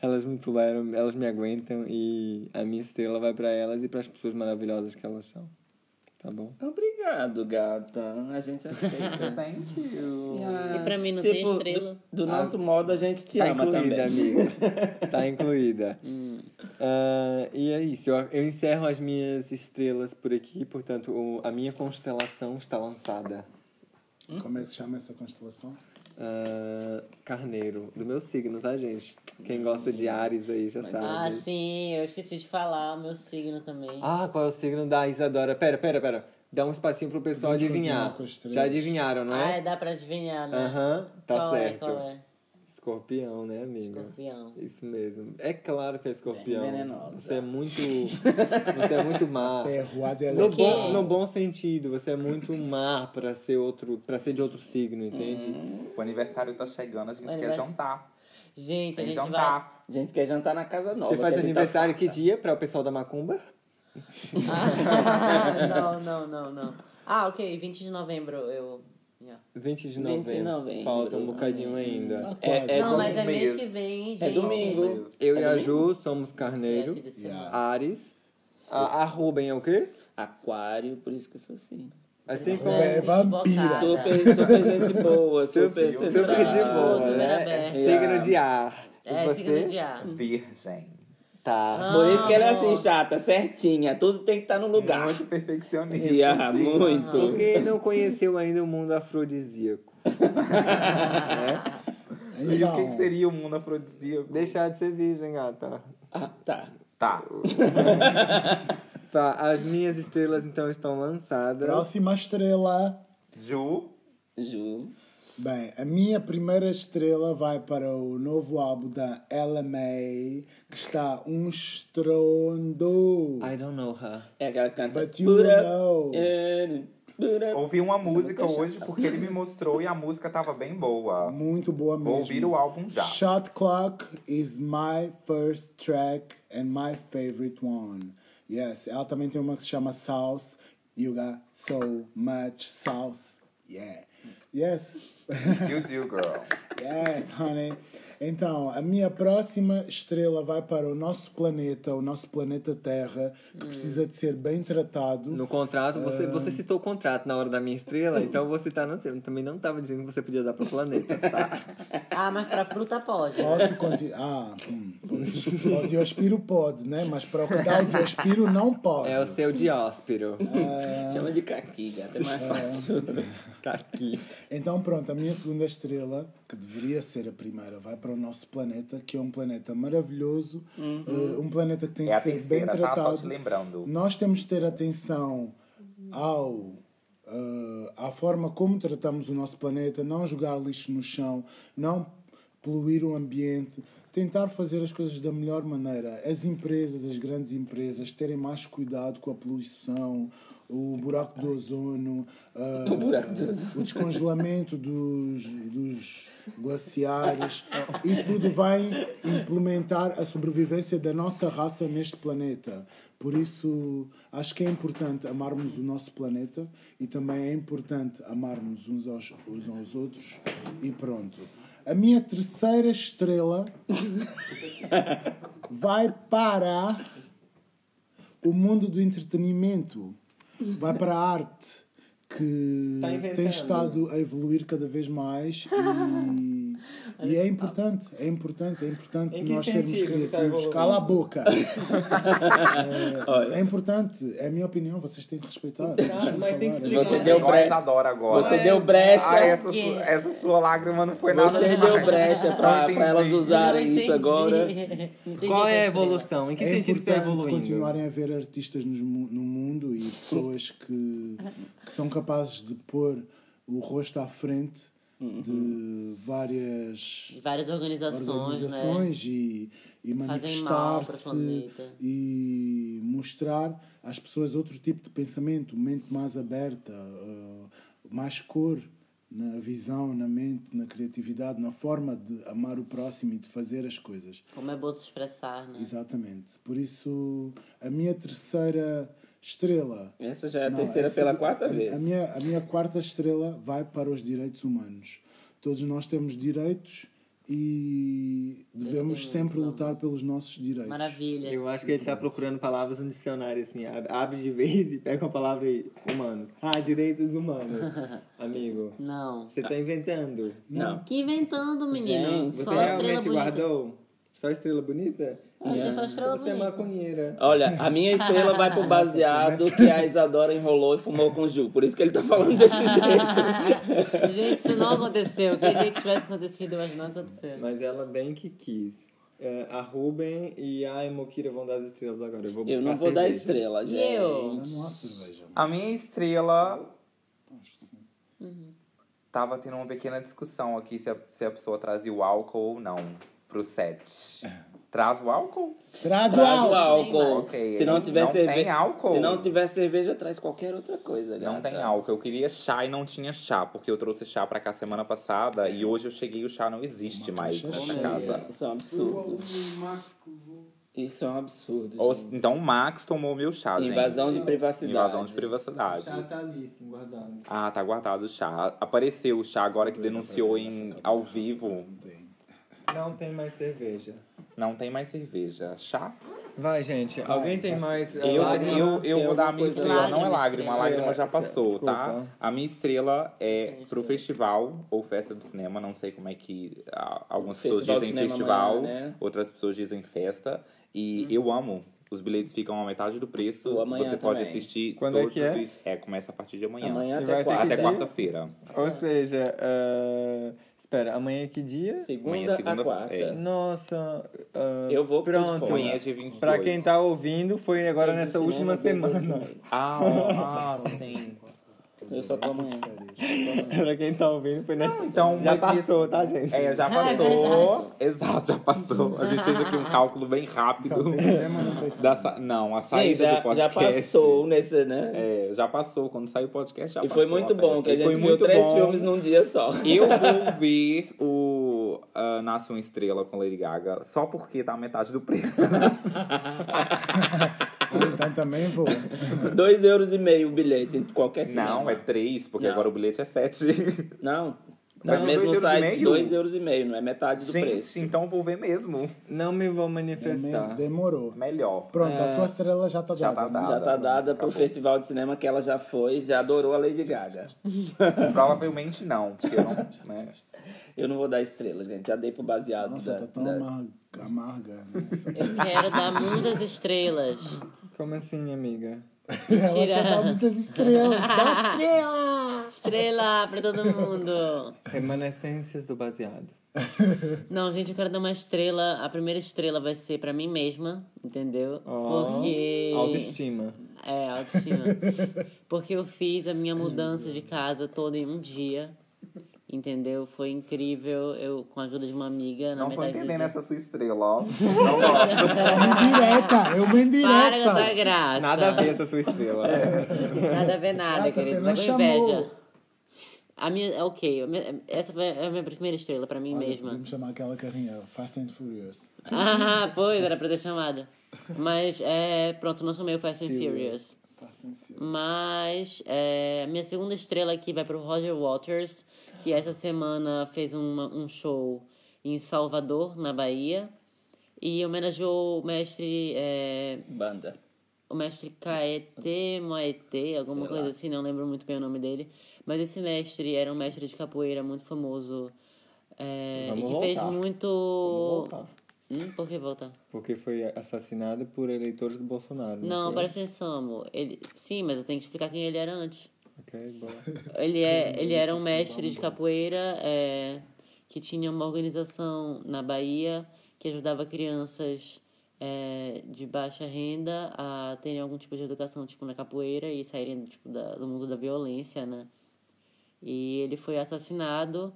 S1: Elas me toleram, elas me aguentam e a minha estrela vai pra elas e pras pessoas maravilhosas que elas são. Tá bom?
S5: Obrigado, gata. A gente aceita. Tipo,
S2: Thank you.
S3: E pra mim não tem estrela?
S5: Do, do nosso modo a gente te
S1: Ah, Tá
S5: ama
S1: incluída, Hum.
S5: também.
S1: amiga. Tá incluída. Ah, e é isso. Eu, eu encerro as minhas estrelas por aqui. Portanto, o- a minha constelação está lançada.
S4: Como é que se chama essa constelação?
S1: Ah, carneiro, do meu signo, tá, gente? Quem gosta de Hum. Ares aí já
S3: Ah,
S1: sabe.
S3: sim, eu esqueci de falar o meu signo também.
S1: Ah, qual é o signo da Isadora? Pera, pera, pera. Dá um espacinho pro pessoal
S4: Vamos
S1: adivinhar.
S4: continuar com as três.
S1: Já adivinharam, não
S3: Ah,
S1: é?
S3: dá pra adivinhar, né?
S1: Aham, tá
S3: qual É,
S1: certo.
S3: qual é?
S1: Escorpião, né, amiga?
S3: Escorpião.
S1: Isso mesmo. É claro que é escorpião.
S5: É venenosa.
S1: você é muito. você é muito má.
S4: É Rua de
S1: No
S4: Lé.
S1: bom, no bom sentido, você é muito má pra ser outro, para ser de outro signo, entende?
S2: O aniversário tá chegando, a gente
S3: O
S2: quer
S3: anivers-
S2: jantar.
S3: Gente, a
S2: Tem
S3: gente vai.
S2: jantar.
S5: A gente quer jantar na casa nova.
S1: Você faz
S5: que a gente
S1: aniversário
S5: tá
S1: que dia para o pessoal da Macumba?
S3: Ah, não, não, não, não. Ah, ok, 20 de novembro eu. Yeah.
S1: 20 de
S5: 20
S1: novembro.
S5: de novembro.
S1: Falta um bocadinho ainda.
S4: Ah, quase.
S5: É
S3: não, mas é
S2: domingo
S3: mês
S2: mesmo.
S3: que vem, gente.
S5: É domingo.
S1: Eu
S5: É
S1: e a
S5: domingo?
S1: Ju somos
S3: É,
S1: carneiro.
S3: fim de semana.
S1: Ares. A, a Ruben é o quê?
S5: Aquário, por isso que eu sou assim.
S1: É Assim como.
S4: É vampira.
S5: Super, super gente boa, super,
S2: Super
S1: Super de
S5: centrada.
S1: boa,
S3: super
S1: né?
S3: aberto.
S1: Signo de ar.
S3: É,
S1: E você?
S3: signo de ar. Ah.
S2: Virgem.
S1: Tá.
S5: Por isso que ela é
S4: Ah.
S5: assim, chata, certinha. Tudo tem que estar no lugar.
S2: Muito perfeccionista.
S5: E, ah,
S2: sim.
S5: muito.
S1: Porque não conheceu ainda o mundo afrodisíaco. né?
S2: E o que, que
S4: Então,
S2: seria o mundo afrodisíaco?
S1: Deixar de ser virgem, gata.
S5: Ah, tá.
S2: Tá.
S1: Tá, as minhas estrelas então estão lançadas.
S4: próxima estrela.
S2: Ju.
S5: Ju.
S4: Bem, a minha primeira estrela vai para o novo álbum da Ella May, que está um estrondo.
S1: I don't know her.
S5: É aquela que canta.
S4: But you know.
S5: and- put up.
S2: Ouvi uma música hoje porque ele me mostrou e a música tava bem boa.
S4: Muito boa mesmo.
S2: Vou ouvir o álbum já.
S4: Shot Clock is my first track and my favorite one. Yes, ela também tem uma que se chama Sauce. You got so much sauce. Yeah. Yes.
S2: You do, girl.
S4: Yes, honey. Então, a minha próxima estrela vai para o nosso planeta, o nosso planeta Terra, que precisa de ser bem tratado.
S1: No contrato, você, você citou o contrato na hora da minha estrela, então você tá no seu. Também não tava dizendo que você podia dar pro planeta, tá?
S3: Ah, mas pra fruta pode.
S4: Posso continuar? Ah, hum, pois. Para o Diospiro pode, né? Mas para o Dal Diospiro não pode.
S1: É o seu dióspiro.
S5: Chama de caqui, gata. É mais fácil.
S1: Tá aqui.
S4: Então, pronto, a minha segunda estrela, que deveria ser a primeira, vai para o nosso planeta, que é um planeta maravilhoso, eh, um planeta que tem
S2: Uhum. É a
S4: que ser bem
S2: terceira, tá? Só
S4: tratado.
S2: te lembrando.
S4: Nós temos de ter atenção ao eh, à forma como tratamos o nosso planeta, não jogar lixo no chão, não poluir o ambiente, tentar fazer as coisas da melhor maneira. As empresas, as grandes empresas, terem mais cuidado com a poluição, o buraco do ozono, eh,
S5: O buraco do ozono.
S4: o descongelamento dos, dos glaciares. Isso tudo vai implementar a sobrevivência da nossa raça neste planeta. Por isso, acho que é importante amarmos o nosso planeta e também é importante amarmos uns aos, uns aos outros. E pronto. A minha terceira estrela vai para o mundo do entretenimento, vai para a arte, que
S1: Tá inventando.
S4: tem estado a evoluir cada vez mais e, e é importante, é importante, é importante
S1: Em que
S4: nós sermos
S1: sentido que tá
S4: criativos.
S1: evoluindo?
S4: Cala a boca! é, é importante, é a minha opinião, vocês têm que respeitar. Deixa-me
S1: Tá, mas tem que
S4: falar.
S1: explicar.
S5: Você
S1: Não,
S5: deu
S2: Nós
S5: brecha.
S2: adora agora.
S5: Você deu brecha.
S2: Ah, essa,
S3: Yeah.
S2: sua, essa sua lágrima não foi nada.
S5: Você deu brecha pra,
S2: Não entendi.
S5: pra elas
S3: Eu
S5: usarem
S3: não
S5: isso
S3: entendi.
S5: agora.
S3: Não entendi
S1: Ah, Qual é a
S3: essa
S1: evolução? Em que
S4: É
S1: sentido tá
S4: importante
S1: evoluindo?
S4: continuarem a ver artistas nos mu- no mundo e pessoas que, que são capazes de pôr o rosto à frente
S1: Uhum.
S4: de várias
S3: estrela. Várias organizações, né?
S4: organizações e, e
S3: mal pro
S4: manifestar-se
S3: planeta.
S4: e mostrar às pessoas outro tipo de pensamento, mente mais aberta, eh, mais cor na visão, na mente, na criatividade, na forma de amar o próximo e de fazer as coisas.
S3: Como é bom se expressar, né?
S4: Exatamente. Por isso, a minha terceira estrela.
S5: Essa já é a
S4: Não,
S5: terceira
S4: essa-
S5: pela quarta
S4: a-
S5: vez.
S4: A minha, a minha quarta estrela vai para os direitos humanos. Todos nós temos direitos e devemos sempre lutar pelos nossos direitos.
S3: Maravilha.
S1: Eu acho que ele tá procurando palavras no dicionário, assim. ab- Abre de vez e pega uma palavra aí. Humanos. Ah, direitos humanos. Amigo,
S3: Não.
S1: você tá inventando.
S5: Não.
S3: Que inventando, menino.
S5: Gente,
S1: Você
S3: só estrela
S1: realmente
S3: bonita.
S1: guardou? Só estrela bonita?
S3: Acho que é só estrela
S1: Você é
S3: bonita.
S1: maconheira.
S5: Olha, a minha estrela vai pro baseado que a Isadora enrolou e fumou com o Ju. Por isso que ele tá falando desse jeito.
S3: Gente, isso não aconteceu. Eu queria que tivesse acontecido, mas não aconteceu.
S1: Mas ela bem que quis. É, a Ruben e a Emokira vão dar as estrelas agora. Eu vou buscar
S5: Eu não vou dar
S1: cerveja.
S5: estrela,
S3: E
S5: gente.
S3: eu?
S4: Não há cerveja.
S2: A minha estrela.
S5: Uhum.
S2: Tava tendo uma pequena discussão aqui se a, se a pessoa trazia o álcool ou não pro set. Traz o álcool?
S4: Traz o
S5: Traz o
S4: álcool.
S5: álcool.
S2: Ok,
S5: Se não
S2: não
S5: tiver
S2: tem
S5: cerveja.
S2: álcool.
S5: Se não tiver cerveja, traz qualquer outra coisa.
S2: Não
S5: gata.
S2: tem álcool. Eu queria chá e não tinha chá, porque eu trouxe chá pra cá semana passada e hoje eu cheguei e o chá não existe mais
S4: caixa
S2: nessa
S4: cheia.
S2: casa.
S5: Isso é um absurdo. Isso é um absurdo.
S2: Ou-
S5: gente.
S2: então o Max tomou meu chá, gente.
S5: Invasão de privacidade.
S2: Invasão de privacidade.
S1: Já tá ali, sim, guardado.
S2: Ah, tá guardado o chá. Apareceu o chá agora que denunciou em ao vivo.
S4: Não tem.
S1: Não tem mais cerveja.
S2: Não tem mais cerveja. Chá?
S1: Vai, gente. Alguém tem mais. eh,
S2: Eu,
S5: Lágrima,
S2: eu, eu
S5: tem
S2: vou dar a
S5: alguma
S2: minha
S5: coisa-
S2: estrela, não é
S3: Lágrima,
S2: lágrima, a
S1: estrela.
S2: lágrima já passou,
S1: Desculpa.
S2: tá? A minha estrela é
S3: Sim,
S2: pro
S3: sim.
S2: festival ou festa do cinema, não sei como é que ah, algumas
S5: Festival
S2: pessoas
S5: de
S2: dizem
S5: cinema
S2: festival,
S5: amanhã, né? Uhum.
S2: outras pessoas dizem festa, e eu amo. Os bilhetes ficam a metade do preço,
S5: Ou amanhã
S2: você pode
S5: também.
S2: assistir
S1: Quando é
S2: todos
S1: que é?
S2: os... É, começa a partir de amanhã.
S5: Amanhã
S1: E
S5: até
S1: vai ter
S5: quarta.
S2: Até
S1: dia?
S2: quarta-feira.
S1: Ou seja, ah, espera, amanhã é que dia?
S2: Amanhã
S5: Segunda
S2: é
S5: a
S2: segunda-
S5: quarta.
S2: é.
S1: Nossa. ah,
S5: Eu vou pro
S1: Pronto.
S5: fone.
S2: Amanhã é dia 22.
S1: Pra quem tá ouvindo, foi agora
S5: Eu
S1: nessa
S5: do
S1: última
S5: cinema, dois
S1: semana.
S5: horas e meia.
S2: Ah, ah, sim.
S5: Eu só tô amanhã.
S1: pra quem tá ouvindo, foi nessa.
S2: então,
S1: já
S2: mas
S1: passou,
S2: isso-
S1: tá, gente?
S2: É, já passou. Exato, já passou. A gente fez aqui um cálculo bem rápido.
S4: Então, tem cinema ou não tem cinema?
S2: Da sa- Não, a
S5: Sim,
S2: saída
S5: já,
S2: do
S5: já
S2: podcast.
S5: passou nesse, né?
S2: É, já passou. Quando saiu o podcast, já
S5: E
S2: passou.
S5: foi muito bom,
S2: festa.
S5: que
S2: Tá
S5: a
S2: E
S5: gente
S2: foi
S5: viu
S2: muito
S5: três
S2: bom.
S5: filmes num dia só.
S2: Eu vou ver o ah, Nasce uma Estrela com Lady Gaga só porque tá a metade do preço.
S4: Então também vou.
S5: Dois euros e meio o bilhete em qualquer cinema.
S2: Não, é três, porque
S5: Não.
S2: agora o bilhete é sete.
S5: Não. Tá
S2: Mas
S5: no
S2: é
S5: mesmo
S2: dois euros e
S5: site,
S2: meio?
S5: 2 euros e meio, não é metade do
S2: gente,
S5: preço.
S2: então vou ver mesmo.
S1: Não me vou manifestar.
S4: Também Demorou.
S2: Melhor.
S4: Pronto, a sua estrela já está
S2: já
S4: dada.
S2: tá
S4: né?
S5: Já tá
S2: Acabou.
S5: dada pro
S2: Acabou.
S5: festival de cinema que ela já foi, já adorou a Lady Gaga.
S2: Provavelmente não, porque eu não... né?
S5: Eu não vou dar estrela, gente. Já dei pro baseado.
S4: Nossa,
S5: da-
S4: tá tão
S5: da-
S4: amarga. amarga né?
S3: Eu quero dar muitas estrelas.
S1: Como assim, amiga?
S4: Ela
S3: Mentira.
S4: quer dar muitas estrelas. Dá estrela!
S3: Estrela pra todo mundo.
S1: Remanescências do baseado.
S3: Não, gente, eu quero dar uma estrela. A primeira estrela vai ser pra mim mesma, entendeu?
S1: Ó,
S3: Porque.
S1: Autoestima.
S3: É, autoestima. Porque eu fiz a minha mudança de casa toda em um dia. Entendeu? Foi incrível. Eu, com a ajuda de uma amiga, na
S2: Não tô
S3: metade do
S2: entendendo
S3: dia-
S2: essa sua estrela, ó. Não gosto.
S4: É uma indireta, é
S3: Para com
S4: uma
S3: essa
S4: indireta.
S3: graça.
S1: Nada a ver essa sua estrela.
S3: Nada a ver nada,
S4: Gata,
S3: querido.
S4: você
S3: Tá
S4: não
S3: com
S4: chamou.
S3: inveja. A minha, é ok. a minha- Essa foi a minha primeira estrela pra mim
S4: Olha,
S3: mesma.
S4: podemos chamar aquela carrinha Fast and Furious.
S3: Ah, pois, era pra ter chamado. Mas, é, pronto, não chamei o Fast and Furious.
S4: Fast and Furious.
S3: Mas, é, a minha segunda estrela aqui vai pro Roger Waters, que essa semana fez uma- um show em Salvador, na Bahia. E homenageou o mestre, é,
S5: Banda.
S3: o mestre Caete Moete, alguma
S5: Sei
S3: coisa
S5: lá.
S3: assim, não lembro muito bem o nome dele. Mas esse mestre era um mestre de capoeira muito famoso. é, e que
S1: Vamos
S3: fez
S1: voltar.
S3: muito.
S1: Vamos voltar.
S3: Hum, por que voltar?
S1: Porque foi assassinado por eleitores do Bolsonaro.
S3: Não,
S1: foi?
S3: presta atenção, amor. Ele... Sim, mas eu tenho que explicar quem ele era antes.
S1: Ok, boa.
S3: Ele, é, ele era um mestre de capoeira é, que tinha uma organização na Bahia que ajudava crianças é, de baixa renda a terem algum tipo de educação tipo na capoeira e saírem tipo, da- do mundo da violência, né? E ele foi assassinado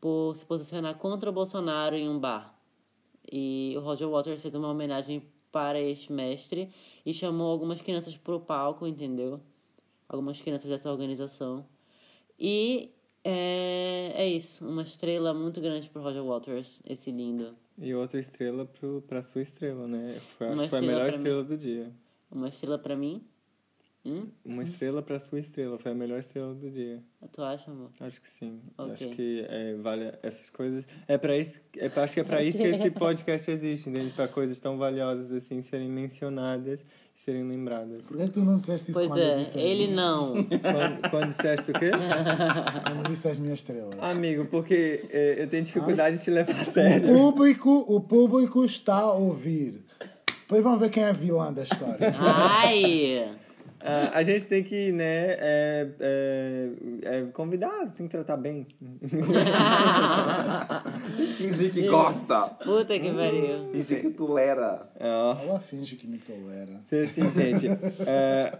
S3: por se posicionar contra o Bolsonaro em um bar. E o Roger Waters fez uma homenagem para este mestre e chamou algumas crianças para o palco, entendeu? Algumas crianças dessa organização. E é, é isso, uma estrela muito grande pro Roger Waters, esse lindo.
S1: E outra estrela pro, pra sua estrela, né? Foi, acho
S3: Uma
S1: que foi a
S3: estrela
S1: melhor
S3: pra mim.
S1: estrela do dia.
S3: Uma estrela pra mim? Hum?
S1: Uma estrela pra sua estrela, foi a melhor estrela do dia.
S3: Tu acha, amor?
S1: Acho que sim.
S3: Ok.
S1: Acho que é, vale essas coisas. É para isso, é, pra- acho que é para isso que esse podcast existe, entende? Para coisas tão valiosas assim serem mencionadas e serem lembradas.
S4: Por é que tu não disseste isso
S3: Pois
S4: quando eu
S3: é,
S4: disse,
S3: ele não.
S1: Quando, quando disseste o quê?
S4: quando eu disse as minhas estrelas?
S3: Ah,
S1: Amigo, porque é, eu tenho dificuldade de te levar a sério.
S4: Público, o público está a ouvir. Depois vão ver quem é a vilã da história.
S3: Ai!
S1: Ah, a gente tem que, né, é, é, é, convidar, tem que tratar bem.
S2: Fingir que gosta.
S3: Puta que pariu.
S2: Fingir que tolera.
S1: Ah,
S4: Ela finge que me tolera.
S1: Então, assim, gente, é,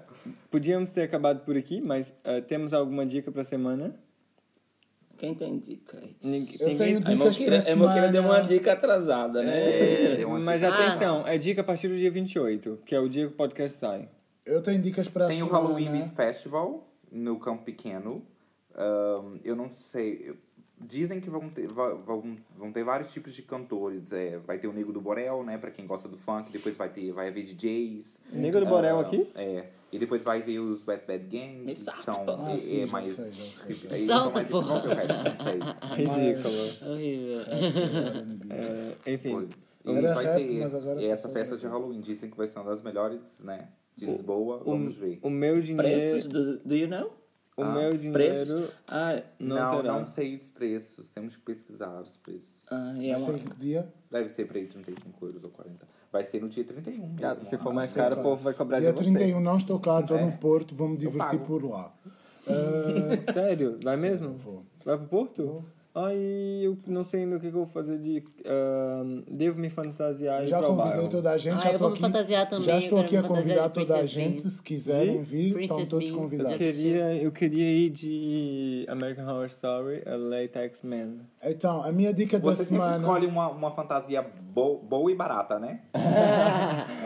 S1: podíamos ter acabado por aqui, mas é, temos alguma dica para semana?
S5: Quem tem dica? aí?
S1: Ninguém-
S4: Eu tenho
S5: A
S4: dicas
S5: Moqueira
S4: para
S5: a Moqueira
S4: semana.
S5: deu é uma dica atrasada, né?
S2: É, eu acho
S1: Mas
S2: que-
S1: atenção, é dica a partir do dia 28, que é o dia que o podcast sai.
S4: Eu tenho dicas para
S1: tá
S2: Tem o
S1: assim,
S4: semana.
S1: né?
S2: Halloween Week Festival no Campo Pequeno. Ahn, eu não sei. eu- Dizem que vão ter, va- vão, vão ter vários tipos de cantores. É, vai ter o Nego do Borel, né? Pra quem gosta do funk. Depois vai ter vai haver DJs.
S1: Nego do Borel
S2: Ah,
S1: aqui?
S2: É. E depois vai ver os Wet Bad Gang.
S5: Me
S2: Que
S5: sarta,
S2: são
S5: porra.
S2: é,
S4: Ah, sim,
S2: é,
S4: já
S2: mais.
S4: sei, já sei, já
S2: eles
S3: sei.
S2: são mais
S3: Salta, porra.
S2: Ah, hip hop, eu acho, não sei.
S1: Ridículo.
S3: Horrível.
S4: É,
S1: É, enfim,
S4: Era
S2: vai
S4: rap,
S2: ter
S4: mas agora
S2: e essa
S4: passou
S2: festa
S4: pra-
S2: de Halloween. Dizem que vai ser uma das melhores, né? De Lisboa.
S1: O,
S2: Vamos ver.
S1: o meu dinheiro.
S3: Preços do, do you know?
S1: O
S2: Ah,
S1: meu dinheiro.
S3: Preços? Ah,
S1: Não,
S2: Não, não,
S1: terá.
S2: sei os preços. Temos que pesquisar os preços.
S3: ah,
S4: Não
S3: é uma...
S4: sei que dia.
S2: Deve ser pra ir 35 euros ou 40. Vai ser no dia 31. Mesmo,
S1: Ah, se for
S2: Ah,
S1: mais
S4: é.
S1: caro, o povo vai cobrar
S4: Dia
S1: de você.
S4: 31 não estou cá, estou
S2: É.
S4: no Porto, vou me divertir
S2: pago.
S4: por lá. Ah,
S1: Sério? Vai mesmo?
S4: vou.
S1: Vai pro Porto? Ai, eu não sei ainda o que, que eu vou fazer de. ahn, devo me fantasiar e
S4: já convidei
S1: provar.
S4: toda a gente.
S3: Ah,
S4: já
S3: eu
S4: tô
S3: vou me
S4: aqui-
S3: fantasiar também,
S4: Já
S3: eu
S4: estou
S3: quero
S4: aqui a
S3: me fantasiar
S4: convidar
S3: de
S4: toda a
S3: Princess
S4: gente.
S3: Bean.
S4: Se quiserem vir, estão
S3: Princess
S4: todos
S3: Bean.
S1: Eu
S4: convidados.
S1: queria, eu queria ir de American Horror Story, a Latex Man.
S4: Então, a minha dica da
S2: Você sempre
S4: semana.
S2: escolhe uma, uma fantasia bo- boa e barata, né?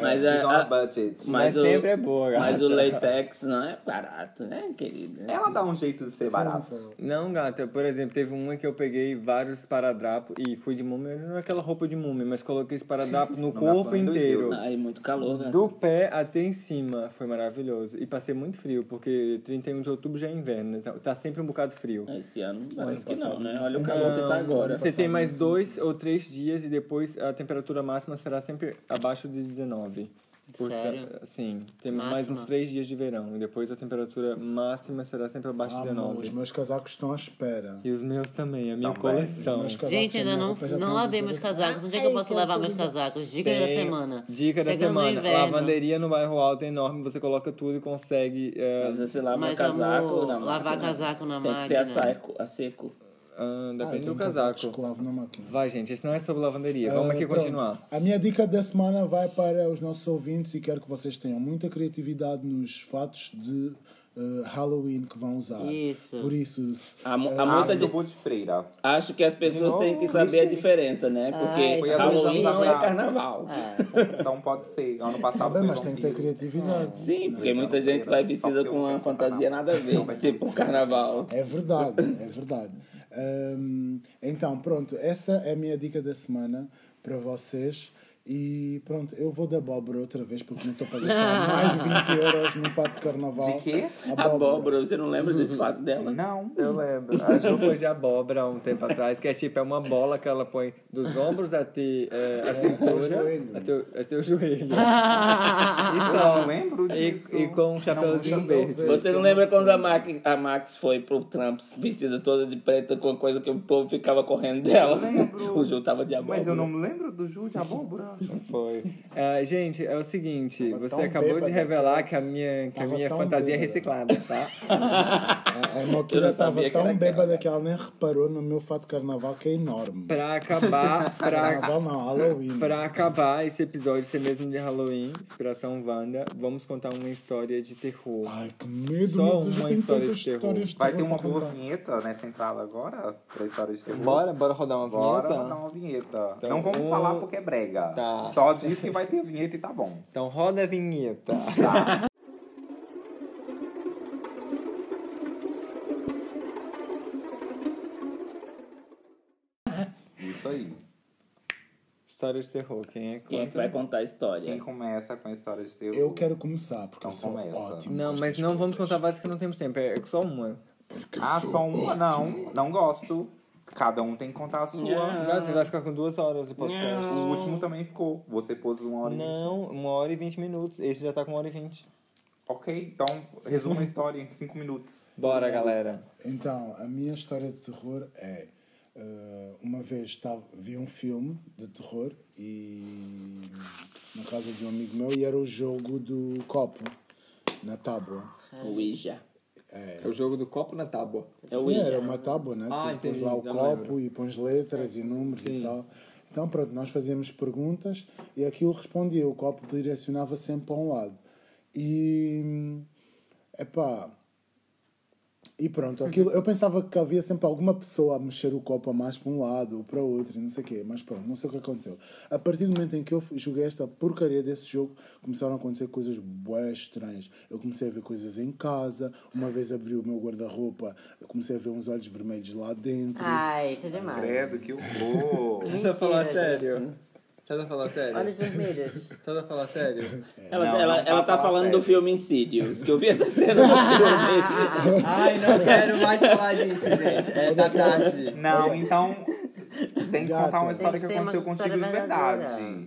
S5: Mas,
S2: She's
S5: é,
S2: on
S5: a-
S2: a budget.
S1: Mas,
S5: mas, o,
S1: sempre é boa, gata.
S5: mas o latex não é barato, né, querido?
S2: Ela dá um jeito de ser barato.
S1: Não, gata, por exemplo, teve uma que eu peguei vários paradrapos e fui de múmia, não é aquela roupa de múmia, mas coloquei esse paradrapo no
S2: dá
S1: corpo
S2: pra ir dois
S1: inteiro.
S2: euros.
S5: Ai, muito calor, né? velho.
S1: Do pé até em cima, foi maravilhoso. E passei muito frio, porque 31 de outubro já é inverno, né? Tá- tá sempre um bocado frio.
S5: Esse ano parece que
S4: passado,
S5: não, né?
S4: não
S5: Olha o
S4: sei.
S5: calor que tá agora.
S1: Você tem mais dois ou três dias e depois a temperatura máxima será sempre abaixo de 19.
S3: Sério?
S1: Sim, temos mais
S3: Máxima?
S1: uns três dias de verão e depois a temperatura máxima será sempre abaixo
S4: Ah,
S1: de
S4: não, os
S1: 19.
S4: meus casacos estão à espera.
S1: E os meus também, a minha
S2: Também.
S1: coleção.
S4: Meus casacos
S3: Gente,
S4: e
S3: ainda
S4: minha
S3: não,
S4: roupa já
S3: não
S4: estão
S3: lavei meus
S4: desodorizada.
S3: casacos. Onde é que eu
S4: Ai,
S3: posso
S4: quero
S3: lavar meus
S4: desodorizar.
S3: casacos? Dica da
S1: Tem-
S3: semana.
S1: Dica da
S3: Chegando no
S1: semana.
S3: inverno.
S1: Lavanderia no bairro alto é enorme, você coloca tudo e consegue. eh,
S5: Mas você lava
S3: Mas,
S5: o casaco
S3: amor,
S5: na máquina.
S3: lavar casaco na
S5: Tem que ser a
S3: máquina.
S5: seco. A seco.
S1: ah,
S4: Ah, eu
S1: depende
S4: tenho
S1: do
S4: casacos que
S1: casaco.
S4: lavo na máquina.
S1: Vai, gente, isso não é sobre lavanderia. Vamos
S4: Ah,
S1: aqui
S4: pronto.
S1: continuar.
S4: A minha dica da semana vai para os nossos ouvintes e quero que vocês tenham muita criatividade nos fatos de eh, Halloween que vão usar.
S3: Isso.
S4: Por isso, se-
S5: A, mu- a
S2: Ah,
S5: muita
S2: eu
S5: tá de... Ah,
S2: vou de freira.
S5: Acho que as pessoas têm que saber a diferença, né?
S3: Ai, tá Ah.
S5: Porque
S2: Foi há dois
S5: Halloween
S2: anos
S5: não é
S2: atrás.
S5: carnaval.
S2: Então pode ser. Ano
S4: tá
S2: passado
S4: bem,
S2: foi
S4: mas tem que ter criatividade.
S3: É.
S5: Sim, porque
S2: Não,
S5: muita
S2: não,
S5: gente
S2: não.
S5: vai
S2: Só
S5: vestida
S2: porque eu
S5: com uma
S2: quero
S5: fantasia
S2: carnaval.
S5: nada a
S2: Não,
S5: ver,
S2: mas-
S5: tipo um carnaval.
S4: É verdade, é verdade. Ahm, então, pronto, essa é a minha dica da semana para vocês. E pronto, eu vou de abóbora outra vez porque não estou para gastar mais 20 euros num fato de carnaval.
S2: De quê?
S5: Abóbora, você não lembra desse fato dela?
S2: Não.
S1: Eu lembro. A Ju foi de abóbora há um tempo atrás, que é tipo, é uma bola que ela põe dos ombros até eh, a cintura,
S4: É, joelho.
S1: até o- até o joelho.
S2: Eu não lembro disso.
S1: E, e com um chapéuzinho
S4: Não,
S1: verde.
S5: Você não lembra quando a Max, a Max foi pro Trumps vestida toda de preta com a coisa que o povo ficava correndo dela?
S2: lembro.
S5: O Ju tava de abóbora.
S2: Mas eu não me lembro do Ju de abóbora.
S1: Foi. Ah, gente, é o seguinte,
S4: Tava
S1: você
S4: tão
S1: acabou de
S4: bêbada
S1: revelar que a minha, que a
S4: Tava
S1: minha
S4: tão
S1: fantasia é
S4: bêbada.
S1: reciclada, tá?
S4: A, a
S5: Eu
S4: Moquira
S5: não sabia
S4: estava
S5: que era
S4: tão
S5: aquela.
S4: bêbada que ela nem reparou no meu fato de carnaval, que é enorme.
S1: Pra acabar, pra,
S4: Carnaval não, Halloween.
S1: pra acabar esse episódio, ser mesmo de Halloween, inspiração Wanda, vamos contar uma história de terror.
S4: Ai, que medo,
S1: Só
S4: meu Deus,
S1: uma
S4: eu
S1: história
S4: tenho tantas
S1: de terror.
S4: histórias de
S2: Vai ter
S4: terror
S2: uma
S4: pra
S2: boa
S4: contar.
S2: vinheta nessa entrada agora pra história de terror.
S1: Bora, bora rodar uma
S2: Bora
S1: vinheta?
S2: dar uma vinheta.
S1: Então,
S2: não vamos
S1: um-
S2: falar porque é brega.
S1: Tá.
S2: Só diz que vai ter vinheta e tá bom.
S1: Então roda a vinheta.
S2: Isso aí.
S1: história de terror, quem é que
S5: Quem é que
S1: conta?
S5: vai contar a
S2: Quem
S5: história?
S2: começa com a história de terror?
S4: Eu quero começar, porque
S2: Então
S4: eu sou
S2: começa.
S4: ótimo.
S1: Não,
S4: com
S1: mas
S4: estas
S1: não vamos
S4: coisas.
S1: contar várias que não temos tempo, é só uma.
S2: Ah, só uma? Não, não gosto. Cada um tem que contar a sua.
S5: Yeah.
S1: Tá, Você vai ficar com duas horas de podcast.
S2: O último também ficou. Você pôs uma hora e vinte.
S1: Não, uma hora e vinte minutos. Esse já tá com uma hora e vinte.
S2: Ok, então resuma a história em cinco minutos.
S1: Bora, galera.
S4: Então, a minha história de terror é. eh, uma vez estava- vi um filme de terror e na casa de um amigo meu e era o jogo do copo na tábua.
S5: O Ija.
S1: É o jogo do copo na tábua.
S5: É o
S4: Sim,
S5: Ija.
S4: era uma tábua, né?
S1: Ah,
S4: tu pões
S1: entendi,
S4: lá o
S1: já
S4: copo
S1: lembro.
S4: e pões letras e números e tal. Então, pronto, nós fazíamos perguntas e aquilo respondia, o copo direcionava sempre para um lado. E. Epá. E pronto, aquilo, eu pensava que havia sempre alguma pessoa a mexer o copo a mais para um lado ou para o outro e não sei o quê, mas pronto, não sei o que aconteceu. A partir do momento em que eu joguei esta porcaria desse jogo, começaram a acontecer coisas bué estranhas. Eu comecei a ver coisas em casa, uma vez abri o meu guarda-roupa, eu comecei a ver uns olhos vermelhos lá dentro.
S3: Ai, isso é demais.
S2: Credo, que horror.
S1: Estás a falar
S3: Mentira,
S1: sério? Estás a falar
S3: Olha
S1: sério?
S3: os vermelhos.
S1: Estás a falar sério?
S5: Ela,
S2: Não,
S5: ela,
S2: não
S5: ela
S2: fala-
S5: tá
S2: fala
S5: falando do
S2: sério.
S5: filme Insidious, que eu vi essa cena no filme.
S1: Ai, não quero mais falar disso, gente. É da tarde.
S2: Não, então Tem que
S4: Gata.
S2: contar uma história
S3: Tem
S2: que
S3: que ser uma
S2: aconteceu contigo de
S3: história
S2: verdade.
S3: verdadeira.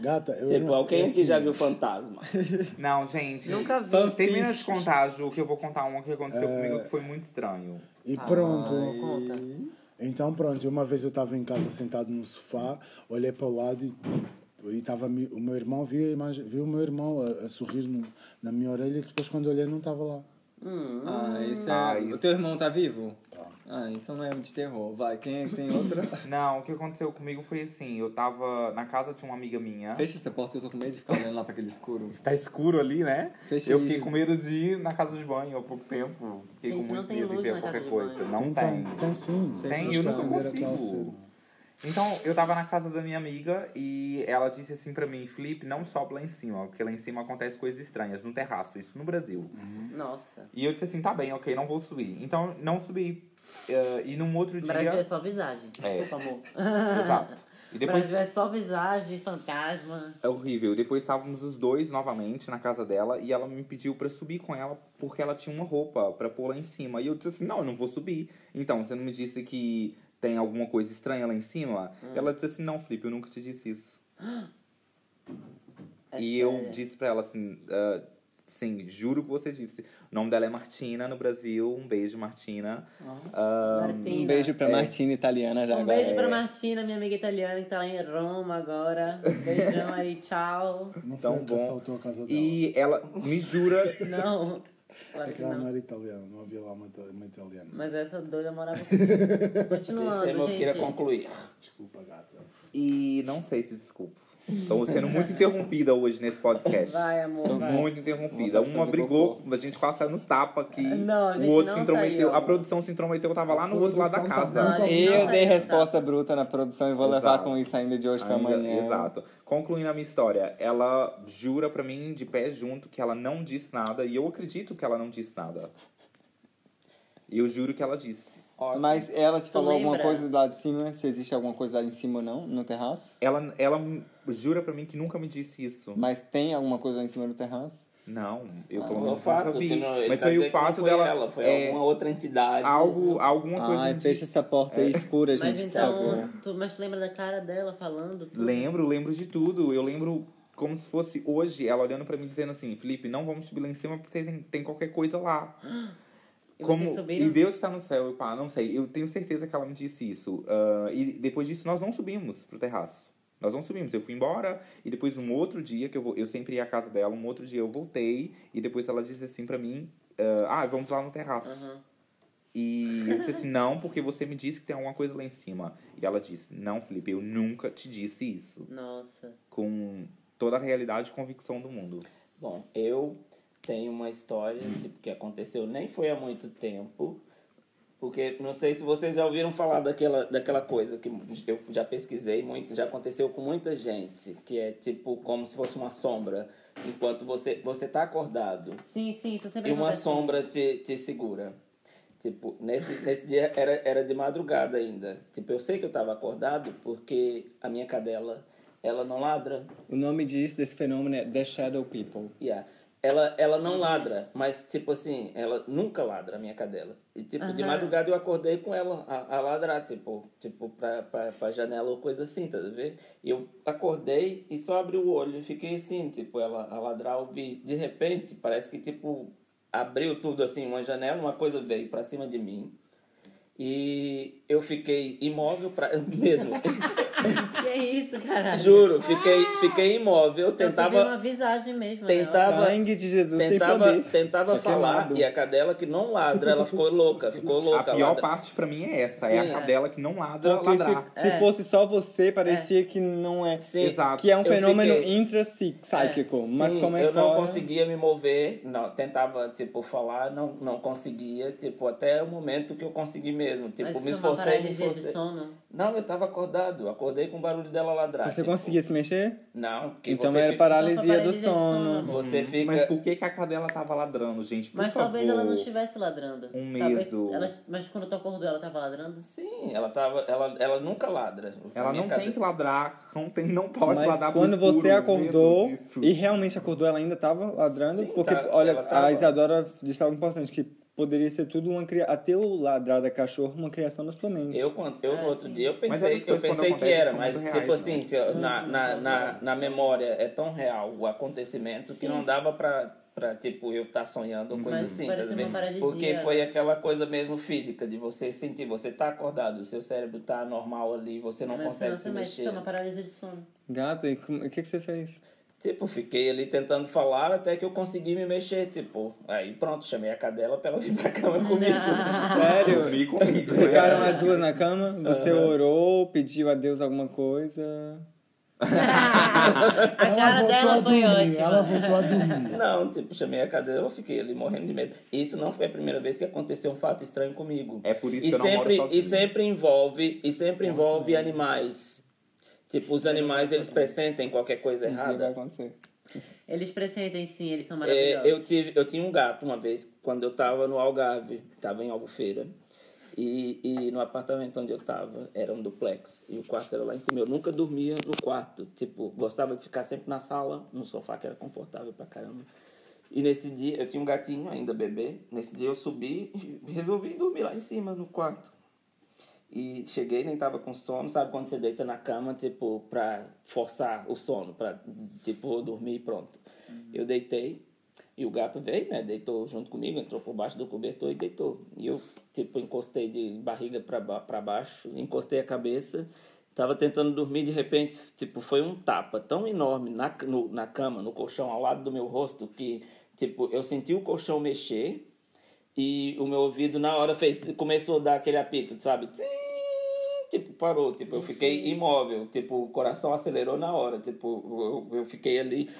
S4: Gata, eu
S5: Tipo,
S4: não
S5: alguém
S4: sei. é assim,
S5: que já viu fantasma.
S2: Não, gente.
S3: Nunca vi.
S2: Termina de contar, Ju, que eu vou contar uma que aconteceu comigo que foi muito estranho.
S4: E pronto.
S3: Tá Conta.
S4: Então pronto, uma vez eu estava em casa sentado no sofá, olhei para o lado e tipo, e tava, mi- o meu irmão viu, a imagem, viu o meu irmão a, a sorrir no- na minha orelha e depois quando olhei não estava lá.
S3: Hum,
S1: Ah, isso é.
S2: Ah, isso.
S1: O teu irmão tá vivo? Ah, então não é de terror. Vai, quem é que tem outra?
S2: Não, o que aconteceu comigo foi assim: eu tava na casa de uma amiga minha.
S1: Fecha essa porta que eu tô com medo de ficar olhando lá pra aquele escuro.
S2: Tá escuro ali, né?
S1: Fecha
S2: eu
S1: aí.
S2: fiquei com medo de ir na casa de banho há pouco tempo. Fiquei com
S3: Gente, não
S2: muito
S3: tem
S2: medo de
S3: luz
S2: ver
S3: na
S2: qualquer
S3: casa de
S2: coisa.
S3: banho.
S2: Não
S4: tem,
S2: tem.
S4: tem, tem sim.
S2: Tem,
S4: Eles
S2: eu nunca
S4: esconderam aquela
S2: consigo.
S4: cena.
S2: Então, eu tava na casa da minha amiga e ela disse assim pra mim, Felipe, não sobe lá em cima, porque lá em cima acontece coisas estranhas, no terraço, isso no Brasil.
S3: Nossa.
S2: E eu disse assim, tá bem, ok, não vou subir. Então, não subi. Eh, e num outro dia.
S3: Brasil é só visagem.
S2: É.
S3: Desculpa, amor.
S2: Exato. E depois
S3: Brasil é só visagem, fantasma.
S2: É horrível. Depois estávamos os dois novamente na casa dela e ela me pediu pra subir com ela porque ela tinha uma roupa pra pôr lá em cima. E eu disse assim: "Não, eu não vou subir". Então, você não me disse que tem alguma coisa estranha lá em cima?
S4: Hum.
S2: E ela disse assim: "Não, Felipe, eu nunca te disse isso".
S3: É
S2: e eu
S3: sério.
S2: disse pra ela assim: "Ah, Sim, juro que você disse. O nome dela é Martina no Brasil. Um beijo, Martina.
S3: Martina.
S1: Um beijo
S2: É.
S1: pra Martina italiana já
S3: Um
S1: agora.
S3: beijo pra Martina, minha amiga italiana que tá lá em Roma agora. Beijão aí, tchau.
S4: Não
S2: Tão
S4: foi o que
S2: bom.
S4: assaltou a casa dela.
S2: E ela me jura
S3: Não. Claro
S4: É
S3: que
S4: que ela não
S3: não.
S4: era italiana, não havia lá uma, ita- uma italiana.
S3: Mas essa doida morava.
S5: Deixa eu
S3: Continuando,
S5: queria
S3: gente.
S5: concluir.
S4: Desculpa, gata.
S2: E não sei se desculpa. Estou sendo muito interrompida hoje nesse podcast.
S3: Vai, amor,
S2: Tô
S3: vai.
S2: Muito interrompida. Uma brigou, a gente quase saiu no tapa aqui.
S3: Não, a gente
S2: o outro se
S3: não
S2: intrometeu.
S3: saiu.
S2: A produção se intrometeu, tava lá no
S4: A
S2: outro lado da
S4: produção
S5: tá
S2: casa.
S4: tava-
S1: Eu
S3: Não,
S1: dei
S3: não.
S1: resposta bruta na produção e vou levar
S2: Exato.
S1: com isso ainda de hoje pra
S2: Ainda-
S1: amanhã.
S2: Exato. Concluindo a minha história, ela jura pra mim de pé junto que ela não disse nada e eu acredito que ela não disse nada. Eu juro que ela disse.
S1: Mas ela te
S3: Tu
S1: falou alguma
S3: lembra?
S1: coisa lá de cima? Se existe alguma coisa lá em cima ou não, no terraço?
S2: Ela, ela jura pra mim que nunca me disse isso.
S1: Mas tem alguma coisa lá em cima do terraço?
S2: Não, eu pelo
S5: Foi Ah, o
S2: menos
S5: fato,
S2: nunca
S5: que
S2: vi.
S5: não- ele
S2: Mas
S5: tá
S2: foi
S5: dizendo
S2: o
S5: que não
S2: fato
S5: foi
S2: dela.
S5: ela, foi
S2: é,
S5: alguma outra entidade.
S2: algo, alguma coisa
S1: Ai,
S2: me
S1: fecha
S2: disse.
S1: essa porta
S2: É.
S1: aí escura, gente.
S3: Mas
S1: por
S3: então,
S5: tá
S1: favor.
S3: tu, mas tu lembra da cara dela falando? tudo?
S2: Lembro, lembro de tudo. Eu lembro como se fosse hoje ela olhando pra mim dizendo assim: Felipe, não vamos subir lá em cima porque tem, tem qualquer coisa lá.
S3: E
S2: Como,
S3: vocês subiram?
S2: e Deus está no céu, e pá, não sei. Eu tenho certeza que ela me disse isso. Ah, e depois disso, nós não subimos pro terraço. Nós não subimos. Eu fui embora, e depois, um outro dia, que eu, vou, eu sempre ia à casa dela, um outro dia eu voltei, e depois ela disse assim pra mim: Ah, ah, vamos lá no terraço.
S3: Aham.
S2: E eu disse assim, não, porque você me disse que tem alguma coisa lá em cima. E ela disse, não, Felipe, eu nunca te disse isso.
S3: Nossa.
S2: Com toda a realidade e convicção do mundo.
S5: Bom, eu tenho uma história tipo, que aconteceu nem foi há muito tempo. Porque não sei se vocês já ouviram falar daquela, daquela coisa que eu já pesquisei, muito, já aconteceu com muita gente, que é tipo como se fosse uma sombra. Enquanto você você tá acordado,
S3: Sim, sim, isso sempre
S5: e uma
S3: acontece.
S5: sombra te, te segura. Tipo, nesse, nesse dia era, era de madrugada ainda. Tipo, eu sei que eu tava acordado porque a minha cadela, ela não ladra.
S1: O nome disso, desse fenômeno é The Shadow People.
S5: Yeah. Ela, ela não ladra, mas tipo assim, ela nunca ladra, a minha cadela. E tipo, de
S3: Aham.
S5: madrugada eu acordei com ela a, a ladrar, tipo, tipo pra, pra, pra janela ou coisa assim, tá vendo? E eu acordei e só abri o olho e fiquei assim, tipo, ela a ladrar, eu vi. De repente, parece que tipo, abriu tudo assim, uma janela, uma coisa veio pra cima de mim. E eu fiquei imóvel pra... mesmo.
S3: Que isso, caralho?
S5: Juro, fiquei, fiquei imóvel, eu
S3: Tava uma
S5: tentava...
S3: visagem mesmo. né?
S5: Tentava,
S1: Sangue de Jesus tem
S5: Tentava,
S1: poder.
S5: tentava
S1: Tá
S5: falar
S1: queimado.
S5: e a cadela que não ladra, ela ficou louca, ficou
S2: A
S5: louca.
S2: pior
S5: ladra.
S2: parte pra mim é essa, é
S5: Sim,
S2: a
S5: é.
S2: cadela que não ladra,
S1: Porque
S2: ladrar.
S1: se, se
S3: É.
S1: fosse só você, parecia que não é.
S5: Sim.
S2: Exato.
S1: Que é um
S5: Eu
S1: fenômeno
S5: fiquei-
S1: intrapsíquico. Mas
S5: Sim,
S1: como é
S5: eu não
S1: fora-
S5: conseguia me mover, não, tentava tipo falar, não, não conseguia, tipo até o momento que eu consegui mesmo, tipo
S3: Mas isso
S5: me
S3: é uma
S5: esforcei, me
S3: paralisia de
S5: esforcei.
S3: sono.
S5: Não, eu tava acordado, acordei com o barulho dela ladrar.
S1: Você
S5: tipo,
S1: conseguia se mexer?
S5: Não, que é
S1: Então
S5: você
S1: era
S5: fica,
S1: paralisia Hum,
S3: Nossa,
S1: do
S3: paralisia de sono,
S1: sono.
S3: amor.
S5: você fica
S2: Uhum. Mas por que, que a cadela tava ladrando, gente? Por
S3: Mas
S2: favor.
S3: talvez ela não estivesse ladrando.
S2: Um
S3: Talvez
S2: medo.
S3: ela- mas quando tu acordou, ela tava ladrando?
S5: Sim, ela tava, ela, ela nunca ladra.
S2: Ela
S5: A minha
S2: não
S5: cadela-
S2: tem que ladrar, não, tem, não pode
S1: Mas
S2: ladrar pro
S1: quando
S2: escuro,
S4: né,
S1: você acordou
S2: medo disso.
S1: e realmente acordou, ela ainda estava ladrando?
S5: Sim,
S1: porque,
S5: tá-
S1: olha,
S5: ela tava.
S1: a Isadora disse algo importante, que poderia ser tudo uma criação. Até o ladrar da cachorro, uma criação dos Flamengo.
S5: Eu, quando- eu
S3: Ah,
S5: no outro
S3: sim. Uhum,
S5: dia eu
S2: Mas
S5: pensei,
S2: essas coisas,
S5: eu
S2: quando
S5: pensei que
S2: acontecem,
S5: era,
S2: são
S5: mas
S2: muito
S5: tipo
S2: reais,
S5: assim,
S2: né?
S5: se eu- na, na, na, na memória é tão real o acontecimento que
S3: Sim.
S5: não dava pra, pra tipo, eu estar sonhando ou coisa
S3: Mas
S5: assim, tá
S3: parece uma
S5: vendo?
S3: paralisia.
S5: Porque foi aquela coisa mesmo física, de você sentir, você tá acordado, o seu cérebro tá normal ali, você não
S3: Mas
S5: consegue
S3: você
S5: se
S3: mexe,
S5: mexer.
S3: Isso é uma paralisia de sono.
S1: Gata, e como- o que, que você fez?
S5: Tipo, fiquei ali tentando falar até que eu consegui me mexer, tipo, aí pronto, chamei a cadela pra ela vir pra cama comigo.
S3: Ah,
S5: Ah.
S1: Sério?
S2: Dormi comigo. né?
S1: Ficaram as duas na cama, você orou, pediu a Deus alguma coisa.
S3: a cara dela foi
S4: dormir.
S3: ótima.
S4: Ela voltou a dormir.
S5: Não, tipo, chamei a cadeira, eu fiquei ali morrendo de medo. Isso não foi a primeira vez que aconteceu um fato estranho comigo.
S2: É por isso
S5: e
S2: que eu não moro
S5: sempre,
S2: sozinho.
S5: E sempre envolve, e sempre envolve animais. Tipo, os animais, eles pressentem qualquer coisa
S1: Um dia vai
S5: errada.
S1: acontecer.
S3: Eles presentem sim, eles são maravilhosos.
S5: É, eu, tive, eu tinha um gato uma vez, quando eu tava no Algarve, tava em Albufeira. E, e no apartamento onde eu tava, era um duplex. E o quarto era lá em cima. Eu nunca dormia no quarto. Tipo, gostava de ficar sempre na sala, no sofá, que era confortável pra caramba. E nesse dia, eu tinha um gatinho ainda, bebê. Nesse dia eu subi e resolvi dormir lá em cima, no quarto. E cheguei, nem tava com sono, sabe quando você deita na cama, tipo, pra forçar o sono, pra, tipo, dormir e pronto. Eu deitei, e o gato veio, né, deitou junto comigo, entrou por baixo do cobertor e deitou. E eu, tipo, encostei de barriga pra, ba- pra baixo, encostei a cabeça, tava tentando dormir, de repente, tipo, foi um tapa tão enorme na, c- no, na cama, no colchão, ao lado do meu rosto, que, tipo, eu senti o colchão mexer, e o meu ouvido na hora fez, começou a dar aquele apito, sabe? Tsim, Tipo, parou, tipo, eu fiquei imóvel, tipo, o coração acelerou na hora, tipo, eu, eu fiquei ali,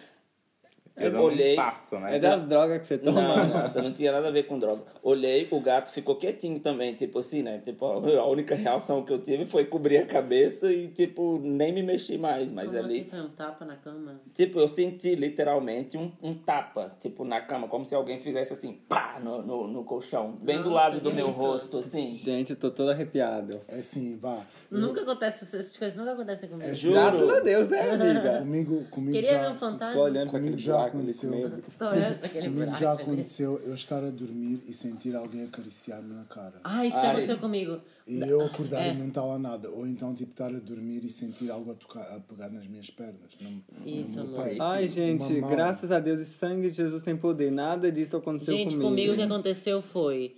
S2: É
S5: eu
S2: dando um
S5: olhei,
S3: Ah.
S2: infarto, né?
S1: É das drogas que você
S5: não,
S1: toma.
S5: não, não tinha nada a ver com droga. Olhei, o gato ficou quietinho também, tipo assim, né? Tipo, a única reação que eu tive foi cobrir a cabeça e, tipo, nem me mexi mais, mas
S3: Como
S5: ali.
S3: assim, foi um tapa na cama?
S5: Tipo, eu senti literalmente um, um tapa, tipo, na cama, como se alguém fizesse assim, pá, no, no, no colchão, bem do
S3: Nossa,
S5: lado do
S3: que
S5: meu
S3: isso.
S5: rosto, assim.
S1: Gente, eu tô todo arrepiado.
S4: É assim, vá.
S3: Nunca acontece, essas coisas nunca acontecem comigo.
S4: Juro.
S1: Graças a Deus, né, amiga?
S4: Comigo, comigo
S3: Queria ver
S4: já.
S3: um fantasma?
S1: Ficou olhando pra
S4: Comigo
S1: aquele
S4: já
S1: buraco ali com
S4: aconteceu.
S1: medo.
S3: Tô olhando pra aquele
S4: Comigo
S3: buraco.
S4: já
S3: ali.
S4: aconteceu eu estar a dormir e sentir alguém acariciar-me na cara.
S3: Ah, isso já
S5: Ai.
S3: aconteceu comigo.
S4: E eu acordar
S3: É.
S4: e não estar lá nada. Ou então, tipo, estar a dormir e sentir algo a, tocar, a pegar nas minhas pernas. No,
S3: Isso,
S4: no meu
S3: amor.
S4: peito.
S1: Ai, gente,
S4: Uma mão.
S1: graças a Deus, o sangue de Jesus tem poder. Nada disso aconteceu
S3: Gente,
S1: comigo.
S3: comigo o que aconteceu foi.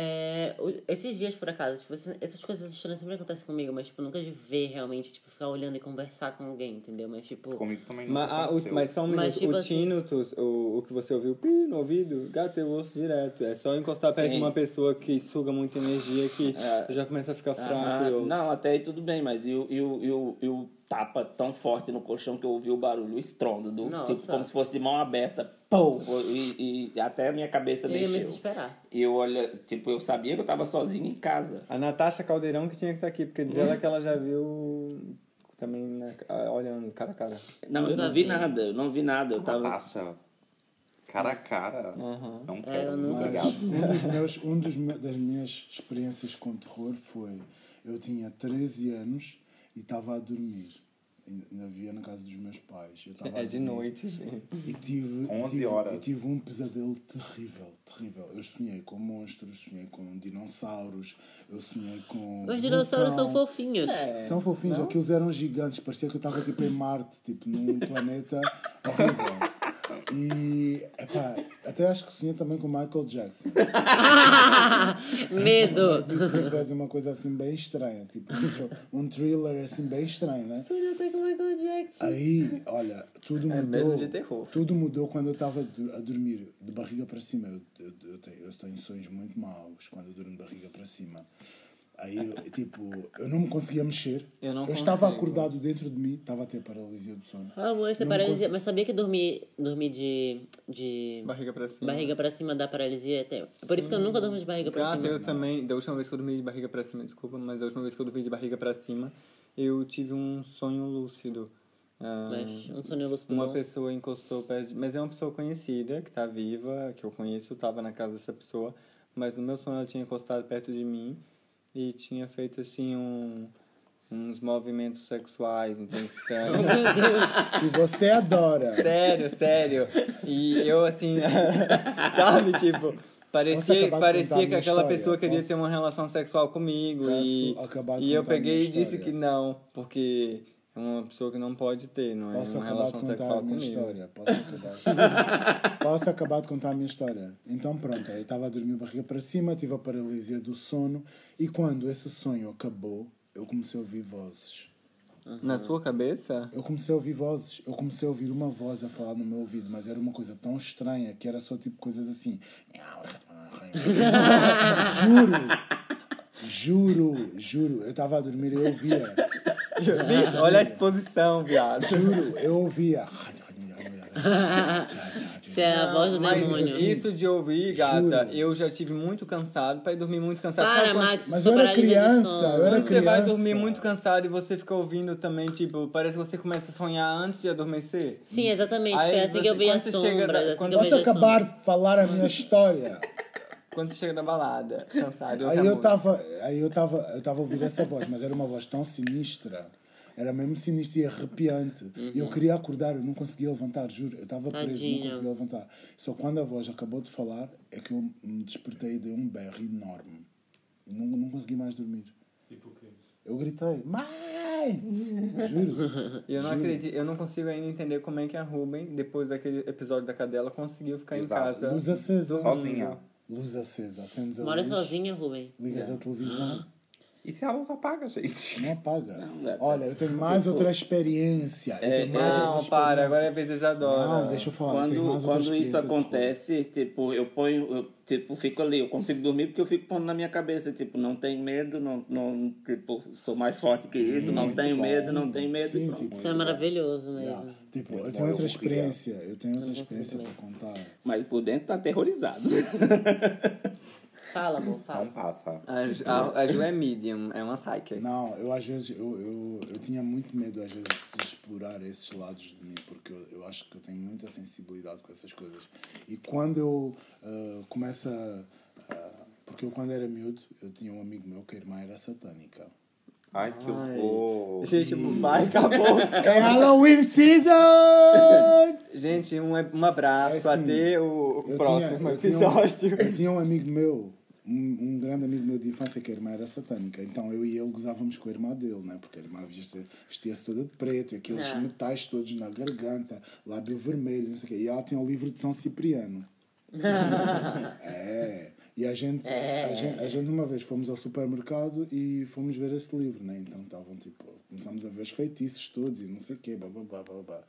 S3: é, o- esses dias, por acaso, tipo, esse- essas coisas estranhas sempre acontecem comigo, mas, tipo, nunca de ver realmente, tipo, ficar olhando e conversar com alguém, entendeu? Mas, tipo.
S2: Comigo também não
S1: Mas, ah, o, mas só um
S3: Mas,
S1: minuto,
S3: tipo
S1: o
S3: assim-
S1: tinnitus, o, o que você ouviu pi, no ouvido, gato, eu ouço direto. É só encostar perto
S5: Sim.
S1: de uma pessoa que suga muita energia que já começa a ficar fraco.
S5: Aham.
S1: eu ouço.
S5: Ah, Não, até aí tudo bem, mas e o, e, o, e, o, e o tapa tão forte no colchão que eu ouvi o barulho, o estrondo, do,
S3: Nossa.
S5: tipo, como se fosse de mão aberta. Pum! E, e até a minha cabeça
S3: Eu ia me
S5: mexeu.
S3: desesperar.
S5: E eu olha, tipo, eu sabia que eu tava sozinho em casa.
S1: A Natasha Caldeirão que tinha que estar aqui, porque diz ela que ela já viu também né, ah, olhando cara a cara.
S5: Não, eu
S3: Nunca
S5: não vi
S3: vi.
S5: nada, eu não vi nada. Eu tava...
S2: Natasha, cara a cara.
S1: Aham.
S2: É, Não quero,
S3: eu
S2: muito
S3: nunca-
S2: obrigado.
S4: Mas um dos meus, um dos me- das minhas experiências com terror foi eu tinha 13 anos e estava a dormir. Ainda- Ainda vivia na casa dos meus pais. Eu estava a
S1: É de
S4: dormir.
S1: noite, gente.
S4: E tive, e
S2: 11
S4: tive-
S2: horas.
S4: e tive um pesadelo terrível, terrível. Eu sonhei com monstros, sonhei com dinossauros, eu sonhei com.
S3: Os dinossauros são
S4: vulcão.
S3: fofinhos.
S4: São fofinhos, aqueles eram gigantes, parecia que eu estava tipo em Marte, tipo num planeta horrível. E, epá, até acho que sonhei também com Michael Jackson. Ela
S3: Medo!
S4: disse que faz uma coisa assim bem estranha, tipo um thriller assim bem estranho, né?
S3: Sonhou até é com Michael Jackson.
S4: Aí, olha, tudo mudou.
S1: É mesmo de terror.
S4: Tudo mudou quando eu estava a dormir de barriga para cima. Eu, eu, eu tenho, eu tenho sonhos muito maus quando eu durmo de barriga para cima. Aí, eu, tipo, eu não me conseguia mexer.
S1: Eu não
S4: estava
S1: consigo.
S4: acordado dentro de mim, estava a ter paralisia do sono.
S3: Ah, amor, essa
S4: Não
S3: paralisia.
S4: consigo.
S3: Mas sabia que dormir, dormir de. de.
S1: Barriga pra cima.
S3: barriga pra cima dá paralisia até. Por isso que eu nunca durmo de barriga pra
S1: Gata,
S3: cima.
S1: Ah, eu também, da última vez que eu dormi de barriga pra cima, desculpa, mas da última vez que eu dormi de barriga pra cima, eu tive um sonho lúcido. Ah,
S3: Mas um sonho lúcido.
S1: Uma
S3: bom.
S1: pessoa encostou perto de... Mas é uma pessoa conhecida, que tá viva, que eu conheço, tava na casa dessa pessoa. Mas no meu sonho ela tinha encostado perto de mim e tinha feito, assim, um- uns movimentos sexuais, então estranhos.
S3: Meu Deus!
S4: E você adora.
S1: Sério, sério. E eu assim, sabe, tipo,
S4: Posso
S1: Parecia,
S4: acabar de contar a
S1: parecia que
S4: minha
S1: aquela
S4: história?
S1: pessoa queria
S4: Posso?
S1: ter uma relação sexual comigo e,
S4: Posso acabar de
S1: e eu
S4: contar a minha
S1: peguei e disse
S4: história?
S1: que não, porque é uma pessoa que não pode ter, não é?
S4: Posso
S1: uma
S4: acabar de
S1: relação
S4: contar a
S1: sexual
S4: minha
S1: comigo.
S4: história? Posso acabar? Posso acabar de contar a minha história? Então, pronto, eu estava a dormir barriga para cima, tive a paralisia do sono e quando esse sonho acabou, eu comecei a ouvir vozes.
S1: Na sua cabeça?
S4: Eu comecei a ouvir vozes, eu comecei a ouvir uma voz a falar no meu ouvido, mas era uma coisa tão estranha que era só tipo coisas assim. juro, juro, juro, eu estava a dormir e eu ouvia.
S1: Bicho, olha a exposição, viado.
S4: Juro, eu ouvia.
S3: Isso é a voz do
S1: Mas
S3: demônio.
S1: isso de ouvir, gata,
S4: Juro.
S1: eu já tive muito cansado, para dormir muito cansado.
S3: Para,
S1: Sabe quando- é
S3: Max,
S4: Mas
S3: sou
S4: eu era
S3: paralisia do
S4: criança,
S3: sono.
S4: eu era
S1: Quando você vai
S4: criança.
S1: dormir muito cansado e você fica ouvindo também, tipo, parece que você começa a sonhar antes de adormecer.
S3: Sim, exatamente.
S1: Aí
S3: Foi assim que eu
S1: você-
S3: vi
S1: quando
S3: as
S1: você chega
S3: sombras.
S1: da-
S3: assim
S1: quando
S3: que eu
S4: Posso
S3: vejo as
S4: acabar
S3: sombras.
S4: de falar a minha história?
S1: Quando você chega na balada, cansado. ouve a
S3: é
S4: Aí eu
S1: música.
S4: tava, aí eu tava, eu tava a ouvir essa voz, mas era uma voz tão sinistra. Era mesmo sinistra e arrepiante. E Eu queria acordar, eu não conseguia levantar, juro. Eu estava preso, não
S3: Uhum. Tadinho.
S4: conseguia levantar. Só quando a voz acabou de falar, é que eu me despertei de um berro enorme. E não, não consegui mais dormir.
S7: Tipo o quê?
S4: Eu gritei, mãe! Juro.
S1: E eu não
S4: Juro.
S1: acredito, eu não consigo ainda entender como é que a Ruben, depois daquele episódio da cadela, conseguiu ficar
S2: Exato.
S1: em casa.
S4: Luz acesa.
S2: Sozinha.
S4: Luz acesa. Acendes a
S3: Mora
S4: luz,
S3: sozinha, Rubem.
S4: Ligas a televisão.
S2: E se a luz apaga, gente?
S4: Não apaga.
S5: dá pra-
S4: Olha, eu tenho mais outra experiência. Eu tenho mais outra
S1: É, Não,
S4: experiência.
S1: para, agora é vez Isadora.
S4: Não, deixa eu falar. eu tenho
S5: Quando,
S4: mais outra
S5: quando isso
S4: experiência de terror.
S5: acontece, tipo, eu ponho, eu, tipo, fico ali, eu consigo dormir porque eu fico pondo na minha cabeça, tipo, não tenho medo, não, não tipo, sou mais forte que isso, não tenho
S4: bom.
S5: medo, não tenho medo.
S4: tipo, Sim,
S5: pronto.
S4: tipo,
S3: Isso é maravilhoso mesmo.
S4: yeah. Tipo, eu
S2: bom,
S4: tenho outra
S2: eu vou criar.
S4: experiência. Eu tenho outra experiência para contar.
S5: Mas por dentro tá aterrorizado.
S3: Fala, amor,
S2: Não
S3: fala.
S2: passa.
S1: A, a, a Ju é medium, é uma psychic.
S4: Não, eu às vezes, eu, eu, eu tinha muito medo às vezes de explorar esses lados de mim, porque eu, eu acho que eu tenho muita sensibilidade com essas coisas. E quando eu ah, começo a... ah, porque eu quando era miúdo, eu tinha um amigo meu que a irmã era satânica.
S2: Ai, que horror.
S1: Gente, tipo, vai, acabou.
S4: É Halloween season!
S1: Gente, um, um abraço,
S4: É assim,
S1: até o
S4: Eu
S1: próximo é
S4: tinha- eu tinha um-
S1: episódio.
S4: eu tinha um amigo meu, um, um grande amigo meu de infância, que a irmã era satânica. Então eu e ele gozávamos com a irmã dele, né? Porque a irmã vestia- vestia-se toda de preto, e aqueles
S3: Ah.
S4: metais todos na garganta, lábio vermelho, não sei o quê. E ela tinha o livro de São Cipriano. É. E a gente, a, gente, a gente uma vez fomos ao supermercado e fomos ver esse livro, né? Então estavam tipo, começamos a ver os feitiços todos e não sei o quê, blá blá blá blá blá.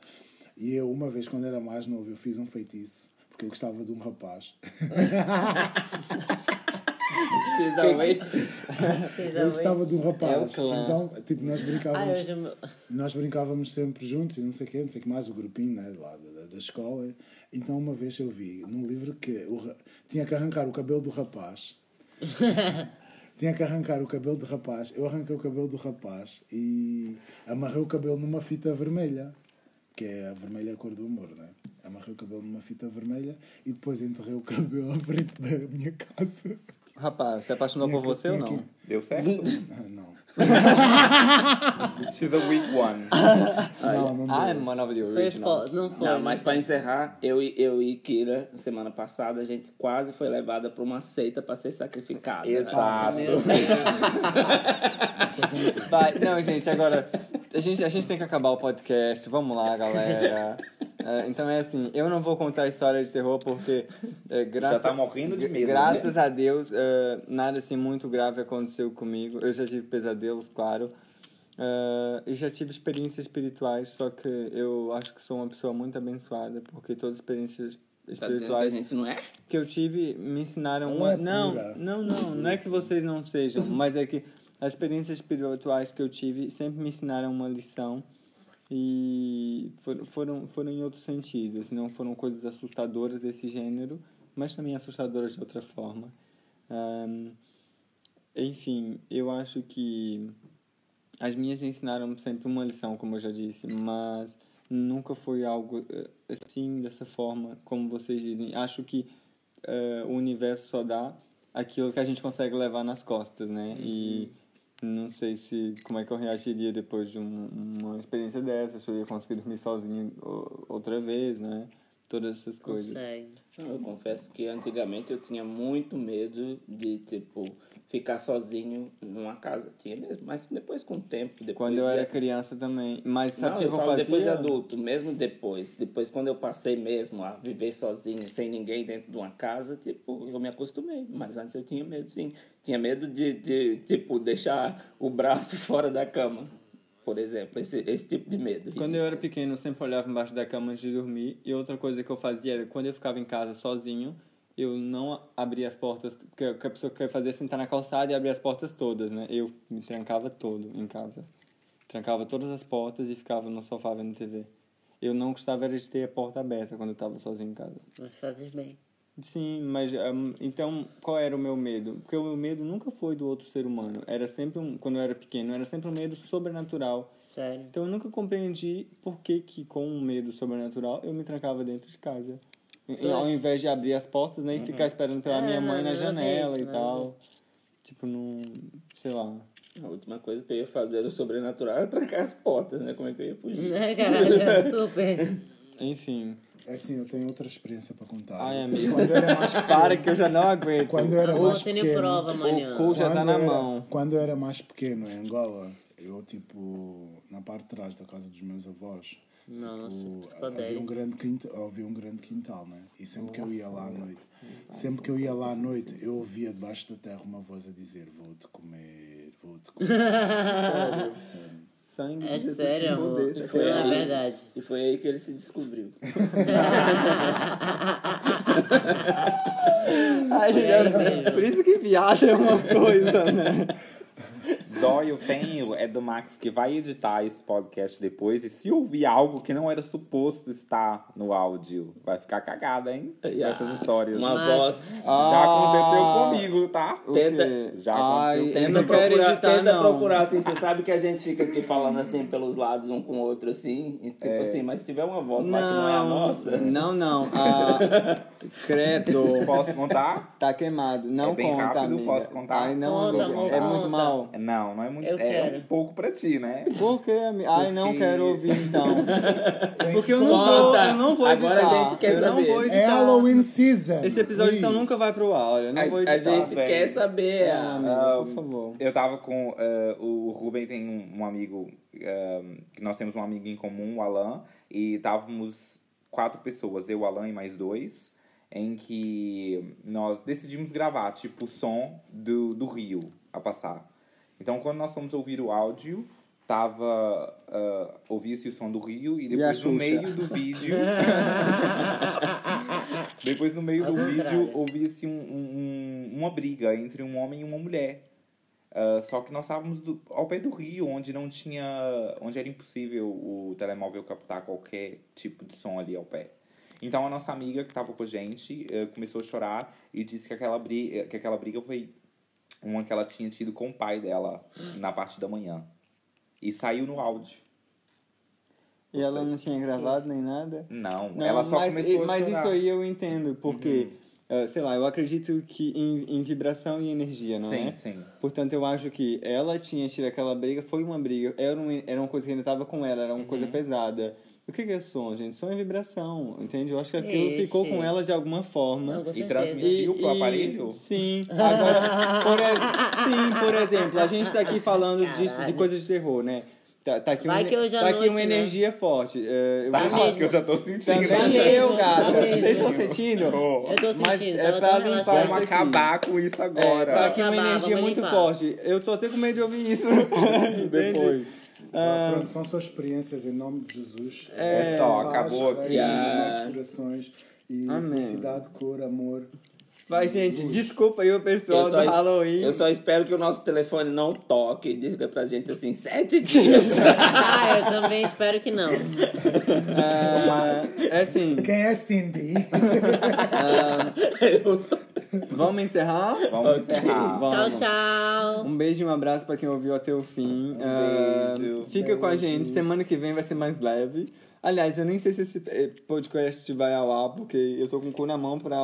S4: E eu, uma vez, quando era mais novo, eu fiz um feitiço, porque eu gostava de um rapaz.
S1: She's awake.
S4: Eu gostava de um
S1: É o
S4: rapaz.
S1: clã.
S4: então, tipo, nós
S3: Ai,
S4: brincávamos,
S3: hoje o meu-
S4: nós brincávamos sempre juntos e não sei o quê, não sei o que mais, o grupinho, né, lá da, da- da escola. Então, uma vez eu vi num livro que o ra- tinha que arrancar o cabelo do rapaz. tinha que arrancar o cabelo do rapaz. Eu arranquei o cabelo do rapaz e amarrei o cabelo numa fita vermelha. Que é a vermelha é a cor do amor, né? Amarrei o cabelo numa fita vermelha e depois enterrei o cabelo à frente da minha casa.
S1: Rapaz, se apaixonou
S4: Tinha
S1: por
S4: que-
S1: você ou
S4: tinha
S1: não?
S4: que-
S2: Deu certo?
S4: Ah, não.
S2: She's a weak one.
S4: Não, não deu.
S1: Ah, é uma nova de
S3: Foi
S1: original.
S3: fo- Não foi.
S5: Não, mas pra encerrar, eu, e- eu e Kira, semana passada, a gente quase foi levada pra uma seita pra ser sacrificada.
S2: Exato.
S1: Vai, não, gente, agora. A gente, a gente tem que acabar o podcast. Vamos lá, galera. É, então é assim, eu não vou contar história de terror porque. é, graça,
S2: tá morrendo de
S4: né?
S2: medo,
S1: Graças a Deus, é, nada assim muito grave aconteceu comigo. Eu já tive pesadelos, claro. É, e já tive experiências espirituais, só que eu acho que sou uma pessoa muito abençoada, porque todas as experiências
S5: Tá dizendo que a
S1: espirituais
S5: gente não é?
S1: que eu tive me ensinaram
S4: Ela
S1: uma...
S4: é
S1: não,
S4: pura.
S1: não, não, não é que vocês não sejam, mas é que as experiências espirituais que eu tive sempre me ensinaram uma lição e foram foram, foram em outro sentido, assim, não foram coisas assustadoras desse gênero, mas também assustadoras de outra forma. Ahn, enfim, eu acho que as minhas ensinaram sempre uma lição, como eu já disse, mas nunca foi algo eh, assim, dessa forma, como vocês dizem. Acho que eh, o universo só dá aquilo que a gente consegue levar nas costas, né? E
S5: Uhum.
S1: não sei se como é que eu reagiria depois de um, uma experiência dessa, se eu ia conseguir dormir sozinho o- outra vez, né? todas essas coisas.
S3: Consegue.
S5: Eu confesso que antigamente eu tinha muito medo de, tipo, ficar sozinho numa casa. Tinha mesmo, mas depois com o tempo, depois...
S1: Quando eu era
S5: de-
S1: criança também. Mas sabe o
S5: é. Não,
S1: que
S5: eu
S1: eu
S5: falo
S1: fazia?
S5: depois de adulto, mesmo depois. Depois, quando eu passei mesmo a viver sozinho, sem ninguém dentro de uma casa, tipo, eu me acostumei. Mas antes eu tinha medo, sim. Tinha medo de, de tipo, deixar o braço fora da cama, por exemplo. Esse, esse tipo de medo.
S1: Quando eu era pequeno, eu sempre olhava embaixo da cama antes de dormir. E outra coisa que eu fazia era, quando eu ficava em casa sozinho, eu não a- abria as portas. Porque o que a pessoa quer fazer é sentar na calçada e abrir as portas todas, né? Eu me trancava todo em casa. Trancava todas as portas e ficava no sofá vendo TV. Eu não gostava era de ter a porta aberta quando eu estava sozinho em casa.
S3: Mas fazes bem.
S1: Sim, mas hum, então qual era o meu medo? Porque o meu medo nunca foi do outro ser humano. Era sempre, um, quando eu era pequeno, era sempre um medo sobrenatural.
S3: Sério.
S1: Então eu nunca compreendi por que, que com um medo sobrenatural eu me trancava dentro de casa. E- e ao invés de abrir as portas né, e ficar esperando pela
S3: É,
S1: minha mãe
S3: não,
S1: na
S3: nada
S1: janela
S3: disso,
S1: e
S3: nada
S1: tal. Tipo, não. sei lá.
S5: A última coisa que eu ia fazer do sobrenatural era trancar as portas, né? Como é que eu ia fugir?
S3: Né, caralho? Super.
S1: Enfim.
S4: É assim, eu tenho outra experiência para contar.
S1: Ai, amigo.
S4: Quando eu era mais
S1: Para que eu já não aguento.
S4: Quando eu era mais
S3: Amanhã tem nem
S4: pequeno,
S3: prova amanhã.
S1: O cu já tá
S4: Quando
S1: na
S4: era-
S1: mão.
S4: Quando eu era mais pequeno, em Angola, eu, tipo, na parte de trás da casa dos meus avós,
S3: Nossa, que
S4: tipo, havia um
S3: psicodélico.
S4: grande quintal, havia um grande quintal, né? E sempre que eu ia lá à noite, sempre que eu ia lá à noite, eu ouvia debaixo da terra uma voz a dizer: Vou-te comer, vou-te comer. Sério.
S1: Sangue de
S3: É
S1: Jesus
S3: sério,
S1: te
S3: amor.
S1: rodeia.
S3: Não é verdade.
S5: E foi aí que ele se descobriu.
S1: Ai,
S3: É,
S1: Por isso que viagem é uma coisa, né?
S2: Dó eu tenho é do Max que vai editar esse podcast depois. E se ouvir algo que não era suposto estar no áudio, vai ficar cagada, hein? Essas histórias.
S5: Uma
S3: Mas-
S5: voz...
S2: Já
S1: Ah.
S2: aconteceu comigo, tá?
S1: O
S5: Tenta-
S1: quê?
S2: Já
S1: Ai,
S2: aconteceu
S1: eu
S2: comigo.
S1: não quero
S5: procurar,
S1: editar,
S5: tenta
S1: não.
S5: procurar, assim, você sabe que a gente fica aqui falando assim pelos lados um com o outro, assim, e tipo assim, mas se tiver uma voz lá que não é a nossa,
S1: Não, não. Ah, credo.
S2: Posso contar?
S1: Tá queimado. Não
S2: É bem
S1: conta,
S2: rápido,
S1: amiga.
S2: posso contar?
S1: Ai, não,
S3: Conta,
S1: amiga.
S3: amor,
S1: É muito
S3: conta.
S1: mal.
S2: Não, não é muito. é
S3: Eu quero.
S2: um pouco pra ti, né?
S1: Por que, amiga? Ai, não
S2: Porque-
S1: quero ouvir, então. Porque eu não vou,
S5: Conta.
S1: eu não vou editar.
S5: Agora a gente quer
S1: eu
S5: saber.
S1: não vou
S4: É
S1: editar.
S4: Halloween season!
S1: Esse episódio, então,
S4: please.
S1: nunca vai pro ar. Olha, eu não
S5: a,
S1: vou
S5: a
S1: editar.
S5: gente
S2: velho.
S5: quer saber.
S1: Ah,
S5: ah,
S1: amiga, por favor.
S2: Eu tava com. eh, o Ruben tem um, um amigo. eh, que nós temos um amigo em comum, o Alan. E estávamos quatro pessoas, eu, Alan e mais dois. Em que nós decidimos gravar, tipo, o som do, do Rio a passar. Então, quando nós fomos ouvir o áudio, tava. eh, ouvia-se o som do Rio e
S1: a
S2: depois
S1: Xuxa?
S2: no meio do vídeo. Depois, no meio
S3: Ao
S2: do
S3: contrário.
S2: vídeo, ouvia-se um- um- um- uma briga entre um homem e uma mulher. Ah, só que nós estávamos do- ao pé do rio, onde não tinha. onde era impossível o telemóvel captar qualquer tipo de som ali ao pé. Então a nossa amiga que estava com a gente eh, começou a chorar e disse que aquela, briga, que aquela briga foi uma que ela tinha tido com o pai dela na parte da manhã. E saiu no áudio.
S1: E ela não tinha gravado nem nada?
S2: Não,
S1: Não,
S2: ela só
S1: mas,
S2: começou a
S1: mas
S2: chorar.
S1: isso aí eu entendo, porque,
S5: Uhum.
S1: eh, sei lá, eu acredito que em, em vibração e energia, não
S2: sim,
S1: é?
S2: sim.
S1: Portanto, eu acho que ela tinha tido aquela briga, foi uma briga, era, um, era uma coisa que ainda tava com ela, era
S3: Uhum.
S1: uma coisa pesada. O que que é som, gente? Som é vibração, entende? Eu acho que aquilo
S3: Ixi.
S1: ficou com ela de alguma forma.
S3: Não, com
S2: E
S3: certeza.
S2: transmitir. Sentiu pro aparelho?
S1: Sim. Agora, por, ex- sim, por exemplo, a gente tá aqui falando de, de
S3: Caralho.
S1: coisas de terror, né? Tá, tá aqui,
S3: Vai
S1: um-
S3: que hoje à
S1: tá aqui
S3: noite,
S1: uma
S3: né?
S1: energia forte. eh, eu
S2: Tá,
S1: vou-
S2: que eu já tô sentindo. né?
S1: também é.
S3: mesmo,
S1: eu,
S3: tá
S1: gata.
S3: mesmo.
S1: Vocês estão sentindo?
S2: Tô.
S3: Eu tô
S1: Mas
S3: sentindo.
S1: é
S3: tava
S1: pra
S3: tão
S1: limpar
S2: Vamos
S1: Faz aqui.
S3: relaxada.
S2: acabar com isso
S1: É,
S2: agora.
S1: tá aqui uma
S3: Acabar,
S1: energia
S3: vamos
S1: muito
S3: limpar.
S1: forte. Eu tô até com medo de ouvir isso. Depois.
S4: Ah, pronto, são só experiências em nome de Jesus.
S2: É só, acabou
S4: Paz,
S2: aqui.
S4: reina nos
S5: Ah.
S4: nossos corações e
S1: Amém.
S4: felicidade, cor, amor.
S1: Vai, gente, desculpa aí o pessoal
S5: Eu
S1: do
S5: só, es-
S1: Halloween.
S5: eu só espero que o nosso telefone não toque e diga pra gente assim, sete dias.
S3: Ah, eu também espero que não.
S1: Ah, é assim,
S4: Quem é Cindy?
S5: Eu sou-
S1: vamos encerrar?
S2: Vamos encerrar.
S3: Tchau,
S1: Vamos.
S3: tchau.
S1: Um beijo e um abraço pra quem ouviu até o fim. Ah,
S2: beijo.
S1: Fica com a gente. Semana que vem vai ser mais leve. Aliás, eu nem sei se esse eh, podcast vai ao ar, porque eu tô com o cu na mão pra.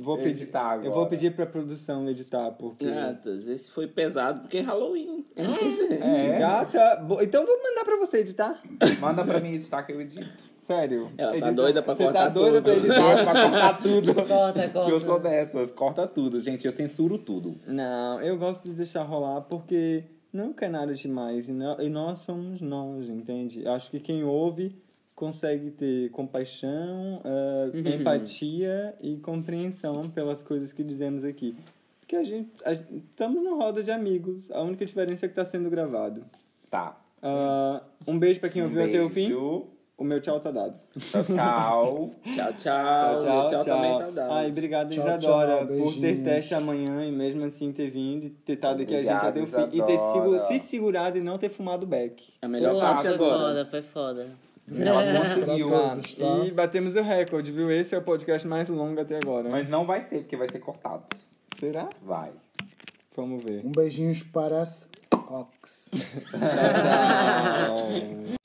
S1: Vou pedir.
S2: Editar agora.
S1: Eu vou pedir pra produção editar, porque.
S5: Gatas, esse foi pesado porque é Halloween. Eu não sei.
S1: Gata, bo- então vou mandar pra você editar.
S2: Manda pra mim editar que eu edito. Sério.
S5: Ela tá
S2: Edita-
S5: doida pra
S2: Você
S5: cortar
S2: tá doida pra
S5: tudo.
S2: editar, pra cortar tudo.
S3: Corta,
S2: Porque eu sou
S3: corta.
S2: dessas, corta tudo, gente. Eu censuro tudo.
S1: Não, eu gosto de deixar rolar porque nunca é nada demais. E, nó- e nós somos nós, entende? Acho que quem ouve consegue ter compaixão, ah,
S5: Uhum.
S1: empatia e compreensão pelas coisas que dizemos aqui. Porque a gente. a gente- Estamos numa roda de amigos. A única diferença é que está sendo gravado.
S2: Tá. Um
S1: Ah, um beijo para quem ouviu até o fim.
S2: Beijo.
S1: O meu tchau tá dado.
S2: Tchau, tchau.
S5: Tchau, tchau. Tchau, tchau, também tá dado.
S1: Ai, obrigado,
S4: Tchau,
S1: Isadora, por
S4: tchau,
S1: ter
S4: beijinhos.
S1: teste amanhã e mesmo assim ter vindo e ter estado aqui a gente até o fim.
S2: Obrigado,
S1: E ter
S2: Isadora.
S1: segu- se segurado e não ter fumado back.
S5: É A
S3: Pô,
S5: melhor parte
S3: foi
S5: agora.
S3: foda, foi foda.
S1: É.
S2: Ela conseguiu.
S4: Tá tudo. Tá.
S1: E batemos o recorde, viu? Esse é o podcast mais longo até agora.
S2: Mas não vai ser, porque vai ser cortado.
S1: será?
S2: Vai.
S1: Vamos ver.
S4: Um beijinho para as Cox.
S2: Tchau.